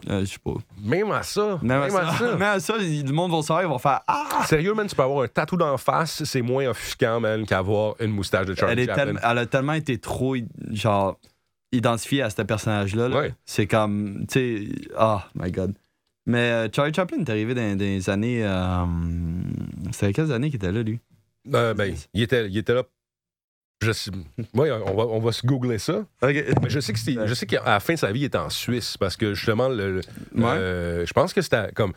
[SPEAKER 2] euh, je sais pas.
[SPEAKER 1] Même à ça.
[SPEAKER 2] Même à ça, même à ça, il- le monde va savoir, ils vont faire Ah!
[SPEAKER 1] Sérieux, man, tu peux avoir un tatou d'en face, c'est moins offusquant, man, qu'avoir une moustache de Charlie
[SPEAKER 2] Elle, est
[SPEAKER 1] Chaplin.
[SPEAKER 2] tellement- elle a tellement été trop, genre, identifiée à ce personnage-là. là.
[SPEAKER 1] Ouais.
[SPEAKER 2] C'est comme, tu sais, ah, my God. Mais euh, Charlie Chaplin est arrivé dans, dans les années. euh, C'était quelles années qu'il était là, lui?
[SPEAKER 1] Euh, ben, il était, il était là. Je sais- ouais, on va, on va se googler ça. Mais je sais que c'était- je sais qu'à la fin de sa vie, il était en Suisse parce que justement, le, le-
[SPEAKER 2] Ouais.
[SPEAKER 1] euh, je pense que c'était comme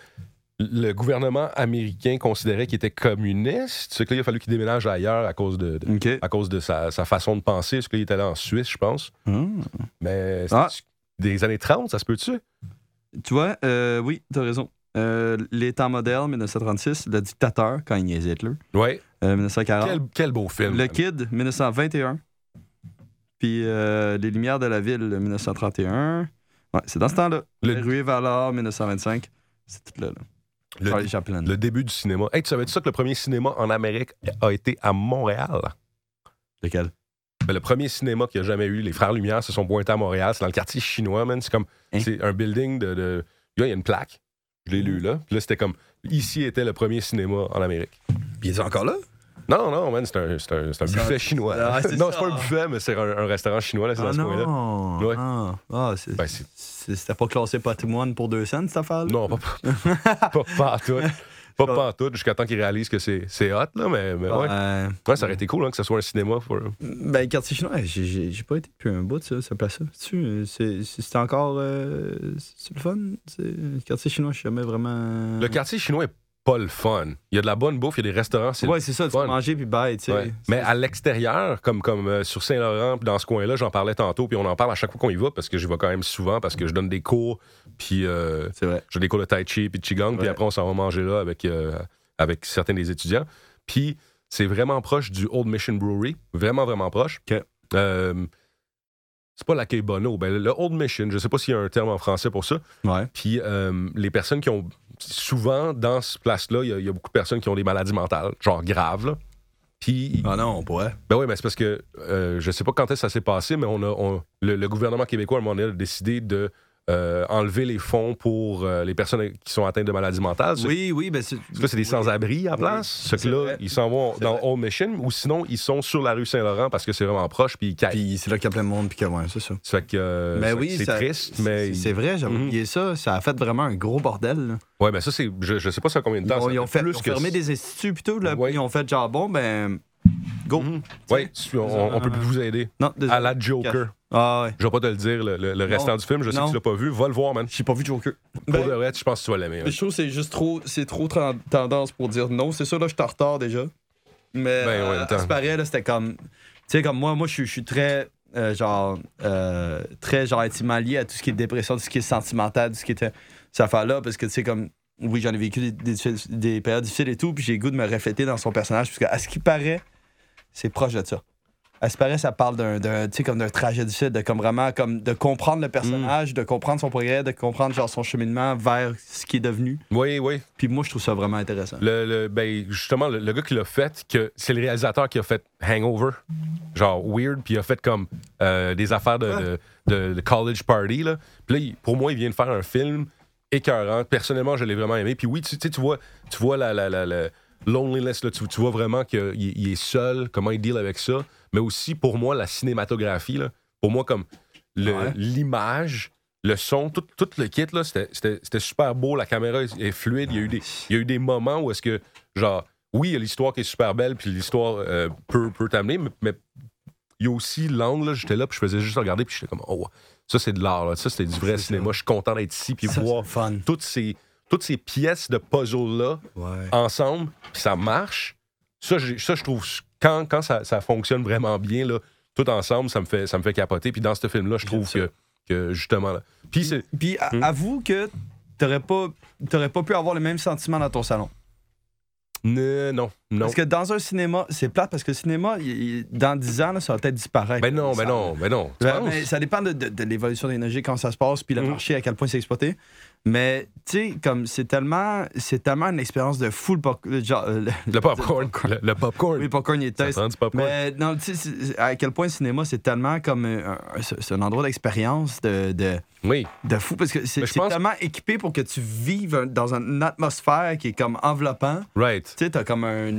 [SPEAKER 1] le gouvernement américain considérait qu'il était communiste. C'est que là, il a fallu qu'il déménage ailleurs à cause de, de-
[SPEAKER 2] Ok.
[SPEAKER 1] à cause de sa, sa façon de penser. Parce qu'il est allé en Suisse, je pense.
[SPEAKER 2] Hmm.
[SPEAKER 1] Mais
[SPEAKER 2] Ah.
[SPEAKER 1] c'est des années 30, ça se peut-tu?
[SPEAKER 2] Tu vois, euh, oui, t'as raison. Euh, les temps modernes, 1936, le dictateur, quand il niaisait Hitler,
[SPEAKER 1] Ouais.
[SPEAKER 2] euh, 1940.
[SPEAKER 1] Quel, quel beau film.
[SPEAKER 2] Le
[SPEAKER 1] man.
[SPEAKER 2] Kid, 1921. Puis euh, Les Lumières de la Ville, 1931. Ouais, c'est dans ce temps-là.
[SPEAKER 1] Le-
[SPEAKER 2] Le... Rué Valor, 1925. C'est tout là. là.
[SPEAKER 1] Le-
[SPEAKER 2] Charlie Chaplin.
[SPEAKER 1] Le début du cinéma. Hey, tu savais-tu ça que le premier cinéma en Amérique a été à Montréal?
[SPEAKER 2] Lequel
[SPEAKER 1] Ben, le premier cinéma qu'il y a jamais eu, les Frères Lumière se sont pointés à Montréal. C'est dans le quartier chinois, man. C'est comme
[SPEAKER 2] Hein?
[SPEAKER 1] c'est un building de. de- Là, il y a une plaque. Je l'ai lu là. Puis là, c'était comme ici était le premier cinéma en Amérique.
[SPEAKER 2] Puis il est encore là
[SPEAKER 1] Non, non, man, c'est un, c'est un- c'est un
[SPEAKER 2] C'est
[SPEAKER 1] buffet
[SPEAKER 2] un-
[SPEAKER 1] chinois.
[SPEAKER 2] Ah, c'est
[SPEAKER 1] non,
[SPEAKER 2] ça.
[SPEAKER 1] c'est pas un buffet, mais c'est un, un restaurant chinois, là, c'est dans
[SPEAKER 2] Ah
[SPEAKER 1] ce coin-là.
[SPEAKER 2] non
[SPEAKER 1] Ouais.
[SPEAKER 2] Ah, Ah, c'est-
[SPEAKER 1] Ben, c'est-
[SPEAKER 2] c'est- C'était pas classé patrimoine pour deux cents, cette affaire-là
[SPEAKER 1] Non, pas, pas, pas, pas en tout. Pas, pas en tout, jusqu'à temps qu'ils réalisent que c'est c'est hot, là, mais, mais ouais.
[SPEAKER 2] Euh,
[SPEAKER 1] Ouais, ça aurait été cool hein, que ce soit un cinéma. Pour...
[SPEAKER 2] ben, quartier chinois, j'ai- j'ai j'ai pas été depuis un bout, ça, ça place ça. C'est-tu, euh, c'est- c'est- C'était encore. euh, c'est le fun C'est- Le quartier chinois, je suis jamais vraiment.
[SPEAKER 1] Le quartier chinois est pas le fun. Il y a de la bonne bouffe, il y a des restaurants, c'est le
[SPEAKER 2] Ouais, c'est ça, tu
[SPEAKER 1] fun.
[SPEAKER 2] peux manger puis bye, tu sais.
[SPEAKER 1] Ouais. Mais à l'extérieur, comme, comme euh, sur Saint-Laurent, puis dans ce coin-là, j'en parlais tantôt, puis on en parle à chaque fois qu'on y va, parce que j'y vais quand même souvent, parce que je donne des cours, puis euh,
[SPEAKER 2] C'est vrai.
[SPEAKER 1] je donne des cours de tai chi, puis de qigong, puis
[SPEAKER 2] Ouais.
[SPEAKER 1] après on s'en va manger là avec, euh, avec certains des étudiants. Puis c'est vraiment proche du Old Mission Brewery, vraiment, vraiment proche.
[SPEAKER 2] Ok.
[SPEAKER 1] Euh, c'est pas la Cay Bono, ben, le Old Mission, je sais pas s'il y a un terme en français pour ça,
[SPEAKER 2] Ouais.
[SPEAKER 1] puis euh, les personnes qui ont. Souvent, dans ce place-là, il y a- il y, a beaucoup de personnes qui ont des maladies mentales, genre graves, là. Puis
[SPEAKER 2] Ah non, on pourrait.
[SPEAKER 1] ben oui, mais c'est parce que euh, je sais pas quand est-ce que ça s'est passé, mais on a, on- le, le gouvernement québécois, à un moment donné, a décidé de euh, enlever les fonds pour euh, les personnes qui sont atteintes de maladies mentales. Ce-
[SPEAKER 2] Oui, oui, ben c'est.
[SPEAKER 1] parce que Là, Ah, c'est des sans-abri à la
[SPEAKER 2] Oui.
[SPEAKER 1] place. Ce que
[SPEAKER 2] C'est
[SPEAKER 1] là,
[SPEAKER 2] vrai.
[SPEAKER 1] ils s'en vont
[SPEAKER 2] C'est
[SPEAKER 1] dans
[SPEAKER 2] vrai.
[SPEAKER 1] Old Mission ou sinon, ils sont sur la rue Saint-Laurent parce que c'est vraiment proche puis ils caillent.
[SPEAKER 2] Puis c'est là qu'il y a plein de monde, puis que, ouais, c'est ça.
[SPEAKER 1] Ça fait que euh,
[SPEAKER 2] Mais
[SPEAKER 1] ça-
[SPEAKER 2] Ben oui,
[SPEAKER 1] c'est
[SPEAKER 2] ça-
[SPEAKER 1] triste, mais.
[SPEAKER 2] C'est- C'est vrai, j'avais
[SPEAKER 1] Mhm.
[SPEAKER 2] oublié ça. Ça a fait vraiment un gros bordel. là.
[SPEAKER 1] Ouais, mais ça, c'est. Je, je sais pas ça combien de
[SPEAKER 2] Ils
[SPEAKER 1] temps.
[SPEAKER 2] ont,
[SPEAKER 1] ça
[SPEAKER 2] ils ont
[SPEAKER 1] fait
[SPEAKER 2] fait,
[SPEAKER 1] plus
[SPEAKER 2] ils ont
[SPEAKER 1] que-
[SPEAKER 2] fermé des instituts, puis tout. Là,
[SPEAKER 1] Ouais.
[SPEAKER 2] puis Ils ont fait genre, bon, ben. Go.
[SPEAKER 1] Mhm. Ouais, tu- on, on
[SPEAKER 2] Euh,
[SPEAKER 1] peut plus vous aider.
[SPEAKER 2] Non, désolé.
[SPEAKER 1] À la Joker.
[SPEAKER 2] Ah ouais.
[SPEAKER 1] Je vais pas te le dire, le, le- le restant du film. Je sais
[SPEAKER 2] Non.
[SPEAKER 1] que tu l'as pas vu. Va le voir, man.
[SPEAKER 2] J'ai pas vu Joker.
[SPEAKER 1] Pour de vrai, je pense que tu vas l'aimer. ouais.
[SPEAKER 2] Je trouve que c'est juste trop, c'est trop tra- tendance pour dire non. C'est sûr, là, je suis en retard déjà. Mais
[SPEAKER 1] Ben, ouais,
[SPEAKER 2] euh,
[SPEAKER 1] attends.
[SPEAKER 2] à ce pareil, là, c'était comme. Tu sais, comme moi, moi, je suis- je suis très. euh, genre, euh, très genre intimement lié à tout ce qui est dépression, tout ce qui est sentimental, tout ce qui était cette affaire-là, parce que tu sais, comme, oui, j'en ai vécu des, des difficiles- des périodes difficiles et tout, puis j'ai le goût de me refléter dans son personnage, parce que, à ce qui paraît, c'est proche de ça. À ce qui paraît, ça parle d'un, d'un, tu sais, comme d'un trajet difficile, de comme vraiment, comme, de comprendre le personnage,
[SPEAKER 1] Mm.
[SPEAKER 2] de comprendre son progrès, de comprendre, genre, son cheminement vers ce qui est devenu.
[SPEAKER 1] Oui, oui.
[SPEAKER 2] Puis moi, je trouve ça vraiment intéressant.
[SPEAKER 1] Le, le- ben, justement, le, le gars qui l'a fait, que c'est le réalisateur qui a fait Hangover, genre Weird, puis il a fait comme euh, des affaires de, de- de- de college party. Là. Puis là, il- pour moi, il vient de faire un film écœurant. Personnellement, je l'ai vraiment aimé. Puis oui, tu, tu sais, tu vois, tu vois la, la, la- la loneliness, là, tu, tu vois vraiment qu'il il est seul, comment il deal avec ça. Mais aussi, pour moi, la cinématographie, là, pour moi, comme le-
[SPEAKER 2] Ouais.
[SPEAKER 1] l'image, le son, tout, tout le kit, là, c'était- c'était c'était super beau. La caméra est est fluide. Il y a eu des, il y a eu des moments où est-ce que, genre, oui, il y a l'histoire qui est super belle, puis l'histoire euh, peut, peut t'amener, mais, mais il y a aussi l'angle. là, J'étais là, puis je faisais juste regarder, puis j'étais comme, oh, ça, c'est de l'art. là. Ça, c'était du vrai
[SPEAKER 2] C'est ça.
[SPEAKER 1] cinéma. Je suis content d'être ici, puis
[SPEAKER 2] Ça,
[SPEAKER 1] voir
[SPEAKER 2] c'est fun.
[SPEAKER 1] toutes ces, toutes ces pièces de puzzle-là
[SPEAKER 2] Ouais.
[SPEAKER 1] ensemble, puis ça marche. Ça, j'ai- ça je trouve, quand, quand ça, ça fonctionne vraiment bien, là, tout ensemble, ça me fait, ça me fait capoter. Puis dans ce film-là, je trouve
[SPEAKER 2] J'aime
[SPEAKER 1] que, que justement. Là. Puis c'est.
[SPEAKER 2] Puis a-
[SPEAKER 1] Hmm.
[SPEAKER 2] avoue que t'aurais pas, t'aurais pas pu avoir le même sentiment dans ton salon.
[SPEAKER 1] Ne- Non, non.
[SPEAKER 2] Parce que dans un cinéma, c'est plate parce que le cinéma, il- il- dans 10 ans, là, ça va peut-être disparaître.
[SPEAKER 1] Ben non, ben
[SPEAKER 2] Ça-
[SPEAKER 1] non, ben non. Tu
[SPEAKER 2] Ben,
[SPEAKER 1] penses?
[SPEAKER 2] mais ça dépend de, de- de l'évolution des énergies, quand ça se passe, puis le
[SPEAKER 1] Hmm.
[SPEAKER 2] marché, à quel point c'est exploité. Mais, tu sais, comme c'est tellement, c'est tellement une expérience de full pop- le genre, euh, le-
[SPEAKER 1] Le popcorn. Le, le popcorn.
[SPEAKER 2] oui, popcorn et
[SPEAKER 1] Ça
[SPEAKER 2] taste.
[SPEAKER 1] prend du popcorn.
[SPEAKER 2] Mais non, tu sais, c'est- c'est- à quel point le cinéma, c'est tellement comme euh, un- un- c'est c'est un endroit d'expérience de, de,
[SPEAKER 1] Oui.
[SPEAKER 2] de fou parce que c'est
[SPEAKER 1] Mais Ben, je
[SPEAKER 2] c'est
[SPEAKER 1] pense-
[SPEAKER 2] tellement équipé pour que tu vives un- dans une atmosphère qui est comme enveloppant.
[SPEAKER 1] Right.
[SPEAKER 2] Tu sais, t'as comme un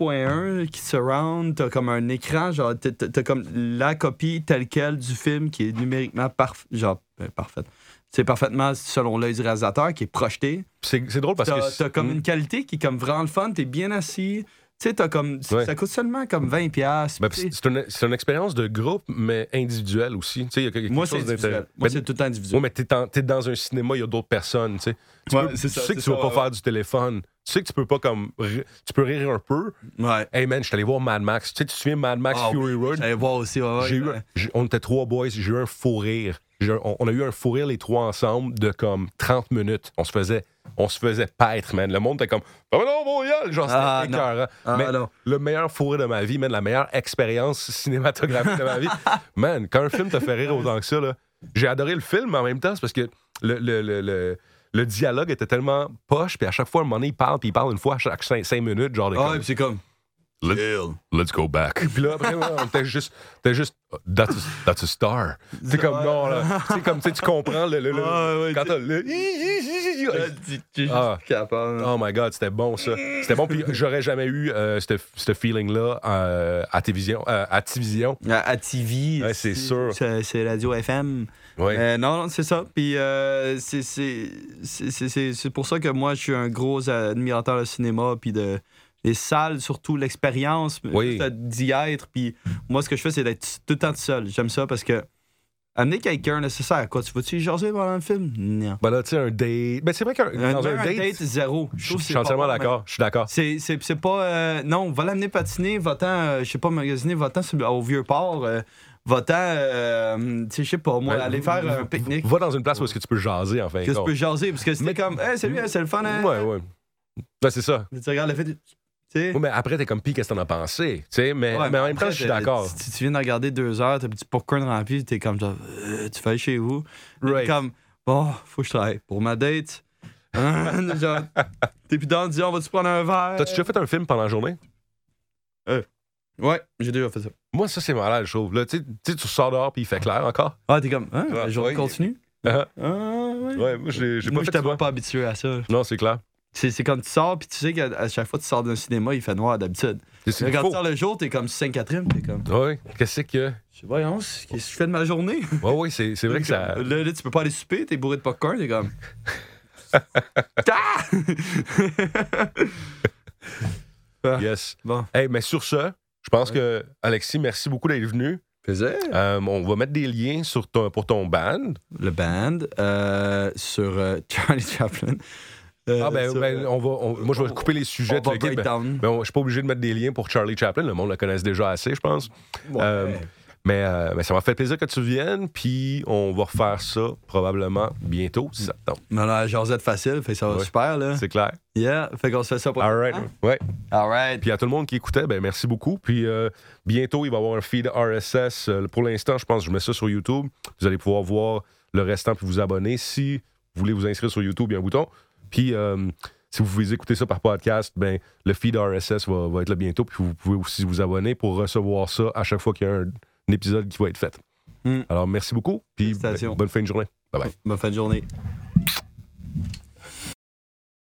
[SPEAKER 2] 9.1 qui surround, t'as comme un écran, genre, t'as- t'as t'as comme la copie telle quelle du film qui est numériquement parfaite, genre, euh, parfaite. C'est parfaitement selon l'œil du réalisateur qui est projeté.
[SPEAKER 1] C'est c'est drôle parce
[SPEAKER 2] T'as
[SPEAKER 1] que.
[SPEAKER 2] t'as comme
[SPEAKER 1] Mm.
[SPEAKER 2] une qualité qui est comme vraiment le fun, t'es bien assis. Tu sais, t'as comme.
[SPEAKER 1] Ouais.
[SPEAKER 2] Ça coûte seulement comme 20$. piastres,
[SPEAKER 1] Ben,
[SPEAKER 2] tu sais.
[SPEAKER 1] c'est c'est une, c'est une expérience de groupe, mais individuelle aussi. Tu sais, il y a quelque
[SPEAKER 2] Moi,
[SPEAKER 1] chose
[SPEAKER 2] c'est
[SPEAKER 1] d'intéressant.
[SPEAKER 2] individuel. Moi,
[SPEAKER 1] Ben,
[SPEAKER 2] c'est tout le temps individuel.
[SPEAKER 1] Oui, mais t'es, en- t'es dans un cinéma, il y a d'autres personnes, tu sais. Tu,
[SPEAKER 2] Ouais,
[SPEAKER 1] peux-
[SPEAKER 2] c'est
[SPEAKER 1] tu
[SPEAKER 2] ça,
[SPEAKER 1] sais que
[SPEAKER 2] c'est
[SPEAKER 1] tu vas
[SPEAKER 2] ça,
[SPEAKER 1] pas
[SPEAKER 2] ouais.
[SPEAKER 1] faire du téléphone. Tu sais que tu peux pas comme... ri- Tu peux rire un peu.
[SPEAKER 2] Ouais.
[SPEAKER 1] Hey man, je suis allé voir Mad Max. Tu sais, tu te souviens Mad Max
[SPEAKER 2] Ah oui,
[SPEAKER 1] Fury Road?
[SPEAKER 2] J'allais voir aussi, ouais, ben. ouais.
[SPEAKER 1] J'ai eu un- j'ai- on était trois boys, j'ai eu un fou rire. J'ai eu un- on, on a eu un fou rire les trois ensemble de comme 30 minutes. On se faisait on se faisait paître, man. Le monde était comme Ah, mais non, mon gars! genre c'était
[SPEAKER 2] Ah, non.
[SPEAKER 1] écœurant.
[SPEAKER 2] Ah,
[SPEAKER 1] Mais
[SPEAKER 2] non.
[SPEAKER 1] le meilleur fou rire de ma vie, man, la meilleure expérience cinématographique de ma vie. Man, quand un film te fait rire autant que ça, là, j'ai adoré le film mais en même temps, c'est parce que le, le, le, le- le dialogue était tellement poche, puis à chaque fois, un moment donné, il parle, puis il parle une fois à chaque 5, minutes, genre de
[SPEAKER 2] Ah,
[SPEAKER 1] comme,
[SPEAKER 2] ouais, puis c'est comme. Chill.
[SPEAKER 1] Let's go back. Puis là, après, ouais, on était juste, t'es juste, that's a, that's a star. C'est comme, non, là. C'est comme, tu sais, tu comprends le. le, le-
[SPEAKER 2] Ouais, ouais,
[SPEAKER 1] quand
[SPEAKER 2] tu-
[SPEAKER 1] t'as le- hi, hi, hi, hi,
[SPEAKER 2] Ah,
[SPEAKER 1] hi.
[SPEAKER 2] tu- tu es juste
[SPEAKER 1] Ah.
[SPEAKER 2] capable.
[SPEAKER 1] Oh my god, c'était bon ça. C'était bon, puis j'aurais jamais eu euh, ce ce feeling-là euh, à Télévision. euh, à Télévision.
[SPEAKER 2] À, Ah. à TV.
[SPEAKER 1] Ouais, c'est sûr.
[SPEAKER 2] C'est c'est Radio FM.
[SPEAKER 1] Ouais.
[SPEAKER 2] Euh, non, non, c'est ça. Puis euh, c'est- c'est c'est- c'est- c'est- c'est pour ça que moi, je suis un gros admirateur de cinéma, puis de les salles, surtout l'expérience, mais
[SPEAKER 1] Oui.
[SPEAKER 2] juste d'y être. Puis moi, ce que je fais, c'est d'être tout le temps tout seul. J'aime ça parce que amener quelqu'un, là, ça sert à quoi? Tu vas-tu y jaser pendant le film? Non.
[SPEAKER 1] Ben là, tu sais, un date. Ben c'est vrai qu'un
[SPEAKER 2] Un,
[SPEAKER 1] dans un, date.
[SPEAKER 2] zéro.
[SPEAKER 1] je
[SPEAKER 2] trouve
[SPEAKER 1] suis- je
[SPEAKER 2] que c'est
[SPEAKER 1] suis
[SPEAKER 2] pas
[SPEAKER 1] entièrement
[SPEAKER 2] bon, mais-
[SPEAKER 1] d'accord. Je suis d'accord.
[SPEAKER 2] c'est, c'est, c'est pas. euh, non, va l'amener patiner, va-t'en, euh, je sais pas, magasiner, va-t'en sur- au vieux port, euh, va-t'en, euh, tu sais, je sais pas, moi,
[SPEAKER 1] Ben,
[SPEAKER 2] aller faire un pique-nique.
[SPEAKER 1] Va dans une place où est-ce que tu peux jaser, en fait.
[SPEAKER 2] Que tu peux jaser, parce que c'était comme, hey, salut, hein, c'est le fun, hein.
[SPEAKER 1] Ouais, ouais. Ben c'est ça.
[SPEAKER 2] Tu regardes le fait, tu sais.
[SPEAKER 1] Ouais, mais après, t'es comme, pis qu'est-ce que t'en as pensé? Tu sais, mais,
[SPEAKER 2] Ouais,
[SPEAKER 1] mais en même
[SPEAKER 2] après,
[SPEAKER 1] temps, je suis
[SPEAKER 2] t'as-
[SPEAKER 1] d'accord.
[SPEAKER 2] Tu, tu viens de regarder deux heures, t'as un petit popcorn rempli, t'es comme, genre, Euh, tu fais chez vous.
[SPEAKER 1] Right.
[SPEAKER 2] T'es comme, bon, faut que je travaille pour ma date. Hein, genre, t'es plus dans, dis, on va-tu prendre un verre?
[SPEAKER 1] T'as-tu déjà fait un film pendant la journée?
[SPEAKER 2] Ouais, j'ai déjà fait ça.
[SPEAKER 1] Moi, ça, c'est malade, je trouve. Là, tu sais- tu sais, tu sors dehors puis il fait clair encore.
[SPEAKER 2] Ah, t'es comme, hein,
[SPEAKER 1] Ouais,
[SPEAKER 2] la journée
[SPEAKER 1] ouais.
[SPEAKER 2] continue?
[SPEAKER 1] Ah,
[SPEAKER 2] Ah, ouais.
[SPEAKER 1] ouais, moi, j'ai j'ai pas
[SPEAKER 2] Moi,
[SPEAKER 1] fait
[SPEAKER 2] je
[SPEAKER 1] ça.
[SPEAKER 2] t'avais pas habitué à ça.
[SPEAKER 1] Non, c'est clair.
[SPEAKER 2] C'est, c'est comme tu sors, puis tu sais qu'à à chaque fois que tu sors d'un cinéma, il fait noir d'habitude.
[SPEAKER 1] C'est- C'est
[SPEAKER 2] Mais quand tu
[SPEAKER 1] faux.
[SPEAKER 2] sors le jour, t'es comme Sainte-Catherine, t'es comme.
[SPEAKER 1] Ouais, qu'est-ce que.
[SPEAKER 2] Je sais pas, voyons, c'est- qu'est-ce que je fais de ma journée?
[SPEAKER 1] Ouais, ouais, c'est c'est vrai que ça.
[SPEAKER 2] Là, là, tu peux pas aller souper, t'es bourré de popcorn, t'es comme. ah!
[SPEAKER 1] Yes.
[SPEAKER 2] Bah. Bon.
[SPEAKER 1] Hey, mais sur ce, je pense que, Alexis, merci beaucoup d'être venu.
[SPEAKER 2] Faisais.
[SPEAKER 1] Euh, on va mettre des liens sur ton, pour ton band.
[SPEAKER 2] Le band euh, sur euh, Charlie Chaplin. Euh,
[SPEAKER 1] Ah, ben,
[SPEAKER 2] sur,
[SPEAKER 1] ben,
[SPEAKER 2] euh,
[SPEAKER 1] on va, on- moi, je vais
[SPEAKER 2] on-
[SPEAKER 1] couper les sujets.
[SPEAKER 2] on
[SPEAKER 1] de
[SPEAKER 2] va
[SPEAKER 1] l'équipe.
[SPEAKER 2] breakdown.
[SPEAKER 1] Ben, on- je suis pas obligé de mettre des liens pour Charlie Chaplin. Le monde le connaisse déjà assez, je pense.
[SPEAKER 2] Ouais.
[SPEAKER 1] Euh, mais, euh, mais ça m'a fait plaisir que tu viennes, puis on va refaire ça probablement bientôt, si ça te tente.
[SPEAKER 2] Non, non, Josette facile, fait que ça va
[SPEAKER 1] Ouais.
[SPEAKER 2] super, là.
[SPEAKER 1] C'est clair.
[SPEAKER 2] Yeah, fait qu'on se fait ça pour.
[SPEAKER 1] All right. Ouais.
[SPEAKER 2] All right.
[SPEAKER 1] Puis à tout le monde qui écoutait, ben merci beaucoup. Puis euh, bientôt, il va y avoir un feed RSS. Euh, pour l'instant, je pense que je mets ça sur YouTube. Vous allez pouvoir voir le restant puis vous abonner. Si vous voulez vous inscrire sur YouTube, il y a un bouton. Puis euh, si vous voulez écouter ça par podcast, ben le feed RSS va, va être là bientôt. Puis vous pouvez aussi vous abonner pour recevoir ça à chaque fois qu'il y a un, un épisode qui va être fait.
[SPEAKER 2] Mm.
[SPEAKER 1] Alors merci beaucoup. Puis ben,
[SPEAKER 2] Félicitations.
[SPEAKER 1] bonne fin de journée. Bye bye.
[SPEAKER 2] Bonne fin de journée.